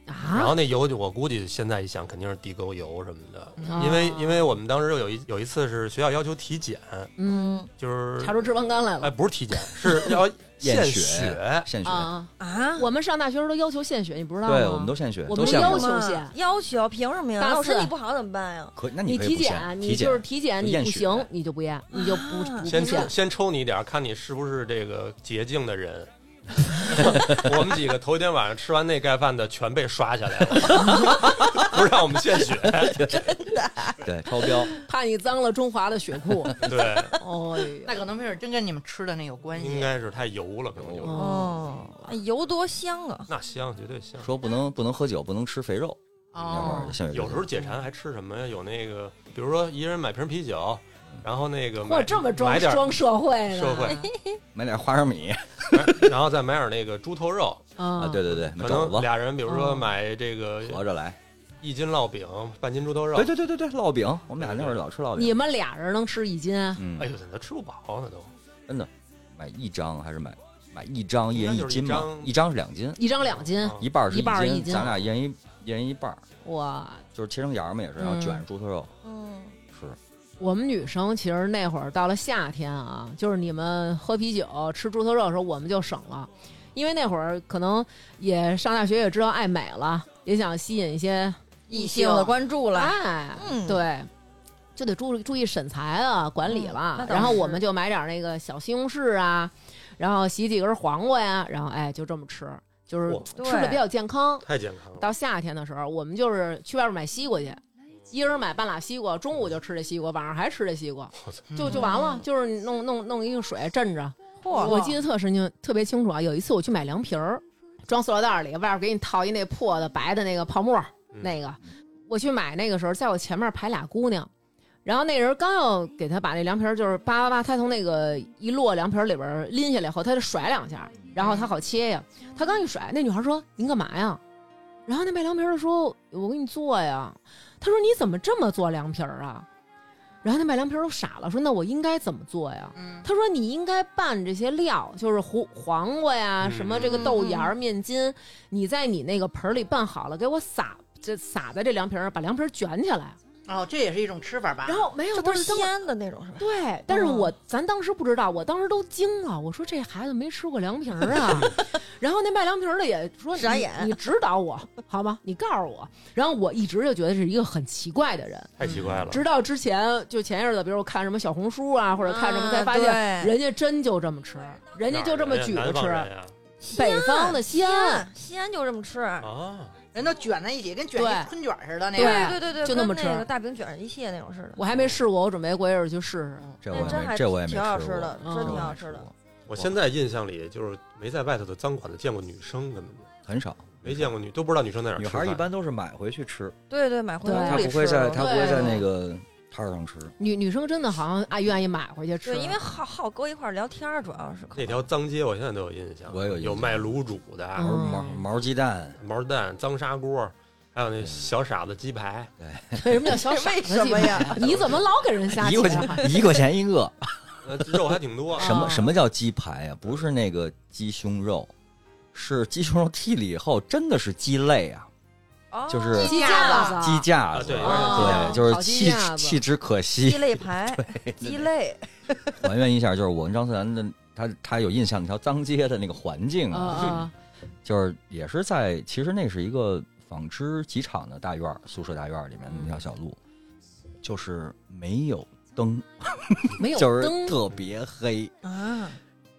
B: 然
A: 啊，
B: 后那油就我估计现在一想肯定是地沟油什么的，
A: 啊
B: 因为因为我们当时有一有一次是学校要求体检，
A: 嗯，
B: 就是
A: 查出脂肪肝来
B: 哎
A: 了
B: 不是体 检是要
D: 验
B: 献
D: 血
B: 血，
D: 哎献血，
A: 啊！
C: 啊，
A: 我们上大学时候都要求献血，你不知道吗？
D: 对，我们都献血，
A: 我们都
D: 都献
A: 要
D: 过
A: 求
C: 吗
A: 献
C: 要求凭什么呀？
A: 大
C: 那我
A: 四
C: 身体不好怎么办呀？
D: 可以，那
A: 你
D: 可以
A: 体
D: 不
A: 检，啊
D: 献，
A: 你
D: 体
A: 就是
D: 检
A: 体检，
D: 就
A: 你
D: 验
A: 不
D: 血
A: 行，你就不验，你就不不
B: 先
A: 不
B: 抽
A: 献。
B: 先抽你一点儿，看你是不是这个洁净的人。 我们几个头一天晚上吃完那盖饭的，全被刷下来了， 不让我们献 血。
D: 对超标，
A: 怕你脏了中华的血 库。
B: 对，
A: 哦，
E: 那可能没准真跟你们吃的那有关
B: 应
E: 系。
B: 该是太油了，可能就是
C: 哦，哎油多香啊！
B: 那香，绝对香。
D: 说不能不能喝酒，不能吃肥肉，那会
E: 哦
D: 儿，献血
B: 有时候解馋还吃什么呀？有那个，比如说一人买瓶啤酒，然后那个
A: 或
B: 买
A: 这么
B: 买
A: 装哎
B: 点
A: 装社会呢？
B: 社会，
D: 买点花生米
B: 买然后再买点那个猪头肉，
A: 啊
D: 啊，对对对，买
B: 可
D: 肘
B: 能
D: 子
B: 俩人比如说
A: 嗯
B: 买这个
D: 合着来，
B: 一斤烙饼，半斤猪头肉
D: 对。对对对对，烙饼，我们俩那会儿老吃烙饼，
A: 你们俩人能吃一斤？
D: 嗯
B: 哎，呦，那吃不饱呢都。
D: 买一张还是买买一张，一
B: 应该
D: 人一
B: 就是
D: 斤
B: 一
D: 嘛，
B: 张
D: 一张是两斤，
A: 一张两斤
B: 啊，
D: 一半是
A: 一半儿一
D: 斤，
A: 斤
D: 咱俩一人一一人一半儿，
A: 哇！
D: 就是切成芽儿嘛，也是，然后
A: 嗯
D: 卷猪头肉，
C: 嗯，
A: 我们女生其实那会儿到了夏天啊，就是你们喝啤酒、吃猪头肉的时候，我们就省了，因为那会儿可能也上大学，也知道爱美了，也想吸引一些
C: 异性的关注了，
A: 哎，
C: 嗯
A: 对，就得注注意审裁啊，管理了。
C: 嗯那倒是
A: 然后我们就买点那个小西红柿啊，然后洗几根黄瓜呀、然后哎就这么吃，就是
B: 哇
A: 吃的比较健康。
B: 太健康了。
A: 到夏天的时候，我们就是去外边买西瓜去。一人买半拉西瓜，中午就吃这西瓜，晚上还吃这西瓜，就
C: 嗯
A: 就完了，就是弄弄弄一个水镇着。
C: 嚯，
A: 我记得特神经，特别清楚啊！有一次我去买凉皮儿，装塑料袋儿里，外边给你套一那破的白的那个泡沫儿，
B: 嗯
A: 那个我去买那个时候，在我前面排俩姑娘，然后那人刚要给她把那凉皮儿就是叭叭叭，她从那个一摞凉皮儿里边儿拎下来以后，她就甩两下，然后她好切呀。她刚一甩，那女孩说：“您干嘛呀？”然后那卖凉皮儿的说：“我给你做呀。”她说：“你怎么这么做凉皮儿啊？”然后那卖凉皮儿都傻了，说：“那我应该怎么做呀？”
E: 嗯，
A: 他说你应该拌这些料，就是胡黄瓜呀，
B: 嗯
A: 什么这个豆芽儿、面筋，你在你那个盆儿里拌好了，给我撒这撒在这凉皮儿上，把凉皮儿卷起来。
E: 哦，这也是一种吃法吧？
A: 然后没有，
C: 这不
A: 当
C: 是
A: 时当
C: 西安的那种是吧？
A: 对，但是我、咱当时不知道，我当时都惊了，我说这孩子没吃过凉皮儿啊。然后那卖凉皮儿的也说
C: 傻
A: 你
C: 眼
A: 你指导我好吗？你告诉我。然后我一直就觉得是一个很奇怪的人，
D: 嗯
B: 太奇怪了。
A: 直到之前就前一阵子，比如我看什么小红书啊，或者看什么，
C: 啊
A: 才发现、
C: 对
A: 人家真就这么吃，人家就这么举着
D: 啊
B: 南
A: 吃
B: 方。人啊呀
A: 北方的西
C: 西
A: 安，
C: 安，西安就这么吃。
B: 啊，
E: 人都卷在一起，跟卷
A: 对
E: 一春卷似的那
A: 对
C: 对
E: 个。
C: 对对，
A: 就那么
C: 跟
A: 吃
C: 那个大饼卷着一蟹那种似的。
A: 我还没试过，我准备过一会儿去试试。
D: 这
C: 那
D: 我也
C: 真
D: 没
C: 还
D: 这我也没
C: 挺好
D: 吃
C: 吃
D: 过，
C: 的，
A: 嗯
C: 真挺
D: 我
C: 好
D: 没
C: 吃的。
D: 过，
B: 我现在印象里就是没在外头的脏馆子见过女生，根本就
D: 很少，
B: 没见过女，都不知道女生在哪儿
D: 女
B: 吃
D: 孩儿
B: 饭。
D: 一般都是买回去吃，
C: 对对，买回
A: 对
C: 屋
D: 她
C: 里
D: 不会
C: 吃
D: 在
C: 的。
D: 她不会在
A: 对
D: 那个摊儿上吃，
A: 女女生真的好像爱愿意买回去吃，
C: 对，因为好好跟我一块儿聊天儿，主要是可
B: 那条脏街，我现在都有印象。
D: 我也有印象
B: 有卖卤煮的、
A: 嗯
D: 毛毛鸡蛋，
B: 毛蛋、脏砂锅，还有那小傻子鸡排。
D: 嗯
A: 为什么叫小傻子？
E: 为什么呀？
A: 你怎么老给人瞎
D: 一
A: 起
D: 块
A: 啊？
D: 钱 一块钱 一个，
B: 呃，肉还挺多
A: 啊
C: 嗯
D: 什么什么叫鸡排呀、不是那个鸡胸肉，是鸡胸肉剔了以后真的是鸡肋啊，就是
C: 哦
A: 鸡架子，
D: 鸡架
B: 啊
D: 子，
B: 对
A: 哦
D: 对，就是
A: 烤鸡
D: 弃
A: 架子
D: 弃之可
C: 鸡
D: 惜。
C: 肋排，鸡肋，
D: 还原一下，就是我跟张思楠的，他他有印象那条脏街的那个环境
A: 啊
D: 啊，
A: 啊，
D: 就是也是在，其实那是一个纺织几厂的大院儿宿舍大院儿里面的那条小路，就是没有灯，
A: 没有
D: 就是
A: 灯
D: 特别黑。
C: 啊，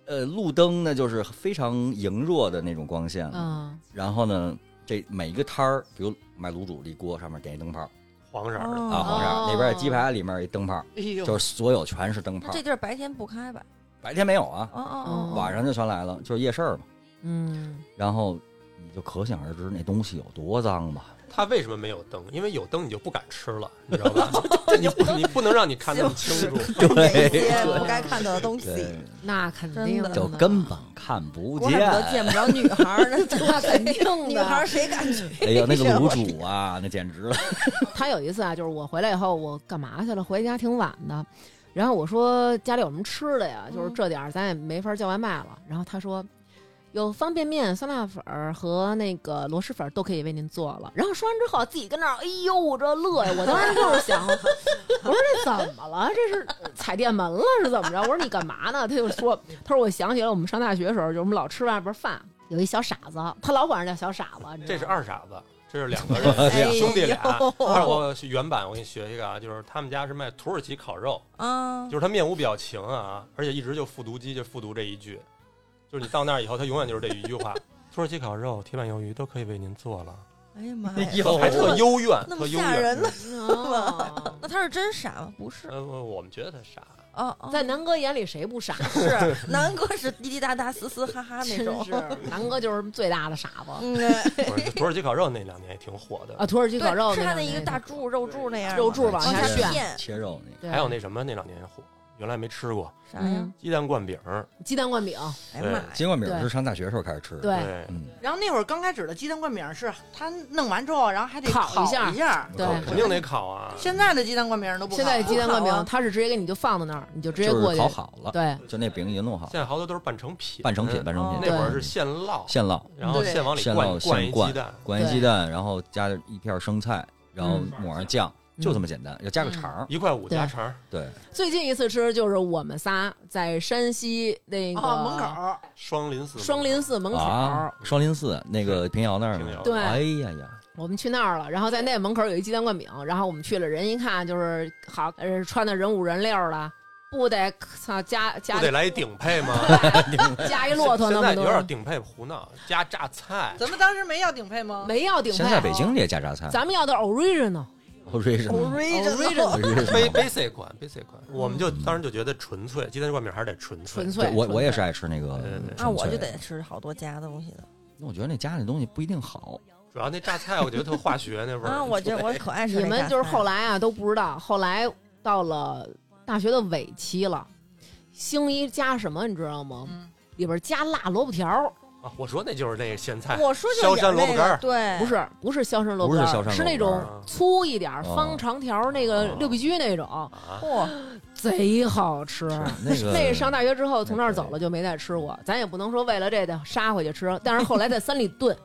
D: 呃，路灯呢就是非常羸弱的那种光线了，
A: 嗯，
D: 然后呢，这每一个摊儿，比如卖卤煮、立锅，上面点一灯泡
B: 黄色儿的，
D: 啊，
C: 哦，
D: 往上
A: 哦
D: 那边有鸡排，里面有一灯泡，
E: 哎呦，
D: 就是所有全是灯
C: 那
D: 泡
C: 这，地儿白天不开吧？
D: 白天没有啊，
C: 哦哦哦，
A: 哇
D: 晚上就全来了，就是夜市儿嘛。
A: 嗯，
D: 然后你就可想而知那东西有多脏吧。
B: 它为什么没有灯？因为有灯你就不敢吃了，你知道吧？ 你不你不能让你看那么清 楚，
D: 哎对
C: 这些不该看到的东西，
D: 对，
A: 那肯
C: 真
A: 定
C: 的
D: 就根本看不
C: 我恨不得
D: 见。
C: 见不着女孩儿 呢，
A: 那肯定的
C: 女孩儿谁敢去？
D: 哎呀，那个卤煮啊，那简直了！
A: 他有一次啊，就是我回来以后，我干嘛去了？回家挺晚的，然后我说家里有什么吃的呀？就是这点儿咱也没法叫外卖了。然后他说有方便面、酸辣粉儿和那个螺蛳粉儿都可以为您做了。然后说完之后，自己跟那儿哎呦我这乐呀！我当时就是想， 我说这怎么了？这是踩电门了是怎么着？我说你干嘛呢？他就说，他说我想起来我们上大学的时候，就是我们老吃外边饭。有一小傻子，他老管人叫小傻子，你知
B: 这
A: 道
B: 是
A: 吗
B: 二傻子，这是两个人兄弟俩。二我原版我给你学一个啊，就是他们家是卖土耳其烤肉，
C: 啊，
B: 就是他面无表情啊，而且一直就复读机就复读这一句，就是你到那儿以后，他永远就是这一句话： 土耳其烤肉、铁板鱿鱼都可以为您做了，
C: 哎呀妈
D: 哎
C: 呀，
D: 呦，
B: 还特幽怨，
C: 那
B: 特
C: 么
B: 幽
C: 吓人
B: 怨。
C: 呢？
A: 哦
C: 那他是真傻吗？不是，
B: 呃，我我们觉得他傻，
C: 哦哦，
A: 在南哥眼里，谁不傻？
C: 是南哥是滴滴答答、嘶嘶哈哈 那种，
A: 南哥就是最大的傻子
C: 嗯，
B: 不是土耳其烤肉那两年也挺火的，
A: 啊！土耳其
C: 对，
A: 烤肉
C: 是
A: 那
C: 他
A: 嗯
C: 那一个大柱肉柱那样，
A: 肉柱往下
D: 往下
A: 炫，
C: 片，
D: 切肉那个。
A: 对嗯
B: 还有那什么那两年也火，原来没吃过
C: 啥呀？
B: 鸡蛋灌饼儿，
A: 鸡蛋灌饼，
C: 哎呀妈呀！
D: 金冠饼
A: 对
D: 是上大学时候开始吃的，
A: 对
B: 对，
D: 嗯，
E: 然后那会儿刚开始的鸡蛋灌饼是他弄完之后，然后还得
A: 烤一
E: 一
A: 下
E: 下
A: 对
D: 烤
B: 肯定得烤啊。
E: 现在的鸡蛋灌饼都不烤
A: 现在鸡蛋灌
C: 不好
A: 饼
C: 啊
A: 它是直接给你就放在那儿，你就直接
D: 就
A: 过
D: 是
A: 去
D: 烤。好了，
A: 对，
D: 就那饼已经弄好了，
B: 现在好多都是半成品，
D: 半成品，半成
C: 哦
D: 品。
B: 那会儿是
D: 嗯
B: 现烙，
D: 现烙，
B: 然后现往里
D: 现
B: 灌
D: 烙
B: 灌一
D: 现
B: 鸡
D: 灌
B: 蛋，
D: 灌一
A: 对
D: 鸡蛋，然后加一片生菜，然后抹上酱，
A: 嗯
D: 就这么简单，要加个肠儿。
B: 一块五加
A: 对
B: 肠儿，
D: 对，
A: 最近一次吃就是我们仨在山西
C: 哦
A: 那个
E: 啊门口
B: 双林寺，
A: 双林寺门口，
D: 啊，双林寺那个平遥那儿
B: 平
D: 呢
B: 遥，
A: 对
D: 哎呀呀，
A: 我们去那儿了，然后在那门口有一鸡蛋灌饼，然后我们去了，人一看就是好，呃，穿的人五人六的，不得操加加
B: 不得来一顶配 吗？
A: 加一骆驼那
B: 现在
A: 么
B: 有
A: 多，
B: 点顶配胡闹，加榨菜，
E: 咱们当时没要顶配吗？
A: 没要顶配。
D: 现在北京这也加榨菜，
A: 咱们要的 original，
D: original
A: original
D: original
B: 非 basic 款，basic 款，我们就当时就觉得纯粹，鸡蛋灌饼还是得纯
A: 嗯
B: 粹，
A: 纯粹
D: 对，。我我也是
A: 纯粹
D: 爱吃那个
B: 对对对
D: 纯粹的。
C: 那啊我就得吃好多家的东西的
D: 那我觉得那家里东西不一定好，
B: 主要那榨菜我觉得特化学那味儿。
C: 啊！我觉得我
B: 哎
C: 可爱吃
A: 你
C: 那
A: 们
C: 榨
A: 就是
C: 菜
A: 后来啊都不知道，后来到了大学的尾期了，星一加什么你知道吗？
E: 嗯
A: 里边加辣萝卜条儿，
B: 啊，我说那就是那个咸菜，
C: 我说就
B: 萧
C: 是
B: 山
C: 有
B: 萝卜
C: 那
B: 干
C: 个
B: 儿
C: 对，
A: 不是不是萧山萝卜
D: 不是萧
A: 条儿，
D: 山萝卜
A: 是那种
B: 啊
A: 粗一点儿
D: 哦
A: 方长条儿那个
B: 哦
A: 六必居那种，
B: 啊，
C: 嚯，
A: 贼好吃。
D: 那个
A: 那上大学之后，从那儿走
D: 那可
A: 了就没再吃过。咱也不能说为了这得杀回去吃，但是后来在三里屯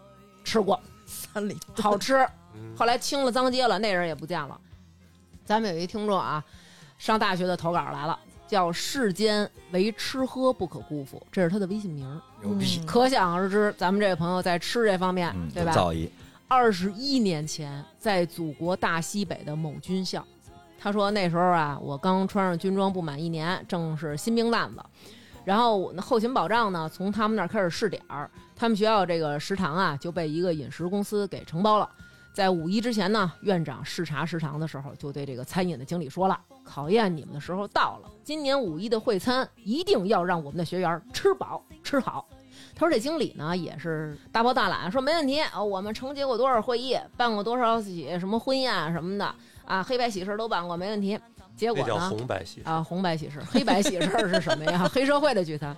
A: 吃过，
C: 三里屯
A: 好吃。
B: 嗯
A: 后来清了脏街了，那人也不见了。咱们有一听众啊，上大学的投稿来了，叫“世间唯吃喝不可辜负”，这是他的微信名儿。
D: 牛逼，
A: 可想而知，咱们这位朋友在吃这方面，
D: 嗯，
A: 对
D: 有
A: 吧？
D: 造诣，
A: 二十一年前，在祖国大西北的某军校，他说那时候啊，我刚穿上军装不满一年，正是新兵蛋子。然后我那后勤保障呢，从他们那儿开始试点儿，他们学校这个食堂啊就被一个饮食公司给承包了。在五一之前呢，院长视察食堂的时候，就对这个餐饮的经理说了：“考验你们的时候到了，今年五一的会餐一定要让我们的学员吃饱吃好。”他说这经理呢也是大包大揽，说没问题，啊我们承接过多少会议，办过多少起什么婚宴什么的啊，黑白喜事都办过，没问题。结
B: 那
A: 果
B: 叫
A: 呢，
B: 红白喜事，
A: 啊，红白喜事，黑白喜事儿是什么呀？ 黑社会的聚餐，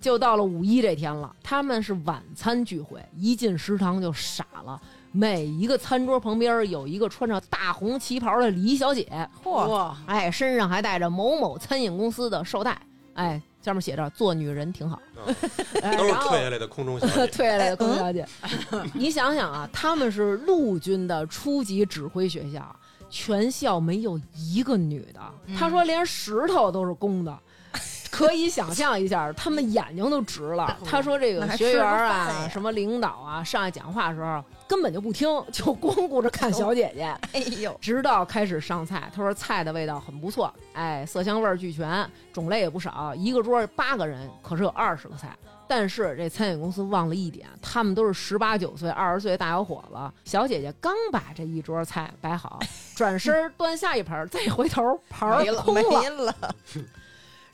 A: 就到了五一这天了，他们是晚餐聚会，一进食堂就傻了，每一个餐桌旁边有一个穿着大红旗袍的礼仪小姐，
B: 哦
C: 嚯，
A: 哎，身上还带着某某餐饮公司的绶带，哎，下面写着“做女人挺好”， 哎
B: 嗯都是
A: 然后
B: 退下来 的空中小姐。
A: 退下
C: 嗯
A: 来的龚小 姐，你想想啊，他们是陆军的初级指挥学校，全校没有一个女的。
C: 嗯
A: 他说连石头都是公 的，可以想象一下，他们眼睛都直 了。他说这个
C: 那还
A: 学员
C: 吃不饭
A: 啊
C: 呀，
A: 什么领导啊，上来讲话的时候根本就不听，就光顾着 看小姐姐。
C: 哎 呦，
A: 直到开始上菜，他说菜的味道很不错，哎，色香味儿俱全，种类也不少，一个桌儿八个人，可是有二十个菜。但是这餐饮公司忘了一点，他们都是十八九岁、二十岁的大小伙子。小姐姐刚把这一桌菜摆好，转身儿端下一盘儿，再一回头，盘儿
C: 没了
A: 空
C: 没
A: 了。
C: 了，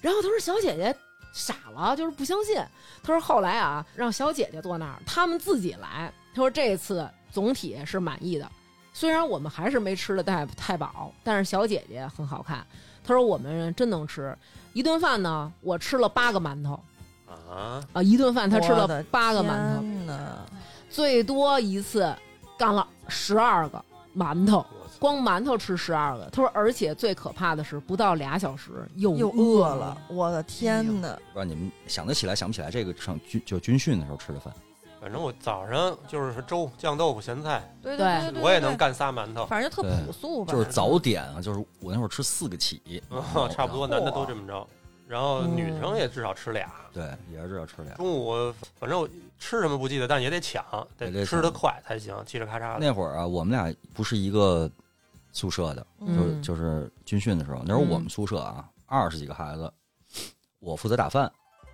A: 然后他说小姐姐傻了，就是不相信。他说后来啊，让小姐姐坐那儿，他们自己来。他说这次总体是满意的，虽然我们还是没吃的太太饱，但是小姐姐很好看。他说我们真能吃，一顿饭呢，我吃了八个馒头
B: 啊，
A: 啊，一顿饭他吃
C: 我
A: 了
C: 的
A: 八个馒头，
C: 天呐，
A: 最多一次干了十二个馒头。
B: 我操
A: 光馒头吃十二个，他说，而且最可怕的是，不到俩小时又
C: 又
A: 饿
C: 饿
A: 哎
C: 了，我的天呐，
D: 不知道你们想得起来想不起来这个上军就军训的时候吃的饭。
B: 反正我早上就是粥、酱豆腐、咸菜，
C: 对
A: 对
C: 对对，
B: 我也能，干仨馒头，
C: 反正就特朴素吧，
D: 就是早点啊，就是我那会儿吃四个起，
B: 啊，差不多，
C: 然
B: 男
C: 后
B: 的都这么着。然后女生也至少吃俩。
D: 对，也是这样吃俩。
B: 中午反正我吃什么不记得，但是也得抢，
D: 也
B: 得
D: 得
B: 吃的
D: 抢
B: 快才行，嘁哩咔嚓的。
D: 那会儿啊，我们俩不是一个宿舍的，
C: 嗯
D: 就是就是军训的时候，那时候我们宿舍啊，二十几个孩子，我负责打饭，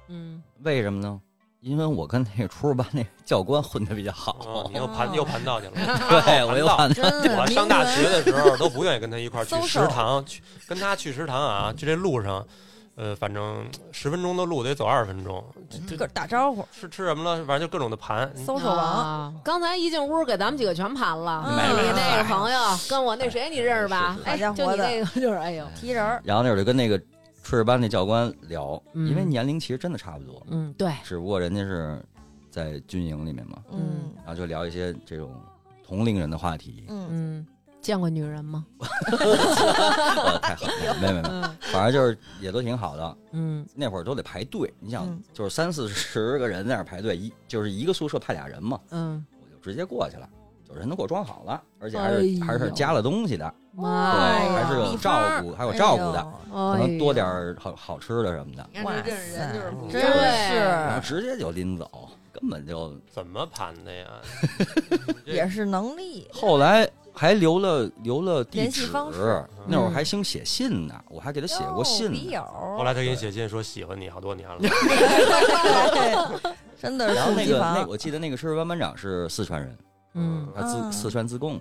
A: 嗯，
D: 为什么呢？因为我跟那个初班那教官混的比较
B: 哦
D: 好，，
B: 你又盘
C: 哦
B: 又盘道去了。
D: 对我又
B: 盘
D: 看
B: 道。
D: 到
C: 真的
B: 我上大学的时候都不愿意跟他一块儿去
C: Social
B: 食堂，去跟他去食堂啊，就这路上，呃，反正十分钟的路得走二十分钟，
C: 自个儿打招呼，
B: 吃吃什么了，反正就各种的盘。
C: 搜手王，
A: 啊！刚才一进屋，给咱们几个全盘了。
C: 嗯
A: 你那个朋友跟我那谁你认识吧？
C: 哎
A: 哎，
C: 是是是
A: 就你那个 就是哎呦，
C: 提人儿，
D: 然后那会儿就跟那个炊事班那教官聊，
A: 嗯
D: 因为年龄其实真的差不多，
A: 嗯，对，
D: 只不过人家是在军营里面嘛，
C: 嗯
D: 然后就聊一些这种同龄人的话题。
C: 嗯，
A: 嗯，见过女人吗？
D: 呃太好了，没没没，
A: 嗯
D: 反正就是也都挺好的。
A: 嗯
D: 那会儿都得排队，你想
C: 嗯，
D: 就是三四十个人在那儿排队，一就是一个宿舍派俩人嘛，
A: 嗯，
D: 我就直接过去了，就是人都给我装好了，而且还是、
A: 哎呦
D: 还是加了东西的，嗯对，
A: 妈呀，
D: 还是有
C: 米
D: 照顾，还有照顾的，
C: 的，
A: 哎呦
D: 可能多点儿好好吃的什么的，
E: 你看这认识人就是不一
C: 真
E: 样
A: 对
D: 然后
C: 是
D: 直接就拎走，根本就
B: 怎么盘的呀？这
C: 也是能力，
D: 后来还留了留了地
C: 联系
D: 址
C: 方式，
D: 那会儿还兴写信呢，我还给他写过信
C: 哟
D: 呢
C: 笔。友，
B: 后来他给你写信说喜欢你好多年了，
C: 真的是
D: 然后
C: 猝
D: 那
C: 不及
D: 个那
C: 防
D: 个，我记得那个炊事班班长是四川人，
A: 嗯，
D: 他自、
C: 啊
D: 四川自贡，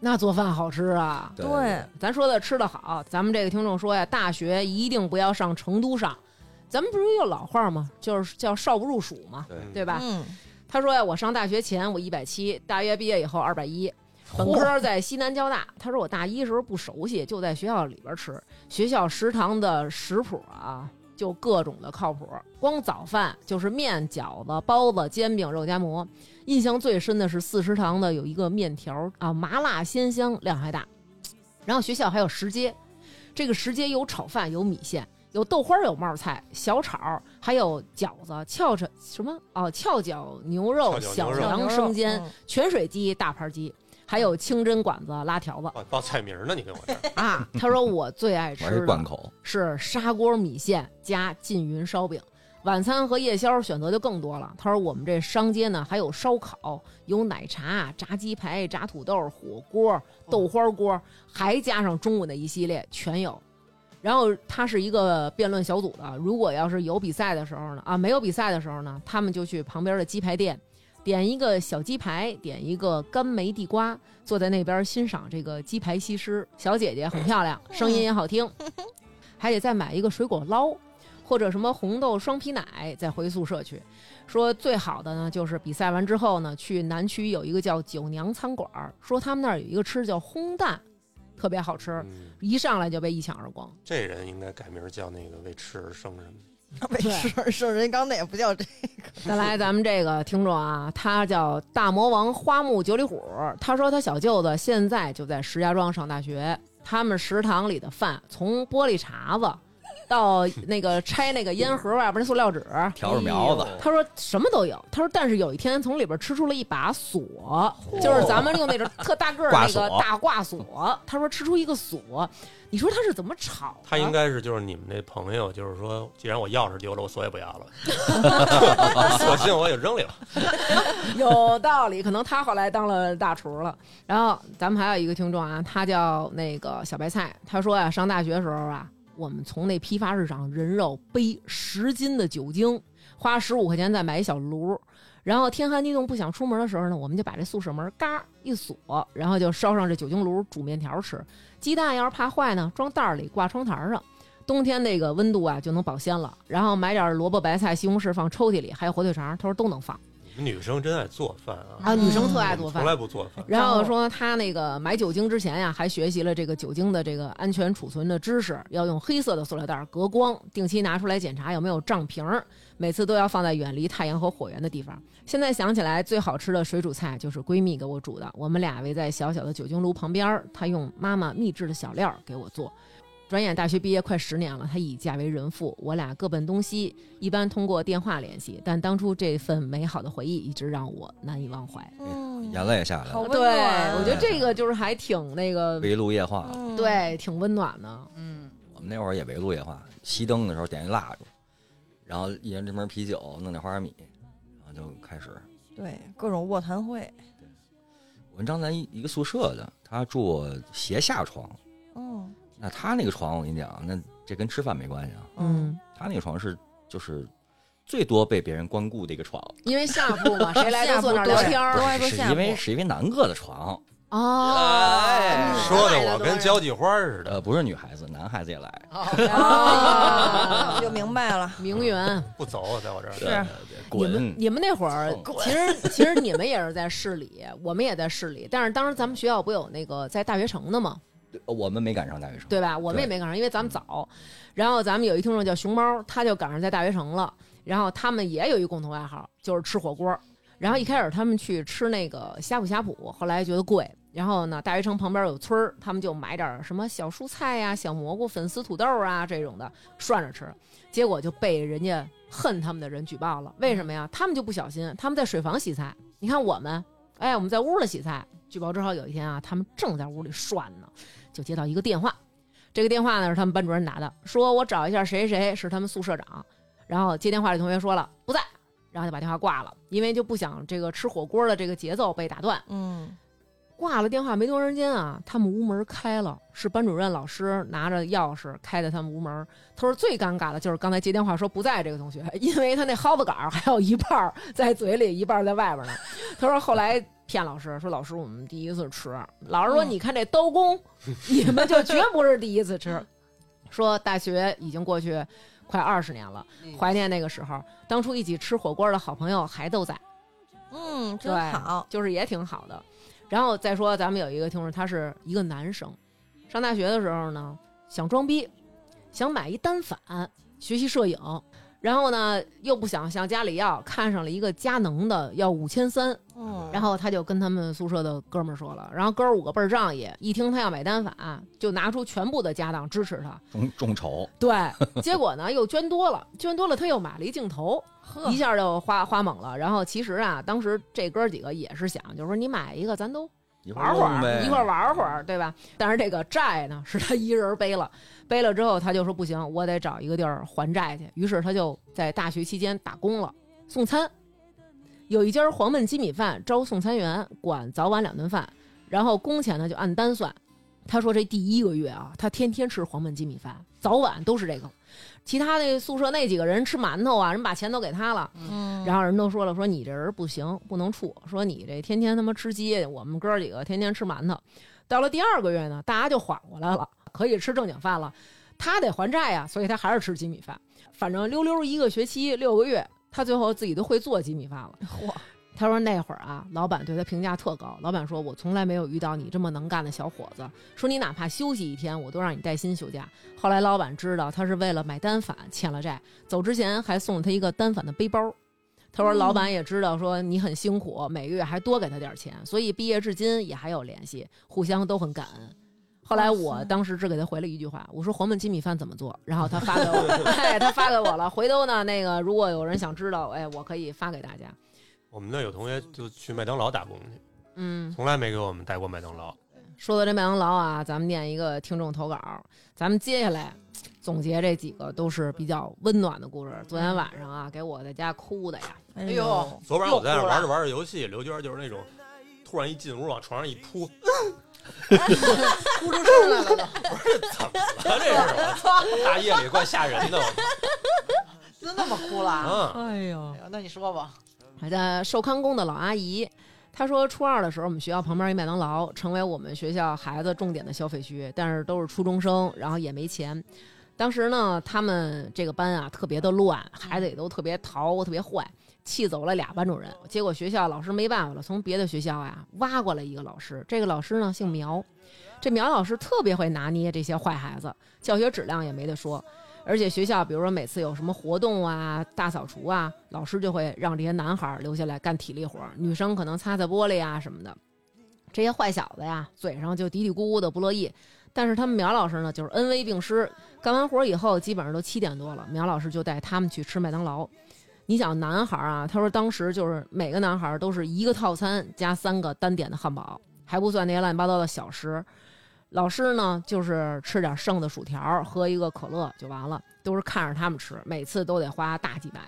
A: 那做饭好吃啊！
D: 对
C: 对，
A: 咱说的吃的好，咱们这个听众说呀，大学一定不要上成都上，咱们不是有老话吗？就是叫少不入蜀嘛，
D: 对
A: 对吧？
C: 嗯，
A: 他说呀，我上大学前我一百七，大学毕业以后二百一，本科在西南交大。他说我大一时候不熟悉，就在学校里边吃，学校食堂的食谱啊，就各种的靠谱。光早饭就是面、饺子、包子、煎饼、肉夹馍。印象最深的是四食堂的有一个面条啊，麻辣鲜香，量还大。然后学校还有石阶，这个石阶有炒饭，有米线。有豆花儿，有冒菜、小炒儿，还有饺子、翘着什么哦，翘脚牛肉、
B: 翘脚
A: 小
B: 牛肉
A: 羊生煎、
D: 哎
C: 嗯，
A: 泉水鸡、大盘鸡，还有清真馆子、拉条子
B: 报报菜名呢？你跟我这儿，
A: 啊。他说我最爱
D: 我还是
A: 吃
D: 贯
A: 的
D: 口，
A: 是砂锅米线加缙云烧饼，晚餐和夜宵选择就更多了。他说我们这商街呢还有烧烤，有奶茶、炸鸡排、炸土豆、火锅、豆花锅，还加上中午的一系列全有。然后他是一个辩论小组的，如果要是有比赛的时候呢，啊，没有比赛的时候呢，他们就去旁边的鸡排店，点一个小鸡排，点一个干梅地瓜，坐在那边欣赏这个鸡排西施。小姐姐很漂亮，声音也好听，还得再买一个水果捞，或者什么红豆双皮奶，再回宿舍去。说最好的呢，就是比赛完之后呢，去南区有一个叫九娘餐馆儿，说他们那儿有一个吃叫烘蛋，特别好吃，
B: 嗯
A: 一上来就被一抢而光。
B: 这人应该改名叫那个为吃而生什么的。
C: 没事，是人刚那也不叫这，
A: 再来咱们这个听众啊，他叫大魔王花木九里虎，他说他小舅子现在就在石家庄上大学，他们食堂里的饭从玻璃碴子到那个拆那个烟盒啊，不是塑料纸。
D: 笤帚苗子，
A: 他说什么都有，他说但是有一天从里边吃出了一把锁，就是咱们用那种特大个儿
D: 挂
A: 那个
D: 锁
A: 大挂锁。他说吃出一个锁，你说他是怎么炒的？啊
B: 他应该是就是你们那朋友，就是说，既然我钥匙丢了，我锁也不要了，索性我也扔里了。
A: 有道理，可能他后来当了大厨了。然后咱们还有一个听众啊，他叫那个小白菜，他说啊，上大学时候啊，我们从那批发市场人肉背十斤的酒精，花十五块钱再买一小炉。然后天寒地冻不想出门的时候呢，我们就把这宿舍门嘎一锁，然后就烧上这酒精炉煮面条吃。鸡蛋要是怕坏呢，装袋儿里挂窗台儿上。冬天那个温度啊就能保鲜了，然后买点萝卜、白菜、西红柿放抽屉里，还有火腿肠，他说都能放。
B: 你们女生真爱做饭啊，
A: 啊，女生特爱做
B: 我们从来
A: 饭。
B: 不做 饭。
A: 然后说她那个买酒精之前呀，还学习了这个酒精的这个安全储存的知识，要用黑色的塑料袋隔光，定期拿出来检查有没有胀瓶儿，每次都要放在远离太阳和火源的地方。现在想起来，最好吃的水煮菜就是闺蜜给我煮的，我们俩围在小小的酒精炉旁边儿，她用妈妈秘制的小料儿给我做。转眼大学毕业快十年了，她已嫁为人妇，我俩各奔东西，一般通过电话联系，但当初这份美好的回忆一直让我难以忘怀。
C: 嗯，
D: 眼泪也下来
C: 好
D: 了，
C: 温
A: 对，
C: 暖啊
A: 我觉得这个就是还挺那个，
D: 围炉夜话了。
C: 嗯，
A: 对，挺温暖的。
E: 嗯，
D: 我们那会儿也围炉夜话，熄灯的时候点一蜡烛，然后一人这瓶啤酒，弄点花生米，然后就开始。
C: 对，各种卧谈会，
D: 我跟张楠一一个宿舍的，他住我斜下床，
C: 嗯
D: 那他那个床我跟你讲，那这跟吃饭没关系啊，
A: 嗯，
D: 他那个床是就是最多被别人光顾的一个床，
A: 因为下铺 嘛，谁来都坐那儿
C: 下
A: 聊
C: 铺
A: 天
C: 对
A: 儿
C: 都爱坐
D: 是
C: 下
D: 因为
C: 铺
D: 是因为南哥的床，
A: 哦，
B: 说的我跟交际花似的，
D: 呃，不是女孩子，男孩子也来，
C: 啊， 就明白了，
A: 哦名 媛。
B: 不走，啊在我这儿。
D: 是
A: 你
D: 滚，
A: 们你们那会儿，其实其实你们也是在市里，我们也在市里，但是当时咱们学校不有那个在大学城的嘛，
D: 呃我们没赶上大学生，
A: 对吧？我们也没赶上，因为咱们早。然后咱们有一听众叫熊猫，他就赶上在大学城了。然后他们也有一共同爱好，就是吃火锅。然后一开始他们去吃那个呷哺呷哺，后来觉得贵。然后呢，大学城旁边有村儿，他们就买点儿什么小蔬菜呀、小蘑菇、粉丝土豆啊这种的，涮着吃。结果就被人家恨他们的人举报了。为什么呀？他们就不小心，他们在水房洗菜。你看我们，哎，我们在屋里洗菜。举报之后，有一天啊，他们正在屋里涮呢，就接到一个电话。这个电话呢是他们班主任打的，说我找一下谁谁谁是他们宿舍长。然后接电话的同学说了不在，然后就把电话挂了，因为就不想这个吃火锅的这个节奏被打断。
C: 嗯，
A: 挂了电话没多长时间啊，他们屋门开了，是班主任老师拿着钥匙开的他们屋门。他说最尴尬的就是刚才接电话说不在这个同学，因为他那蒿子杆儿还有一半儿在嘴里，一半儿在外边呢。他说后来骗老师说老师我们第一次吃，老师说你看这刀工，你们就绝不是第一次吃。 说大学已经过去快二十年了，怀念那个时候，当初一起吃火锅的好朋友还都在。
C: 嗯，真
A: 对
C: 好，
A: 就是也挺好的。然后再说，咱们有一个听众，他是一个男生，上大学的时候呢，想装逼，想买一单反学习摄影，然后呢又不想向家里要，看上了一个佳能的，要五千三，
C: 嗯，
A: 然后他就跟他们宿舍的哥们儿说了，然后哥儿五个倍儿仗义，一听他要买单反，就拿出全部的家当支持他，
D: 众众筹，
A: 对， 结果呢又捐多了，捐多了他又买了一镜头，
C: 呵
A: 一，下就花花猛了。然后其实啊，当时这哥几个也是想，就是说你买一个，咱都
D: 一会
A: 玩
D: 儿
A: 会
D: 弄呗
A: 儿，一块儿玩会儿，对吧？但是这个债呢，是他一人背了，背了之后他就说不行，我得找一个地儿还债去。于是他就在大学期间打工了，送餐。有一家黄焖鸡米饭招送餐员，管早晚两顿饭，然后工钱呢就按单算。他说这第一个月啊，他天天吃黄焖鸡米饭，早晚都是这个。其他那宿舍那几个人吃馒头啊，人把钱都给他了。
C: 嗯，
A: 然后人都说了，说你这人不行，不能处。说你这天天他妈吃鸡，我们哥几个天天吃馒头。到了第二个月呢，大家就缓过来了，可以吃正经饭了。他得还债呀，啊所以他还是吃鸡米饭。反正溜溜一个学期六个月，他最后自己都会做鸡米饭了。
C: 嚯，
A: 他说那会儿啊，老板对他评价特高。老板说：“我从来没有遇到你这么能干的小伙子。说你哪怕休息一天，我都让你带薪休假。”后来老板知道他是为了买单反欠了债，走之前还送了他一个单反的背包。他
C: 嗯
A: 说：“老板也知道，说你很辛苦，每个月还多给他点钱，所以毕业至今也还有联系，互相都很感恩。”后来
C: 哇
A: 我
C: 塞
A: 当时只给他回了一句话，我说黄焖鸡米饭怎么做，然后他发给 我，哎，他发给我了。回头呢，那个如果有人想知道，哎，我可以发给大家。
B: 我们那有同学就去麦当劳打工去，
A: 嗯，
B: 从来没给我们带过麦当劳。
A: 说到这麦当劳啊，咱们念一个听众投稿，咱们接下来总结这几个都是比较温暖的故事。昨天晚上啊，给我在家哭的呀，
C: 哎
E: 哎呦，
B: 昨晚我在那
E: 又哭了
B: 玩着玩着游戏，刘娟就是那种突然一进屋往床上一扑，
E: 哭出声来了都，
B: 怎么了啊这是？我操，大夜里怪吓人的，我
E: 真那么哭了啊？
B: 操！嗯，
A: 哎呦
E: 哎，呦那你说吧，
A: 还在寿康宫的老阿姨。她说，初二的时候，我们学校旁边一麦当劳成为我们学校孩子重点的消费区，但是都是初中生，然后也没钱。当时呢，他们这个班啊特别的乱，孩子也都特别淘，特别坏，气走了俩班主任。结果学校老师没办法了，从别的学校呀挖过来一个老师，这个老师呢姓苗，这苗老师特别会拿捏这些坏孩子，教学质量也没得说。而且学校，比如说每次有什么活动啊、大扫除啊，老师就会让这些男孩儿留下来干体力活儿，女生可能擦擦玻璃啊什么的。这些坏小子呀，嘴上就嘀嘀咕咕啊的不乐意，但是他们苗老师呢，就是恩威并施。干完活儿以后，基本上都七点多了，苗老师就带他们去吃麦当劳。你想男孩儿啊，他说当时就是每个男孩儿都是一个套餐加三个单点的汉堡，还不算那些乱七八糟的小食。老师呢，就是吃点剩的薯条，喝一个可乐就完了，都是看着他们吃，每次都得花大几百。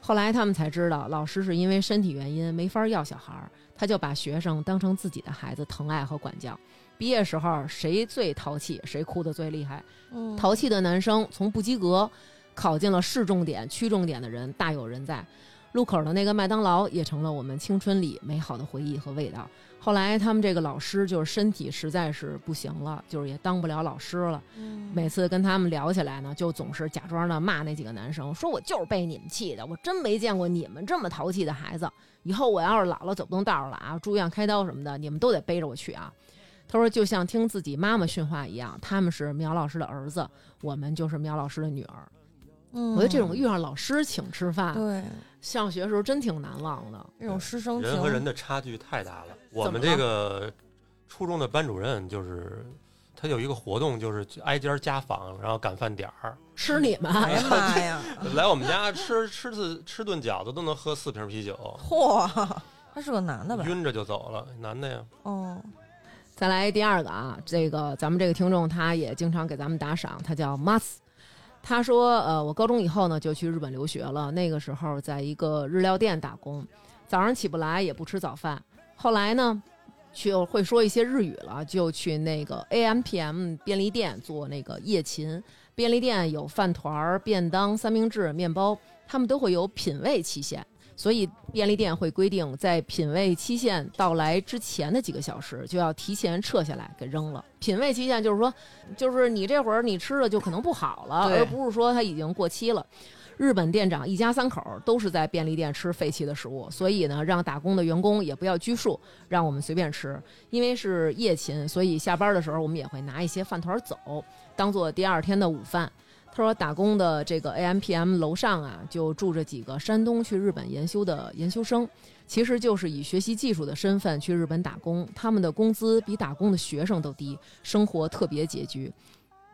A: 后来他们才知道，老师是因为身体原因没法要小孩儿，他就把学生当成自己的孩子疼爱和管教。毕业时候，谁最淘气，谁哭得最厉害。
C: 嗯
A: 淘气的男生从不及格考进了市重点、区重点的人大有人在。路口的那个麦当劳也成了我们青春里美好的回忆和味道。后来他们这个老师就是身体实在是不行了，就是也当不了老师了。每次跟他们聊起来呢，就总是假装的骂那几个男生，说我就是被你们气的，我真没见过你们这么淘气的孩子。以后我要是老了走不动道了啊，住院开刀什么的，你们都得背着我去啊。他说，就像听自己妈妈训话一样，他们是苗老师的儿子，我们就是苗老师的女儿。
C: 嗯
A: 我觉得这种遇上老师请吃饭，
C: 对
A: 上学时候真挺难忘的。
C: 这种师生情，
B: 人和人的差距太大了。我
A: 怎么
B: 们
A: 了
B: 这个初中的班主任就是。他有一个活动，就是去挨家家访，然后赶饭点儿，
A: 吃你们，
C: 哎 呀妈呀，
B: 来我们家吃吃次吃顿饺子都能喝四瓶啤酒，
C: 嚯，他是个男的吧？
B: 晕着就走了。男的呀，
C: 哦，
A: 再来第二个啊，这个咱们这个听众他也经常给咱们打赏，他叫 Mas。他说：“呃，我高中以后呢，就去日本留学了。那个时候在一个日料店打工，早上起不来，也不吃早饭。后来呢，就会说一些日语了，就去那个 AM PM 便利店做那个夜勤。便利店有饭团儿、便当、三明治、面包，他们都会有品味期限。所以便利店会规定，在品味期限到来之前的几个小时，就要提前撤下来给扔了。品味期限就是说，就是你这会儿你吃了就可能不好了，
E: 对
A: 而不是说它已经过期了。日本店长一家三口都是在便利店吃废弃的食物，所以呢，让打工的员工也不要拘束，让我们随便吃。因为是夜勤，所以下班的时候我们也会拿一些饭团走，当做第二天的午饭。他说，打工的这个 AMPM 楼上啊，就住着几个山东去日本研修的研修生，其实就是以学习技术的身份去日本打工。他们的工资比打工的学生都低，生活特别拮据。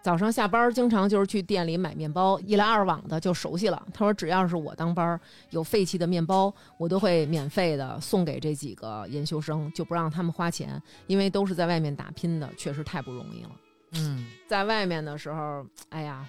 A: 早上下班儿经常就是去店里买面包，一来二往的就熟悉了。他说，只要是我当班儿，有废弃的面包，我都会免费的送给这几个研修生，就不让他们花钱，因为都是在外面打拼的，确实太不容易了。
E: 嗯，
A: 在外面的时候，哎呀，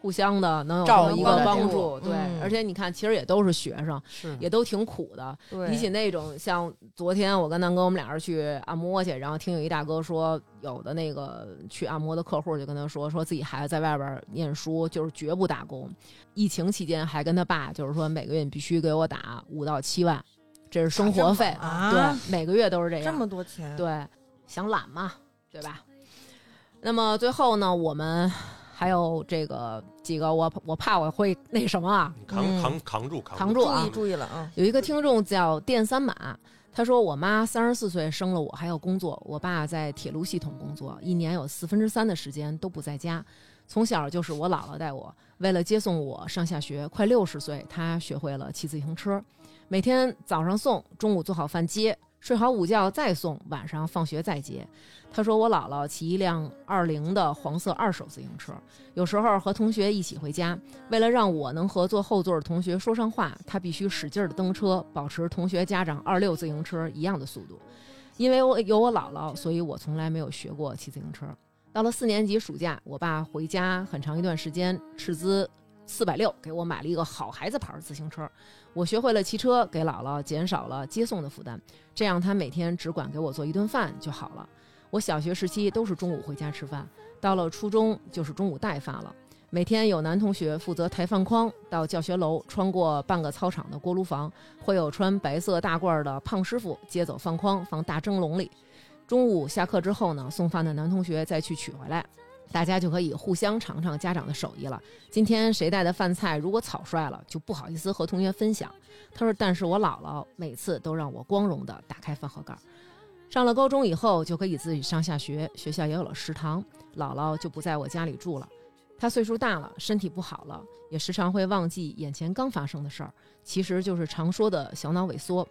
A: 互相的能有这
E: 照
A: 么
E: 顾
A: 一个
E: 的
A: 帮
E: 这
A: 助，
E: 种
A: 对，
C: 嗯
A: 而且你看，其实也都是学生，
E: 是
A: 也都挺苦的。
C: 对，
A: 比起那种像昨天我跟南哥我们俩人去按摩去，然后听有一大哥说，有的那个去按摩的客户就跟他说，说自己孩子在外边念书，就是绝不打工。疫情期间还跟他爸就是说，每个月你必须给我打五到七万，这是生活费，
C: 啊
A: 对，每个月都是这样。
C: 这么多钱，
A: 对，想懒嘛，对吧？那么最后呢，我们还有这个几个，我我怕我会那什么啊，
B: 你扛
C: 嗯
B: 扛扛住，扛
A: 扛住
C: 注
A: 啊
C: 意注意了啊，
A: 有一个听众叫电三马，他说我妈三十四岁生了我，还要工作，我爸在铁路系统工作，一年有四分之三的时间都不在家。从小就是我姥姥带我，为了接送我上下学，快六十岁，她学会了骑自行车，每天早上送，中午做好饭接，睡好午觉再送，晚上放学再接。他说我姥姥骑一辆二零的黄色二手自行车，有时候和同学一起回家，为了让我能和坐后座的同学说上话，他必须使劲儿的蹬车，保持同学家长二六自行车一样的速度。因为我有我姥姥，所以我从来没有学过骑自行车。到了四年级暑假，我爸回家很长一段时间，斥资四百六给我买了一个好孩子牌儿自行车。我学会了骑车，给姥姥减少了接送的负担，这样她每天只管给我做一顿饭就好了。我小学时期都是中午回家吃饭，到了初中就是中午带饭了。每天有男同学负责抬饭筐到教学楼，穿过半个操场的锅炉房，会有穿白色大褂的胖师傅接走饭筐放大蒸笼里。中午下课之后呢，送饭的男同学再去取回来，大家就可以互相尝尝家长的手艺了。今天谁带的饭菜如果草率了，就不好意思和同学分享。他说，但是我姥姥每次都让我光荣的打开饭盒盖儿。上了高中以后，就可以自己上下学，学校也有了食堂，姥姥就不在我家里住了。她岁数大了，身体不好了，也时常会忘记眼前刚发生的事儿，其实就是常说的小脑萎缩。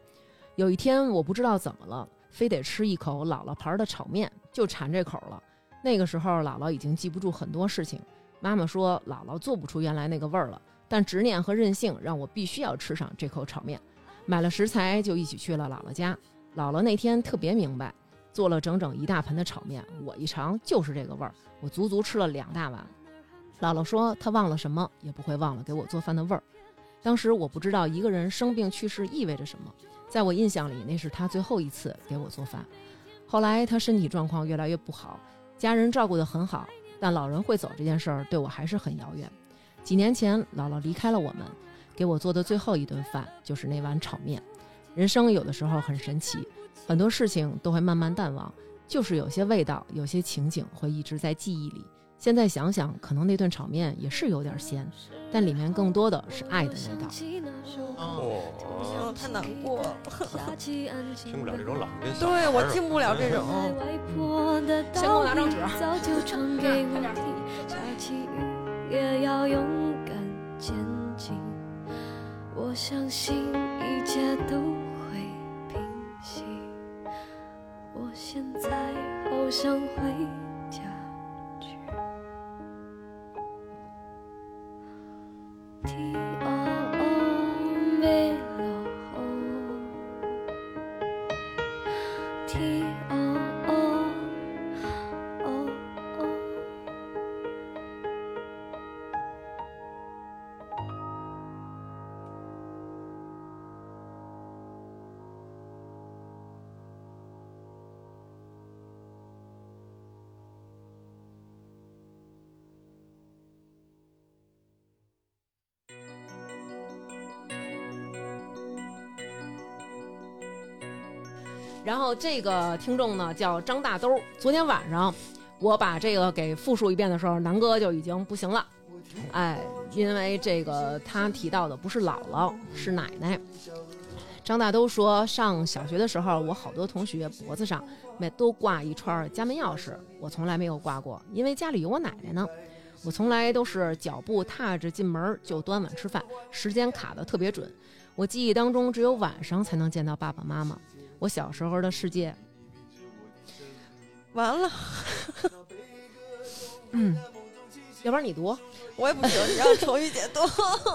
A: 有一天，我不知道怎么了，非得吃一口姥姥牌儿的炒面，就馋这口了。那个时候，姥姥已经记不住很多事情。妈妈说，姥姥做不出原来那个味儿了，但执念和任性让我必须要吃上这口炒面。买了食材，就一起去了姥姥家。姥姥那天特别明白，做了整整一大盆的炒面，我一尝就是这个味儿，我足足吃了两大碗。姥姥说她忘了什么，也不会忘了给我做饭的味儿。当时我不知道一个人生病去世意味着什么，在我印象里，那是她最后一次给我做饭。后来她身体状况越来越不好，家人照顾得很好，但老人会走这件事儿对我还是很遥远。几年前，姥姥离开了我们，给我做的最后一顿饭就是那碗炒面。人生有的时候很神奇，很多事情都会慢慢淡忘，就是有些味道、有些情景会一直在记忆里。现在想想，可能那顿炒面也是有点咸，但里面更多的是爱的味道。
B: 哦，
C: 哦，太难过了。
B: 听不了这种老人跟小孩
C: 对
B: 儿
C: 我
B: 似的
C: 进不了这种。
H: 先给我拿张纸。早就传给我听，下起雨也要勇敢前进。我相信一切都会平息。我现在好想回家去。T O O 没落后。T O O O O。
A: 然后这个听众呢叫张大兜儿，昨天晚上我把这个给复述一遍的时候，南哥就已经不行了，哎，因为这个他提到的不是姥姥，是奶奶。张大兜说，上小学的时候，我好多同学脖子上每都挂一串家门钥匙，我从来没有挂过，因为家里有我奶奶呢。我从来都是脚步踏着进门就端碗吃饭，时间卡得特别准。我记忆当中，只有晚上才能见到爸爸妈妈。我小时候的世界，
C: 完了，
A: 要不然你读。
C: 我也不行，你让程雨姐多。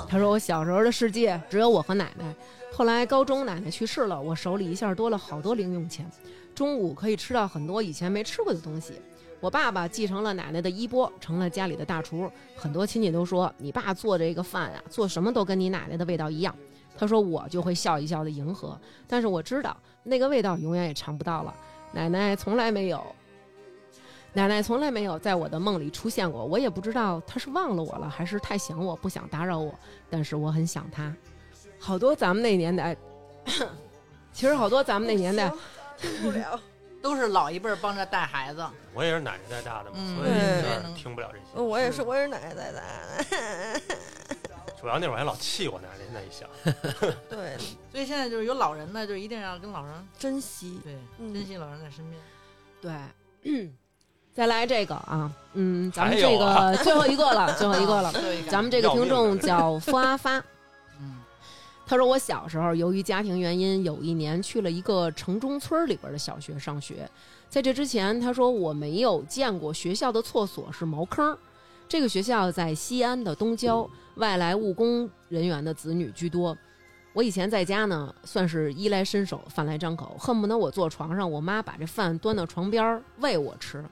A: 他说我小时候的世界只有我和奶奶。后来高中奶奶去世了，我手里一下多了好多零用钱，中午可以吃到很多以前没吃过的东西。我爸爸继承了奶奶的衣钵，成了家里的大厨。很多亲戚都说你爸做这个饭啊，做什么都跟你奶奶的味道一样。他说我就会笑一笑的迎合，但是我知道那个味道永远也尝不到了。奶奶从来没有，奶奶从来没有在我的梦里出现过。我也不知道她是忘了我了，还是太想我不想打扰我。但是我很想他。好多咱们那年代，其实好多咱们那年代，
E: 都是老一辈儿帮着带孩子，
B: 我也是奶奶带大的嘛，
E: 嗯
B: 所以有
E: 对
B: 点听不了这些。
C: 嗯我也是，我也是奶奶 带的。
B: 主要那会儿还老气我奶奶，现在一想，
C: 对，
E: 所以现在就是有老人呢，就一定要跟老人
C: 珍惜。
E: 对
C: 嗯
E: 珍惜老人在身边。
A: 对，再来这个啊，嗯，咱们
B: 还有
A: 这个
B: 啊
A: 最后一个了，最后一个了，
E: 最后一个
A: 咱们这个听
B: 要
A: 众
B: 命
A: 叫发发，
E: 嗯，
A: 他他说我小时候由于家庭原因，有一年去了一个城中村里边的小学上学，在这之前，他说我没有见过学校的厕所是茅坑儿。这个学校在西安的东郊，外来务工人员的子女居多。我以前在家呢，算是衣来伸手、饭来张口，恨不得我坐床上，我妈把这饭端到床边儿喂我吃。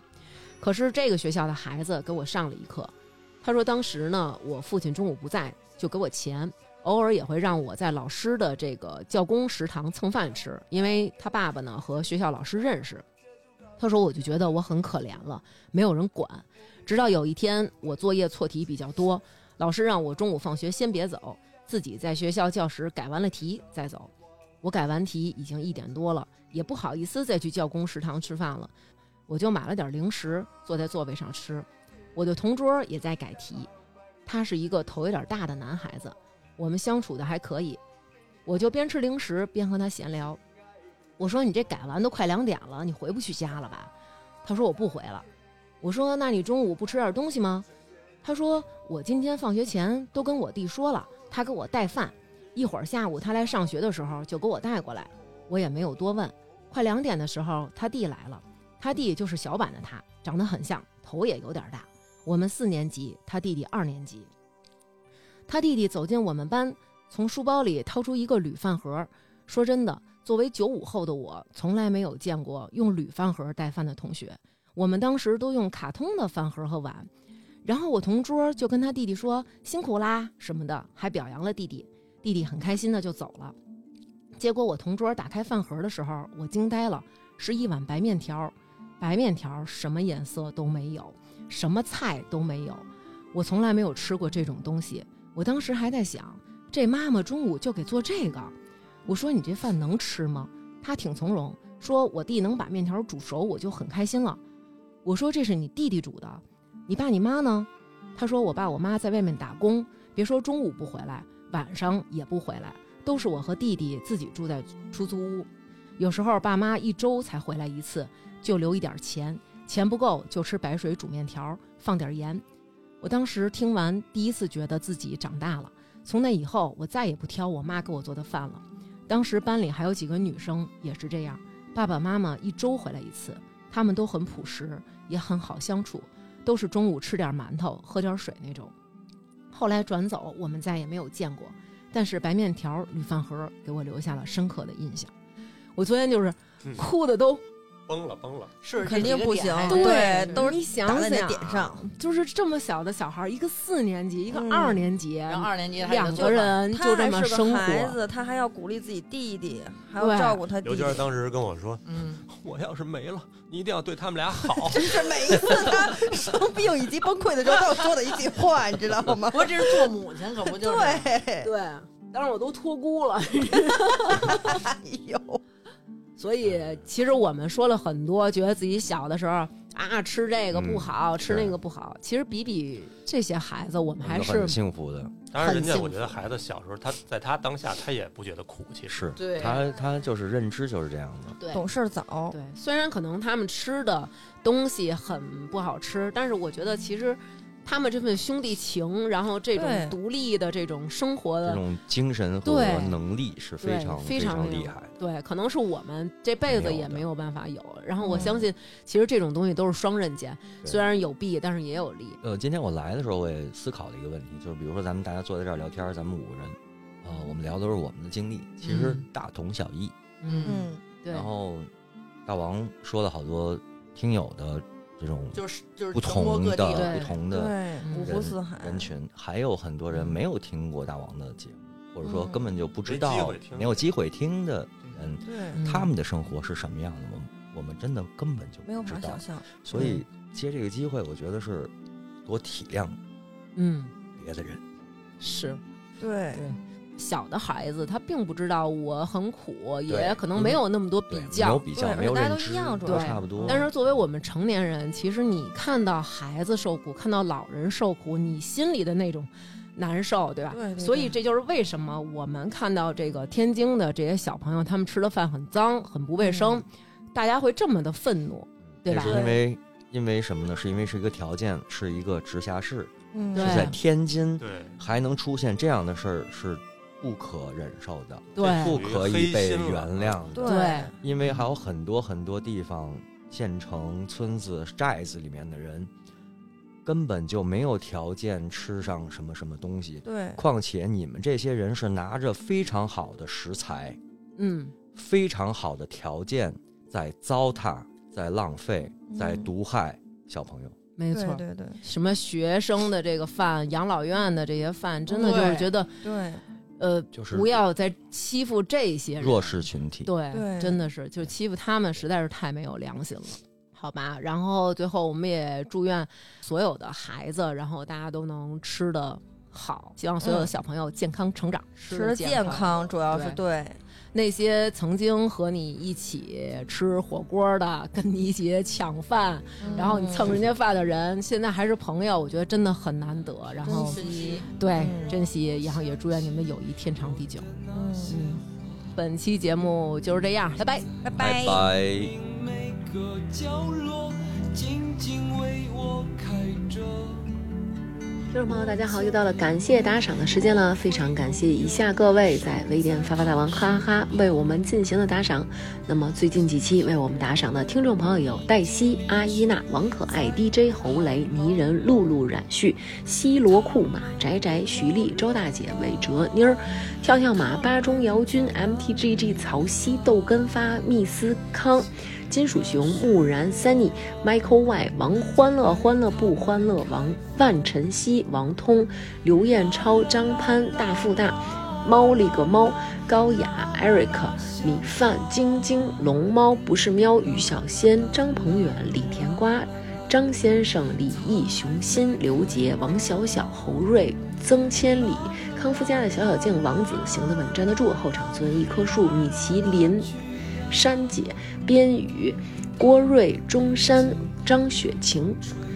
A: 可是这个学校的孩子给我上了一课，他说当时呢，我父亲中午不在，就给我钱，偶尔也会让我在老师的这个教工食堂蹭饭吃，因为他爸爸呢和学校老师认识。他说我就觉得我很可怜了，没有人管。直到有一天我作业错题比较多，老师让我中午放学先别走，自己在学校教室改完了题再走。我改完题已经一点多了，也不好意思再去教工食堂吃饭了，我就买了点零食，坐在座位上吃。我的同桌也在改题，他是一个头有点大的男孩子，我们相处的还可以。我就边吃零食边和他闲聊，我说你这改完都快两点了，你回不去家了吧？他说我不回了。我说那你中午不吃点东西吗？他说我今天放学前都跟我弟说了，他给我带饭，一会儿下午他来上学的时候就给我带过来，我也没有多问。快两点的时候，他弟来了，他弟就是小版的他，长得很像，头也有点大。我们四年级，他弟弟二年级。他弟弟走进我们班，从书包里掏出一个铝饭盒。说真的，作为九五后的我，从来没有见过用铝饭盒带饭的同学。我们当时都用卡通的饭盒和碗。然后我同桌就跟他弟弟说辛苦啦什么的，还表扬了弟弟。弟弟很开心的就走了。结果我同桌打开饭盒的时候，我惊呆了，是一碗白面条，白面条什么颜色都没有，什么菜都没有，我从来没有吃过这种东西。我当时还在想，这妈妈中午就给做这个，我说你这饭能吃吗？她挺从容，说我弟能把面条煮熟，我就很开心了。我说这是你弟弟煮的，你爸你妈呢？他说我爸我妈在外面打工，别说中午不回来，晚上也不回来，都是我和弟弟自己住在出租屋，有时候爸妈一周才回来一次，就留一点钱，钱不够就吃白水煮面条，放点盐。我当时听完第一次觉得自己长大了，从那以后我再也不挑我妈给我做的饭了。当时班里还有几个女生也是这样，爸爸妈妈一周回来一次。他们都很朴实，也很好相处，都是中午吃点馒头、喝点水那种。后来转走，我们再也没有见过，但是白面条、铝饭盒给我留下了深刻的印象。我昨天就是
B: 嗯
A: 哭的都，
B: 崩了崩了，
E: 是
C: 肯定不行，
A: 对
C: 哎都是
A: 你啊想
C: 打在那
A: 想
C: 点上，
A: 就是这么小的小孩，一个四年级，一个
C: 嗯
A: 二年级，
E: 然后二年级还
A: 两个人
C: 他
A: 就这么
C: 还是个
A: 生
C: 孩
A: 活。
C: 子，他还要鼓励自己弟弟，还要
A: 对
C: 照顾他弟
B: 刘
C: 弟
B: 娟。当时跟我说
E: 嗯，：“
B: 我要是没了，你一定要对他们俩好。
F: 这是每一次他生病以及崩溃的时候，他要说的一句话，你知道 吗？
E: 我这是做母亲，可不就是吗
F: 对，
A: 对，当时我都托孤 了。
F: 哎呦，
A: 所以其实我们说了很多，觉得自己小的时候啊吃这个不好，吃那个不好。其实比比这些孩子，我们还
D: 都
A: 是
D: 很幸福的，”
B: 当然，人家
A: 很幸
B: 我觉得孩子小时候，他在他当下他也不觉得苦，其实
D: 是
A: 对
D: 他他就是认知就是这样的，
A: 对
C: 懂事儿早，
A: 对。虽然可能他们吃的东西很不好吃，但是我觉得其实他们这份兄弟情，然后这
C: 对
A: 种独立的这种生活
D: 这
A: 的，
D: 种精神和
A: 对
D: 能力是非
A: 对
D: 常
A: 非常
D: 常
A: 那种
D: 厉害的。
A: 对，可能是我们这辈子
D: 没有
A: 也
D: 的
A: 没有办法有。然后我
C: 嗯
A: 相信，其实这种东西都是双刃剑，
D: 对
A: 虽然有弊，但是也有利。
D: 呃，今天我来的时候，我也思考了一个问题，就是比如说咱们大家坐在这儿聊天，咱们五个人，啊、我们聊的都是我们的经历，其实
A: 嗯
D: 大同小异。
A: 嗯，
C: 嗯，
A: 对
D: 然。后大王说了好多听友的这种
E: 就是就是
D: 不
E: 全国
D: 同
E: 各地
A: 对
D: 的、不同的
C: 对，
A: 嗯
C: 五湖四海，
D: 人群，还有很多人没有听过大王的节目，或者说
C: 嗯
D: 根本就不知
B: 没机
D: 道
B: 会、听
D: 没有机会听的人，
C: 对，
A: 嗯
D: 他们的生活是什么样的，我们我们真的根本就
C: 没有
D: 不
C: 法
D: 知道
C: 想。象。
D: 所以借这个机会，我觉得是多体谅
A: 嗯
D: 别的人。
A: 是。
C: 对，
A: 小的孩子，他并不知道我很苦，也
D: 对嗯
A: 可能没有那么多
D: 对
A: 比
D: 没有
A: 较。
D: 比
C: 对
D: 较，没有
C: 而且大家都
D: 认知，
C: 一样主
A: 要
D: 都
A: 是
D: 差不多。
A: 但是作为我们成年人，其实你看到孩子受苦，看到老人受苦，你心里的那种难受，对吧？
C: 对对对
A: 所以这就是为什么我们看到这个天津的这些小朋友，他们吃的饭很脏，很不卫
C: 嗯
A: 生，大家会这么的愤怒，对
D: 也
A: 吧
D: 嗯是？因为因为什么呢？是因为是一个条件，是一个直辖市，
C: 嗯，
A: 对
D: 是在天津
B: 对
D: 还能出现这样的事儿，是不可忍受的，
A: 对
D: 不可以被原谅的，
C: 对
A: 对
D: 因为还有很多很多地方、县城、村子、寨子里面的人，根本就没有条件吃上什么什么东西。
C: 对
D: 况且你们这些人是拿着非常好的食材、
A: 嗯，
D: 非常好的条件，在糟蹋、在浪费、在
C: 嗯
D: 毒害小朋友。
A: 没错
C: 对。对对
A: 什么学生的这个饭、养老院的这些饭，真的就是
E: 对
A: 觉得，
C: 对，
A: 呃，
D: 就是
A: 不要再欺负这些人。
D: 弱势群体。
A: 对，
C: 对
A: 真的是就欺负他们实在是太没有良心了。好吧，然后最后我们也祝愿所有的孩子，然后大家都能吃的好，希望所有的
C: 嗯
A: 小朋友健康成长，吃
C: 吃
A: 得
C: 健康主要是
A: 对
C: 对
A: 那些曾经和你一起吃火锅的，跟你一起抢饭，然后你
C: 嗯
A: 蹭人家饭的人，现在还是朋友，我觉得真的很难得。然后
E: 珍惜。
A: 对，
C: 嗯
A: 珍惜，然后也祝愿你们友谊天长地久。
C: 嗯，
A: 嗯，本期节目就是这样，拜拜。
C: 拜
D: 拜拜。
I: 每个角落，静静为我开着。
G: 听众朋友，大家好，又到了感谢打赏的时间了，非常感谢以下各位在微店发发大王哈哈哈为我们进行的打赏。那么最近几期为我们打赏的听众朋友有黛西、阿依娜、王可爱、DJ 侯雷、泥人、露露、冉旭、西罗库、马宅宅、徐丽、周大姐、韦哲、妮儿、跳跳马、巴中姚军、MTGG、曹曦、豆根发、密斯康。金属熊、木然、Sunny、Michael Y、王欢乐、欢乐不欢乐、王万晨曦、王通、刘彦超、张潘、大富大、猫里个猫、高雅、Eric、米饭、晶晶、龙猫不是喵、于小仙、张鹏远、李甜瓜、张先生、李毅、熊心、刘杰、王小小、侯瑞、曾千里、康夫家的小小静、王子、行得稳站得住、后场村一棵树、米其林、山姐、边宇、郭瑞、中山、张雪晴。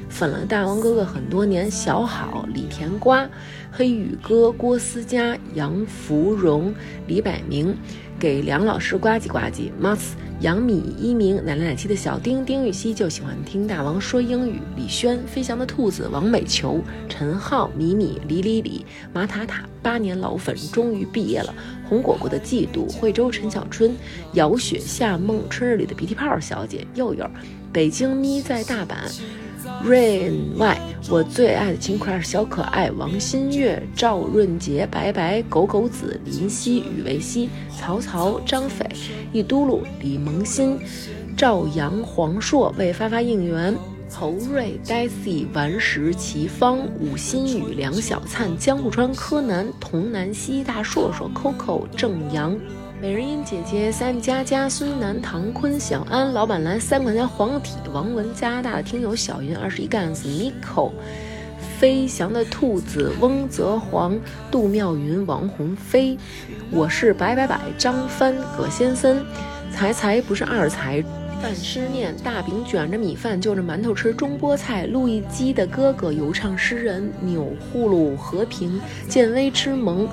G: 粉了大王哥哥很多年，小好、李甜瓜、黑羽哥、郭思佳、杨芙蓉、李百明，给梁老师呱唧呱唧，Mas、杨米、一鸣、奶奶奶气的小丁、丁禹兮就喜欢听大王说英语，李轩、飞翔的兔子、王美球、陈浩、米米、李李李、马塔塔，八年老粉终于毕业了，红果果的嫉妒、惠州陈小春、姚雪、夏梦、春日里的鼻涕泡小姐、佑佑、北京咪在大阪。Rain Y，我最爱的轻快小可爱王新月、赵润杰、白白、狗狗子、林夕、雨薇希、曹操、张斐、一嘟噜、李萌新、赵阳、黄硕为发发应援。侯瑞、Daisy、顽石、齐芳、武新宇、梁小灿、江户川、柯南、童南希、大硕硕、Coco、郑阳、美人音姐姐、三佳佳、孙楠、唐坤、小安、老板蓝、三管家、黄体、王文、加拿大的听友小云、二十一杠子、Miko、飞翔的兔子、翁泽煌、杜妙云、王鸿飞，我是白白白、张帆、葛先森、才才不是二才。饭师念大饼卷着米饭，就着馒头吃中菠菜。路易基的哥哥，游唱诗人钮祜禄和平，建威之盟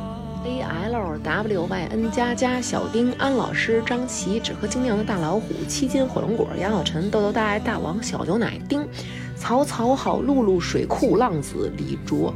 G: A L W Y N 加加小丁安老师张琪只喝精酿的大老虎七斤火龙果杨小晨豆豆大爱大王小牛奶丁曹操好露露水库浪子李卓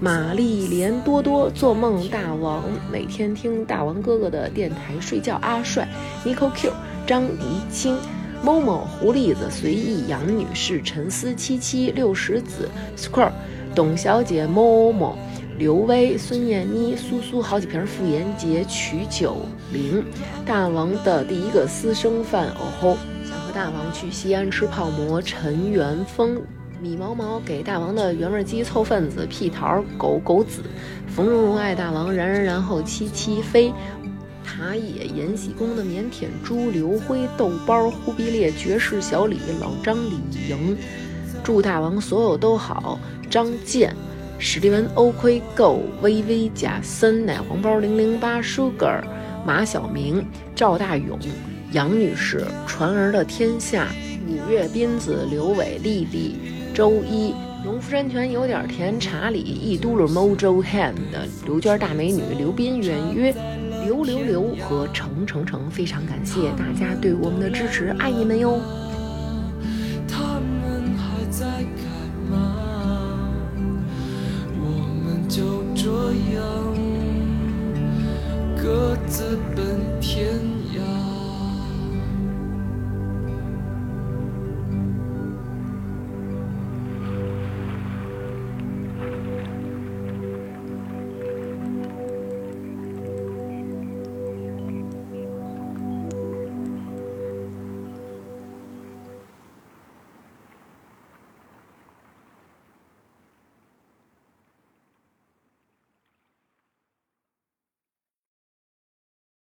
G: 玛丽莲多多做梦大王每天听大王哥哥的电台睡觉阿帅 Nico Q 张怡清。某某狐狸子随意杨女士陈思七七六十子 Square 董小姐某某刘威、孙燕妮、苏苏好几瓶傅炎杰、曲九龄，大王的第一个私生饭哦吼，想和大王去西安吃泡馍。陈元峰、米毛毛给大王的原味鸡凑份子，屁桃儿狗狗子，冯蓉蓉爱大王，然然然后七七飞。塔野、延禧宫的腼腆猪、刘辉、豆包、忽必烈、绝世小李、老张、李莹，祝大王所有都好。张健、史蒂文、欧亏、Go、微微、贾森、奶黄包零零八、Sugar、马晓明、赵大勇、杨女士、传儿的天下、五月斌子、刘伟、丽丽、周一。农夫山泉有点甜，查理一嘟噜 Mojo Hand，刘娟大美女，刘斌远约，刘刘刘和程程程，非常感谢大家对我们的支持，爱你们哟！
I: 他们还在开吗？我们就这样
G: 本